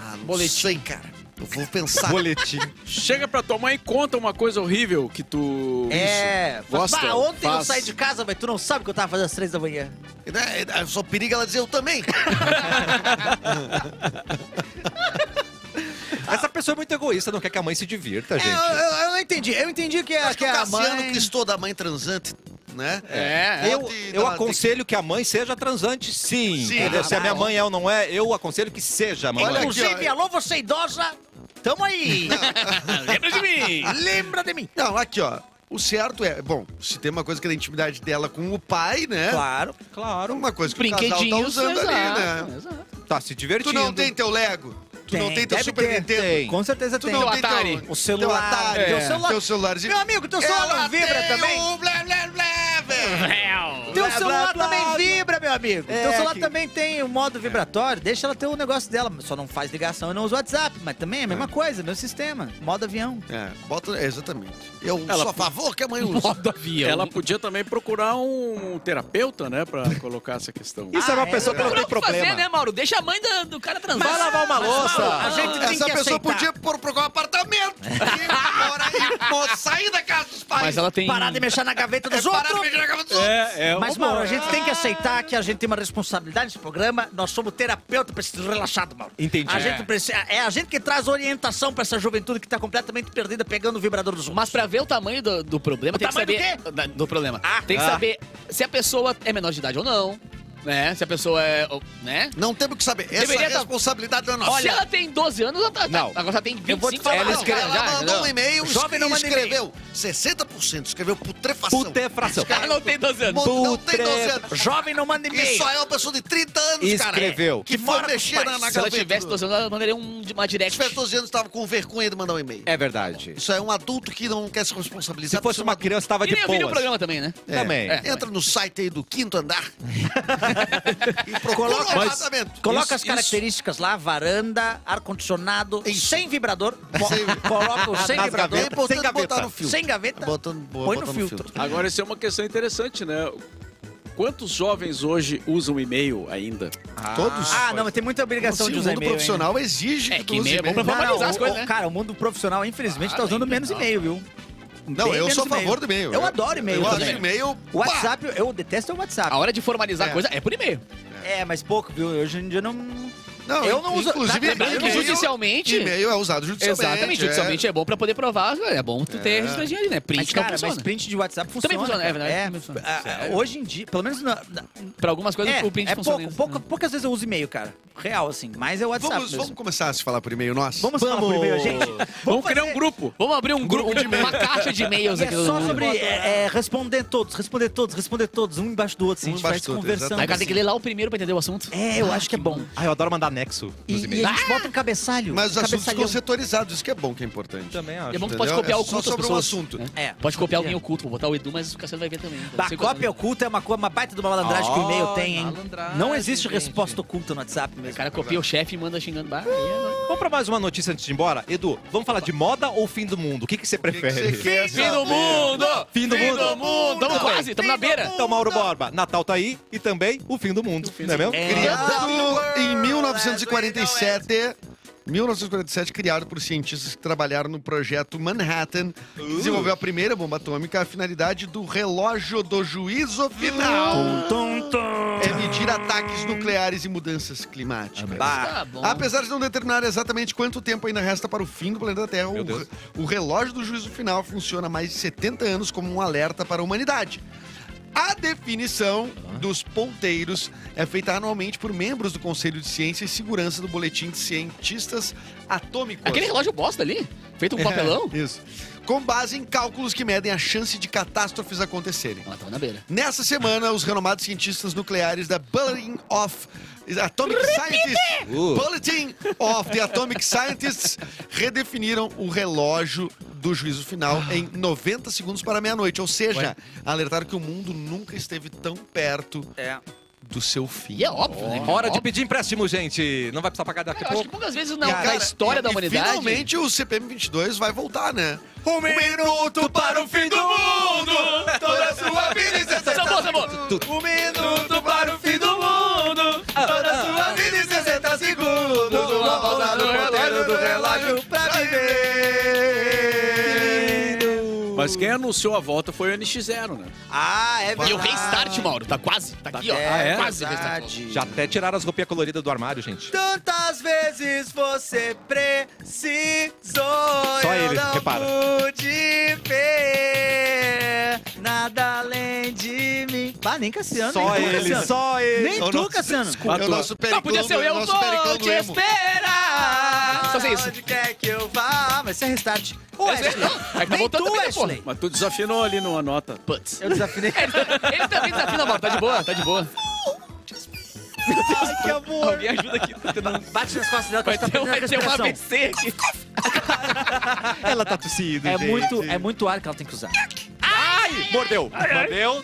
Speaker 3: Ah, não
Speaker 4: Boletim.
Speaker 3: sei, cara. Eu vou pensar.
Speaker 2: Boletim.
Speaker 5: Chega pra tua mãe e conta uma coisa horrível que tu.
Speaker 1: É,
Speaker 5: Isso.
Speaker 1: fala,
Speaker 5: Gosta,
Speaker 1: "Bah, ontem eu
Speaker 5: faz."
Speaker 1: saí de casa, mas tu não sabe o que eu tava fazendo às três da manhã.
Speaker 3: Né? Eu só perigo ela dizer eu também.
Speaker 2: Essa pessoa é muito egoísta, não quer que a mãe se divirta,
Speaker 1: É, eu,
Speaker 2: gente.
Speaker 1: eu- eu não entendi. Eu entendi que, é-
Speaker 3: Acho que
Speaker 1: que
Speaker 3: o
Speaker 1: a
Speaker 3: Cassiano
Speaker 1: mãe...
Speaker 3: Cristou da mãe transante, né?
Speaker 4: É.
Speaker 2: Eu,
Speaker 3: Pode
Speaker 2: eu
Speaker 3: dar-
Speaker 2: aconselho que a mãe seja transante, sim.
Speaker 3: Sim. tá
Speaker 2: Entendeu? Se a minha mãe é ou não é, eu aconselho que seja, mamãe.
Speaker 3: Olha aqui,
Speaker 1: Inclusive,
Speaker 3: ó.
Speaker 1: alô, você idosa, tamo aí.
Speaker 4: Lembra de mim.
Speaker 1: Lembra de mim.
Speaker 3: Não, aqui, ó. O certo é, bom, se tem uma coisa que é da intimidade dela com o pai, né?
Speaker 1: Claro.
Speaker 3: Claro. Uma coisa que o casal tá
Speaker 4: Brinquedinhos. ah,
Speaker 3: usando
Speaker 4: exato,
Speaker 3: ali, né?
Speaker 4: exato.
Speaker 2: tá se
Speaker 3: Tu
Speaker 2: divertindo.
Speaker 3: não tem teu Lego? Tu não tem teu
Speaker 1: deve
Speaker 3: Super
Speaker 1: ter.
Speaker 3: Nintendo?
Speaker 2: Tem.
Speaker 1: Com certeza
Speaker 3: Tu
Speaker 1: tem.
Speaker 3: não
Speaker 4: Teu
Speaker 3: tem
Speaker 4: Atari.
Speaker 3: teu...
Speaker 1: O celular.
Speaker 3: Teu Atari.
Speaker 2: é,
Speaker 1: Teu celular.
Speaker 3: Teu celularzinho.
Speaker 1: Meu amigo, teu celular
Speaker 3: Ela
Speaker 1: não vibra
Speaker 3: tem um
Speaker 1: também?
Speaker 3: o blá, blá, blá, velho.
Speaker 1: Teu
Speaker 2: Blá, blá,
Speaker 1: celular
Speaker 2: blá,
Speaker 1: também
Speaker 2: blá.
Speaker 1: vibra, meu amigo.
Speaker 2: É,
Speaker 1: teu celular
Speaker 2: que-
Speaker 1: também tem o modo vibratório. Deixa ela ter o negócio dela. Só não faz ligação e não usa o WhatsApp. Mas também é a mesma coisa, meu sistema. Modo avião.
Speaker 3: É, bota... é, Exatamente. Eu
Speaker 5: Ela-
Speaker 3: sou a favor que a mãe use.
Speaker 4: Modo avião.
Speaker 5: Ela podia também procurar um terapeuta, né, pra colocar essa questão.
Speaker 2: Isso é uma
Speaker 1: Ah, é
Speaker 2: pessoa que não
Speaker 4: Não
Speaker 2: tem
Speaker 4: o que fazer,
Speaker 2: problema.
Speaker 4: né, Mauro? Deixa a mãe da- do, cara transar.
Speaker 2: Vai lavar uma
Speaker 1: A
Speaker 2: louça.
Speaker 1: gente tem
Speaker 3: Essa
Speaker 1: que
Speaker 3: pessoa
Speaker 1: aceitar.
Speaker 3: podia pôr- procurar um apartamento. E morar e mo- sair da casa dos pais.
Speaker 4: Mas ela tem...
Speaker 1: Parar de mexer na gaveta
Speaker 3: É
Speaker 1: dos
Speaker 3: parar de
Speaker 1: outros.
Speaker 3: mexer na casa dos outros.
Speaker 5: É, é uma
Speaker 1: Mas, Mauro,
Speaker 5: boa.
Speaker 1: a gente tem que aceitar que a gente tem uma responsabilidade nesse programa. Nós somos terapeuta pra esse relaxado, Mauro.
Speaker 2: Entendi.
Speaker 1: A
Speaker 2: É.
Speaker 1: gente precisa, é a gente que traz orientação pra essa juventude que tá completamente perdida pegando o vibrador dos
Speaker 4: Mas
Speaker 1: outros.
Speaker 4: pra ver o tamanho do, do problema, tem que
Speaker 1: tamanho do
Speaker 4: saber... Do, do problema.
Speaker 1: Ah.
Speaker 4: tem que
Speaker 2: Ah.
Speaker 4: saber se a pessoa é menor de idade ou não. Né? Se a pessoa é... ou- Né?
Speaker 3: Não temos o que saber. Essa
Speaker 4: Deveria tá-
Speaker 3: responsabilidade é nossa.
Speaker 4: se ela tem 12 anos, ela tá,
Speaker 2: Não.
Speaker 4: tá- agora ela tem 25.
Speaker 1: Eu vou te falar,
Speaker 4: ela
Speaker 3: Não,
Speaker 4: escreve
Speaker 3: ela
Speaker 4: já,
Speaker 3: mandou
Speaker 4: entendeu?
Speaker 3: um e-mail e
Speaker 1: Jovem não manda
Speaker 3: escreveu 60%. Escreveu putrefação.
Speaker 2: Putefração.
Speaker 4: Ela não tem 12 anos.
Speaker 3: Não, não tem 12 anos.
Speaker 1: Jovem não manda
Speaker 3: E
Speaker 1: e-mail.
Speaker 3: só é uma pessoa de 30 anos, cara.
Speaker 2: Escreveu.
Speaker 3: Que foi
Speaker 1: mora com
Speaker 3: mexer
Speaker 1: os
Speaker 3: na,
Speaker 1: pais.
Speaker 3: na
Speaker 4: Se ela
Speaker 3: gaveta
Speaker 4: tivesse
Speaker 3: do-
Speaker 4: 12 anos, ela mandaria um, uma
Speaker 3: Se tivesse
Speaker 4: direct.
Speaker 3: 12 anos, tava com vergonha de mandar um e-mail.
Speaker 2: É verdade.
Speaker 3: Isso é um adulto que não quer se responsabilizar.
Speaker 2: Se fosse
Speaker 3: por ser
Speaker 2: uma criança, tava
Speaker 4: E
Speaker 2: de
Speaker 4: nem ouviria o
Speaker 2: boas.
Speaker 4: programa também, né?
Speaker 3: É.
Speaker 2: Também.
Speaker 4: É.
Speaker 3: Entra no site aí do quinto andar e procura o
Speaker 1: Coloca-
Speaker 3: apartamento.
Speaker 1: Coloca
Speaker 5: Isso,
Speaker 1: as características lá, varanda, ar-condicionado,
Speaker 3: Isso.
Speaker 1: sem vibrador. Bo- Coloca o sem
Speaker 2: Nas
Speaker 1: vibrador,
Speaker 3: É importante
Speaker 2: Sem gaveta.
Speaker 3: botar no filtro.
Speaker 1: sem gaveta,
Speaker 3: Botando,
Speaker 1: põe no
Speaker 3: botando
Speaker 1: filtro.
Speaker 5: Agora, isso é uma questão interessante, né? Quantos jovens hoje usam e-mail ainda?
Speaker 3: Todos?
Speaker 1: Ah, não, mas tem muita obrigação
Speaker 3: Assim,
Speaker 1: de
Speaker 3: o
Speaker 1: usar
Speaker 3: mundo
Speaker 1: e-mail. ainda.
Speaker 3: profissional exige
Speaker 4: É,
Speaker 3: que tu
Speaker 4: que
Speaker 3: use
Speaker 4: e-mail é bom pra
Speaker 1: Não,
Speaker 3: e-mail.
Speaker 1: não,
Speaker 4: Formalizar as
Speaker 1: o-
Speaker 4: coisas,
Speaker 1: o-
Speaker 4: né?
Speaker 1: Cara, o mundo profissional, infelizmente,
Speaker 5: Ah,
Speaker 1: tá usando
Speaker 5: ainda
Speaker 1: menos
Speaker 5: não.
Speaker 1: e-mail, viu?
Speaker 3: Não,
Speaker 1: Bem
Speaker 3: eu sou a
Speaker 1: menos e-mail.
Speaker 3: favor do e-mail.
Speaker 1: Eu adoro e-mail
Speaker 3: Eu acho
Speaker 1: também.
Speaker 3: e-mail.
Speaker 1: O WhatsApp, eu detesto o
Speaker 4: A
Speaker 1: WhatsApp.
Speaker 4: hora de formalizar
Speaker 3: É.
Speaker 4: a coisa é por e-mail.
Speaker 1: É, mas pouco, viu? Hoje em dia não.
Speaker 3: pá! Não,
Speaker 1: eu não uso-
Speaker 3: Inclusive,
Speaker 1: tá,
Speaker 4: Lembrando que
Speaker 1: E-mail-
Speaker 4: judicialmente...
Speaker 3: E-mail é usado judicialmente.
Speaker 4: Exatamente, judicialmente é. bom pra poder provar, é bom tu ter registradinho ali, né? Print
Speaker 1: mas, cara,
Speaker 4: não funciona.
Speaker 1: mas print de WhatsApp funciona.
Speaker 4: funciona, é
Speaker 1: cara.
Speaker 4: verdade, também funciona.
Speaker 1: Ah,
Speaker 4: Sério?
Speaker 1: hoje em dia, pelo menos na- na-
Speaker 4: Pra algumas coisas
Speaker 1: é,
Speaker 4: o print
Speaker 1: é
Speaker 4: funciona. né?
Speaker 1: pouco,
Speaker 4: ainda.
Speaker 1: pouco- poucas vezes eu uso e-mail, cara. Real, assim. Mas é o WhatsApp
Speaker 3: Vamos,
Speaker 1: mesmo.
Speaker 3: vamos começar a se falar por e-mail nós?
Speaker 1: Vamos, falar por e-mail, gente.
Speaker 5: Vamos criar
Speaker 1: fazer-
Speaker 5: um grupo.
Speaker 4: Vamos abrir um grupo, de uma caixa de e-mails
Speaker 1: E é
Speaker 4: aqui. todo
Speaker 1: só
Speaker 4: mundo.
Speaker 1: sobre é, é, responder todos, responder todos, responder todos, um embaixo do outro, assim,
Speaker 3: Um
Speaker 1: a gente vai
Speaker 3: embaixo
Speaker 1: se
Speaker 3: do outro,
Speaker 1: conversando.
Speaker 4: Aí o cara tem que
Speaker 1: assim.
Speaker 4: ler lá o primeiro pra entender o assunto.
Speaker 1: É, eu acho que é bom.
Speaker 2: Ah, eu adoro mandar nexo
Speaker 1: E,
Speaker 2: nos
Speaker 1: e
Speaker 2: e-mails.
Speaker 1: a gente bota um cabeçalho.
Speaker 3: Mas os
Speaker 1: um
Speaker 3: assuntos
Speaker 1: cabeçalhão.
Speaker 3: ficam setorizados, isso que é bom, que é importante.
Speaker 2: Também
Speaker 4: É
Speaker 2: acho.
Speaker 4: bom que tu pode
Speaker 3: Entendeu?
Speaker 4: copiar
Speaker 3: É
Speaker 4: o culto
Speaker 3: só
Speaker 4: das
Speaker 3: sobre um
Speaker 4: pessoas.
Speaker 3: assunto.
Speaker 4: né?
Speaker 1: É.
Speaker 4: Pode copiar alguém oculto, vou botar o Edu, mas o Cassiano vai ver também. Então,
Speaker 1: Bah,
Speaker 4: sei qual-
Speaker 1: cópia oculta é uma, coisa, uma baita de uma malandragem que o e-mail
Speaker 2: Oh,
Speaker 1: tem, hein?
Speaker 2: malandragem,
Speaker 1: Não existe
Speaker 2: gente.
Speaker 1: resposta oculta no WhatsApp
Speaker 4: O
Speaker 1: mesmo.
Speaker 4: cara copia o chefe e manda xingando. Bah, aí é nóis.
Speaker 2: Vamos pra mais uma notícia antes de ir embora? Edu, vamos falar de moda ou fim do mundo? O que, que você
Speaker 3: que você
Speaker 2: prefere?
Speaker 3: quer
Speaker 4: Fim do
Speaker 3: saber?
Speaker 4: mundo!
Speaker 2: Fim do mundo!
Speaker 4: Tamo quase, tamo na beira.
Speaker 2: Então, Mauro Borba, Natal tá aí e também o fim do mundo, não é mesmo?
Speaker 1: É.
Speaker 3: Criado em 1947. 1947, criado por cientistas que trabalharam no projeto Manhattan, que desenvolveu a primeira bomba atômica. A finalidade do relógio do juízo final
Speaker 7: Tum, tum.
Speaker 3: é medir ataques nucleares e mudanças climáticas.
Speaker 1: Bah.
Speaker 4: Tá bom.
Speaker 3: Apesar de não determinar exatamente quanto tempo ainda resta para o fim do planeta Terra,
Speaker 2: Meu
Speaker 3: o,
Speaker 2: Deus.
Speaker 3: o relógio do juízo final funciona há mais de 70 anos como um alerta para a humanidade. A definição
Speaker 4: Ah.
Speaker 3: dos ponteiros é feita anualmente por membros do Conselho de Ciência e Segurança do Boletim de Cientistas Atômicos.
Speaker 4: Aquele relógio bosta ali, feito um papelão.
Speaker 3: É, isso. Com base em cálculos que medem a chance de catástrofes acontecerem.
Speaker 4: Mas tamo na beira.
Speaker 3: Nessa semana, os renomados cientistas nucleares da Bulletin of Atomic Scientists,
Speaker 4: Uh.
Speaker 3: Bulletin of the Atomic Scientists, redefiniram o relógio do juízo final em 90 segundos para meia-noite. Ou seja, alertaram que o mundo nunca esteve tão perto
Speaker 1: É.
Speaker 3: do seu fim.
Speaker 4: E é óbvio, né?
Speaker 2: Hora de
Speaker 4: Óbvio.
Speaker 2: pedir empréstimo, gente. Não vai precisar pagar daqui
Speaker 4: Eu
Speaker 2: a
Speaker 4: acho que
Speaker 2: pouco.
Speaker 4: poucas vezes na,
Speaker 3: Cara,
Speaker 4: na história
Speaker 3: e-
Speaker 4: da
Speaker 3: e
Speaker 4: humanidade.
Speaker 3: Finalmente o CPM 22 vai voltar, né?
Speaker 1: Um minuto para o fim do mundo!
Speaker 3: Toda sua vida
Speaker 4: Sambô, sambô.
Speaker 1: Um minuto para o fim do mundo! Toda sua vida em 60 segundos!
Speaker 4: Uma volta no
Speaker 3: roteiro do relógio
Speaker 1: pra
Speaker 5: Mas quem é anunciou a volta foi o NX0, né?
Speaker 1: Ah, é verdade.
Speaker 4: E o restart, Mauro, tá quase. Tá aqui, ó.
Speaker 1: É,
Speaker 5: é?
Speaker 4: quase restart.
Speaker 1: verdade.
Speaker 2: Já até tiraram as roupinhas coloridas do armário, gente.
Speaker 1: Tantas vezes você precisou
Speaker 2: Só ele,
Speaker 1: Eu não
Speaker 2: repara.
Speaker 1: pude ver Nada além de mim Pá, nem Cassiano,
Speaker 2: Só
Speaker 1: Então, nem tu,
Speaker 2: ele,
Speaker 1: Cassiano.
Speaker 2: só ele.
Speaker 1: Nem
Speaker 3: Eu
Speaker 1: tu,
Speaker 3: não-
Speaker 1: Cassiano
Speaker 5: Ah,
Speaker 3: É o
Speaker 5: tu-
Speaker 3: nosso
Speaker 4: Não,
Speaker 3: periclão,
Speaker 4: podia ser
Speaker 3: do-
Speaker 4: o eu
Speaker 3: nosso
Speaker 4: vou
Speaker 3: periclão do
Speaker 4: te
Speaker 3: emo.
Speaker 1: Esperar
Speaker 4: Só sei isso.
Speaker 1: Onde quer que eu vá Mas isso é restart Ô,
Speaker 4: Esse-
Speaker 1: Ashley
Speaker 4: Não, é que tá
Speaker 1: Nem
Speaker 4: voltando
Speaker 1: tu,
Speaker 4: também, né, porra?
Speaker 1: Ashley
Speaker 5: Mas tu desafinou ali numa nota.
Speaker 4: Putz.
Speaker 1: Eu desafinei
Speaker 4: Ele também desafina, Mauro. Tá de boa, tá de boa.
Speaker 1: Ai, que amor
Speaker 4: Alguém ajuda aqui.
Speaker 1: Bate nas costas dela que
Speaker 4: Vai
Speaker 1: ela tá
Speaker 4: ter,
Speaker 1: perdendo a
Speaker 4: vai ter um
Speaker 1: respiração
Speaker 4: ABC aqui.
Speaker 2: Ela tá tossindo,
Speaker 1: é
Speaker 2: gente.
Speaker 1: muito, é muito ar que ela tem que usar
Speaker 2: Ai, mordeu. Mordeu,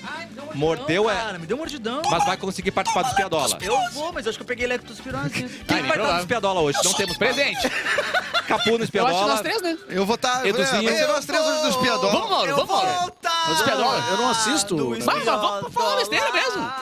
Speaker 2: Mordeu é-
Speaker 1: Cara, me deu um mordidão
Speaker 2: mas vai conseguir participar do Espiadola.
Speaker 1: Eu vou, mas acho que um- eu peguei leptospirose.
Speaker 2: Quem vai estar no Espiadola hoje? Não temos
Speaker 4: Presente.
Speaker 2: Capu no
Speaker 4: Eu acho que nós
Speaker 2: Espiadola.
Speaker 4: três, né?
Speaker 3: Eu vou estar.
Speaker 2: Eduzinho.
Speaker 3: Vai ser nós três hoje dos piadolas.
Speaker 4: Vamos, Mauro, vamos, Mauro.
Speaker 1: Voltar
Speaker 5: Espiadola, eu não assisto.
Speaker 1: do
Speaker 5: Vai,
Speaker 4: mas vamos pra falar
Speaker 1: Espiadola.
Speaker 4: besteira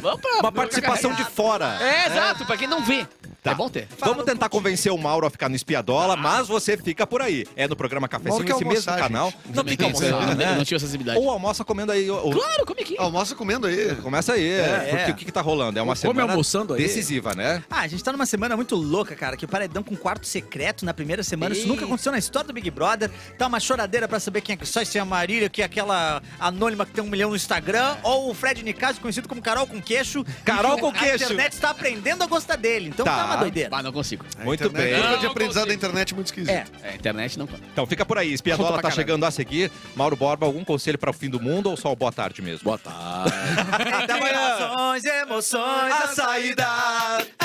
Speaker 4: Vamos pra...
Speaker 2: Uma participação de fora.
Speaker 4: É, exato. Pra quem não vê.
Speaker 2: Tá.
Speaker 4: É bom ter.
Speaker 2: Vamos tentar convencer o Mauro a ficar no Espiadola,
Speaker 4: Tá.
Speaker 2: mas você fica por aí. É no programa Cafezinho,
Speaker 3: Mauro quer
Speaker 2: nesse mesmo
Speaker 3: almoçar,
Speaker 2: canal. Não tem que
Speaker 4: Também tem
Speaker 2: almoçar,
Speaker 4: isso, né? Eu
Speaker 2: né?
Speaker 4: Não tinha sensibilidade.
Speaker 2: Ou almoça comendo aí. ou-
Speaker 4: Claro, come aqui.
Speaker 3: Almoça comendo aí.
Speaker 2: Começa aí, é,
Speaker 1: É.
Speaker 2: porque o que, que tá rolando? É uma
Speaker 5: Come
Speaker 2: semana
Speaker 5: almoçando aí.
Speaker 2: decisiva, né?
Speaker 1: Ah, a gente tá numa semana muito louca, cara, que o paredão com quarto secreto na primeira semana, isso
Speaker 4: Ih.
Speaker 1: nunca aconteceu na história do Big Brother. Tá uma choradeira pra saber quem é que sai, se é a Marília, que é aquela anônima que tem um milhão no Instagram, ou o Fred Nicasio, conhecido como Carol com queixo.
Speaker 2: Carol com
Speaker 1: A
Speaker 2: Queixo.
Speaker 1: internet está aprendendo a gostar dele, então tá,
Speaker 2: Tá.
Speaker 1: uma doideira.
Speaker 4: Ah, não consigo.
Speaker 2: Muito
Speaker 3: Internet,
Speaker 2: bem.
Speaker 3: a curva de
Speaker 4: Não
Speaker 3: aprendizado da
Speaker 4: consigo.
Speaker 3: internet é muito
Speaker 1: É.
Speaker 3: esquisita.
Speaker 4: É, internet não conta.
Speaker 2: Então fica por aí. Espiadola
Speaker 3: Conta pra
Speaker 2: tá
Speaker 3: caralho.
Speaker 2: chegando a seguir. Mauro Borba, algum conselho para o fim do mundo ou só o boa tarde mesmo?
Speaker 5: Boa tarde.
Speaker 1: Então, emoções, emoções, a saída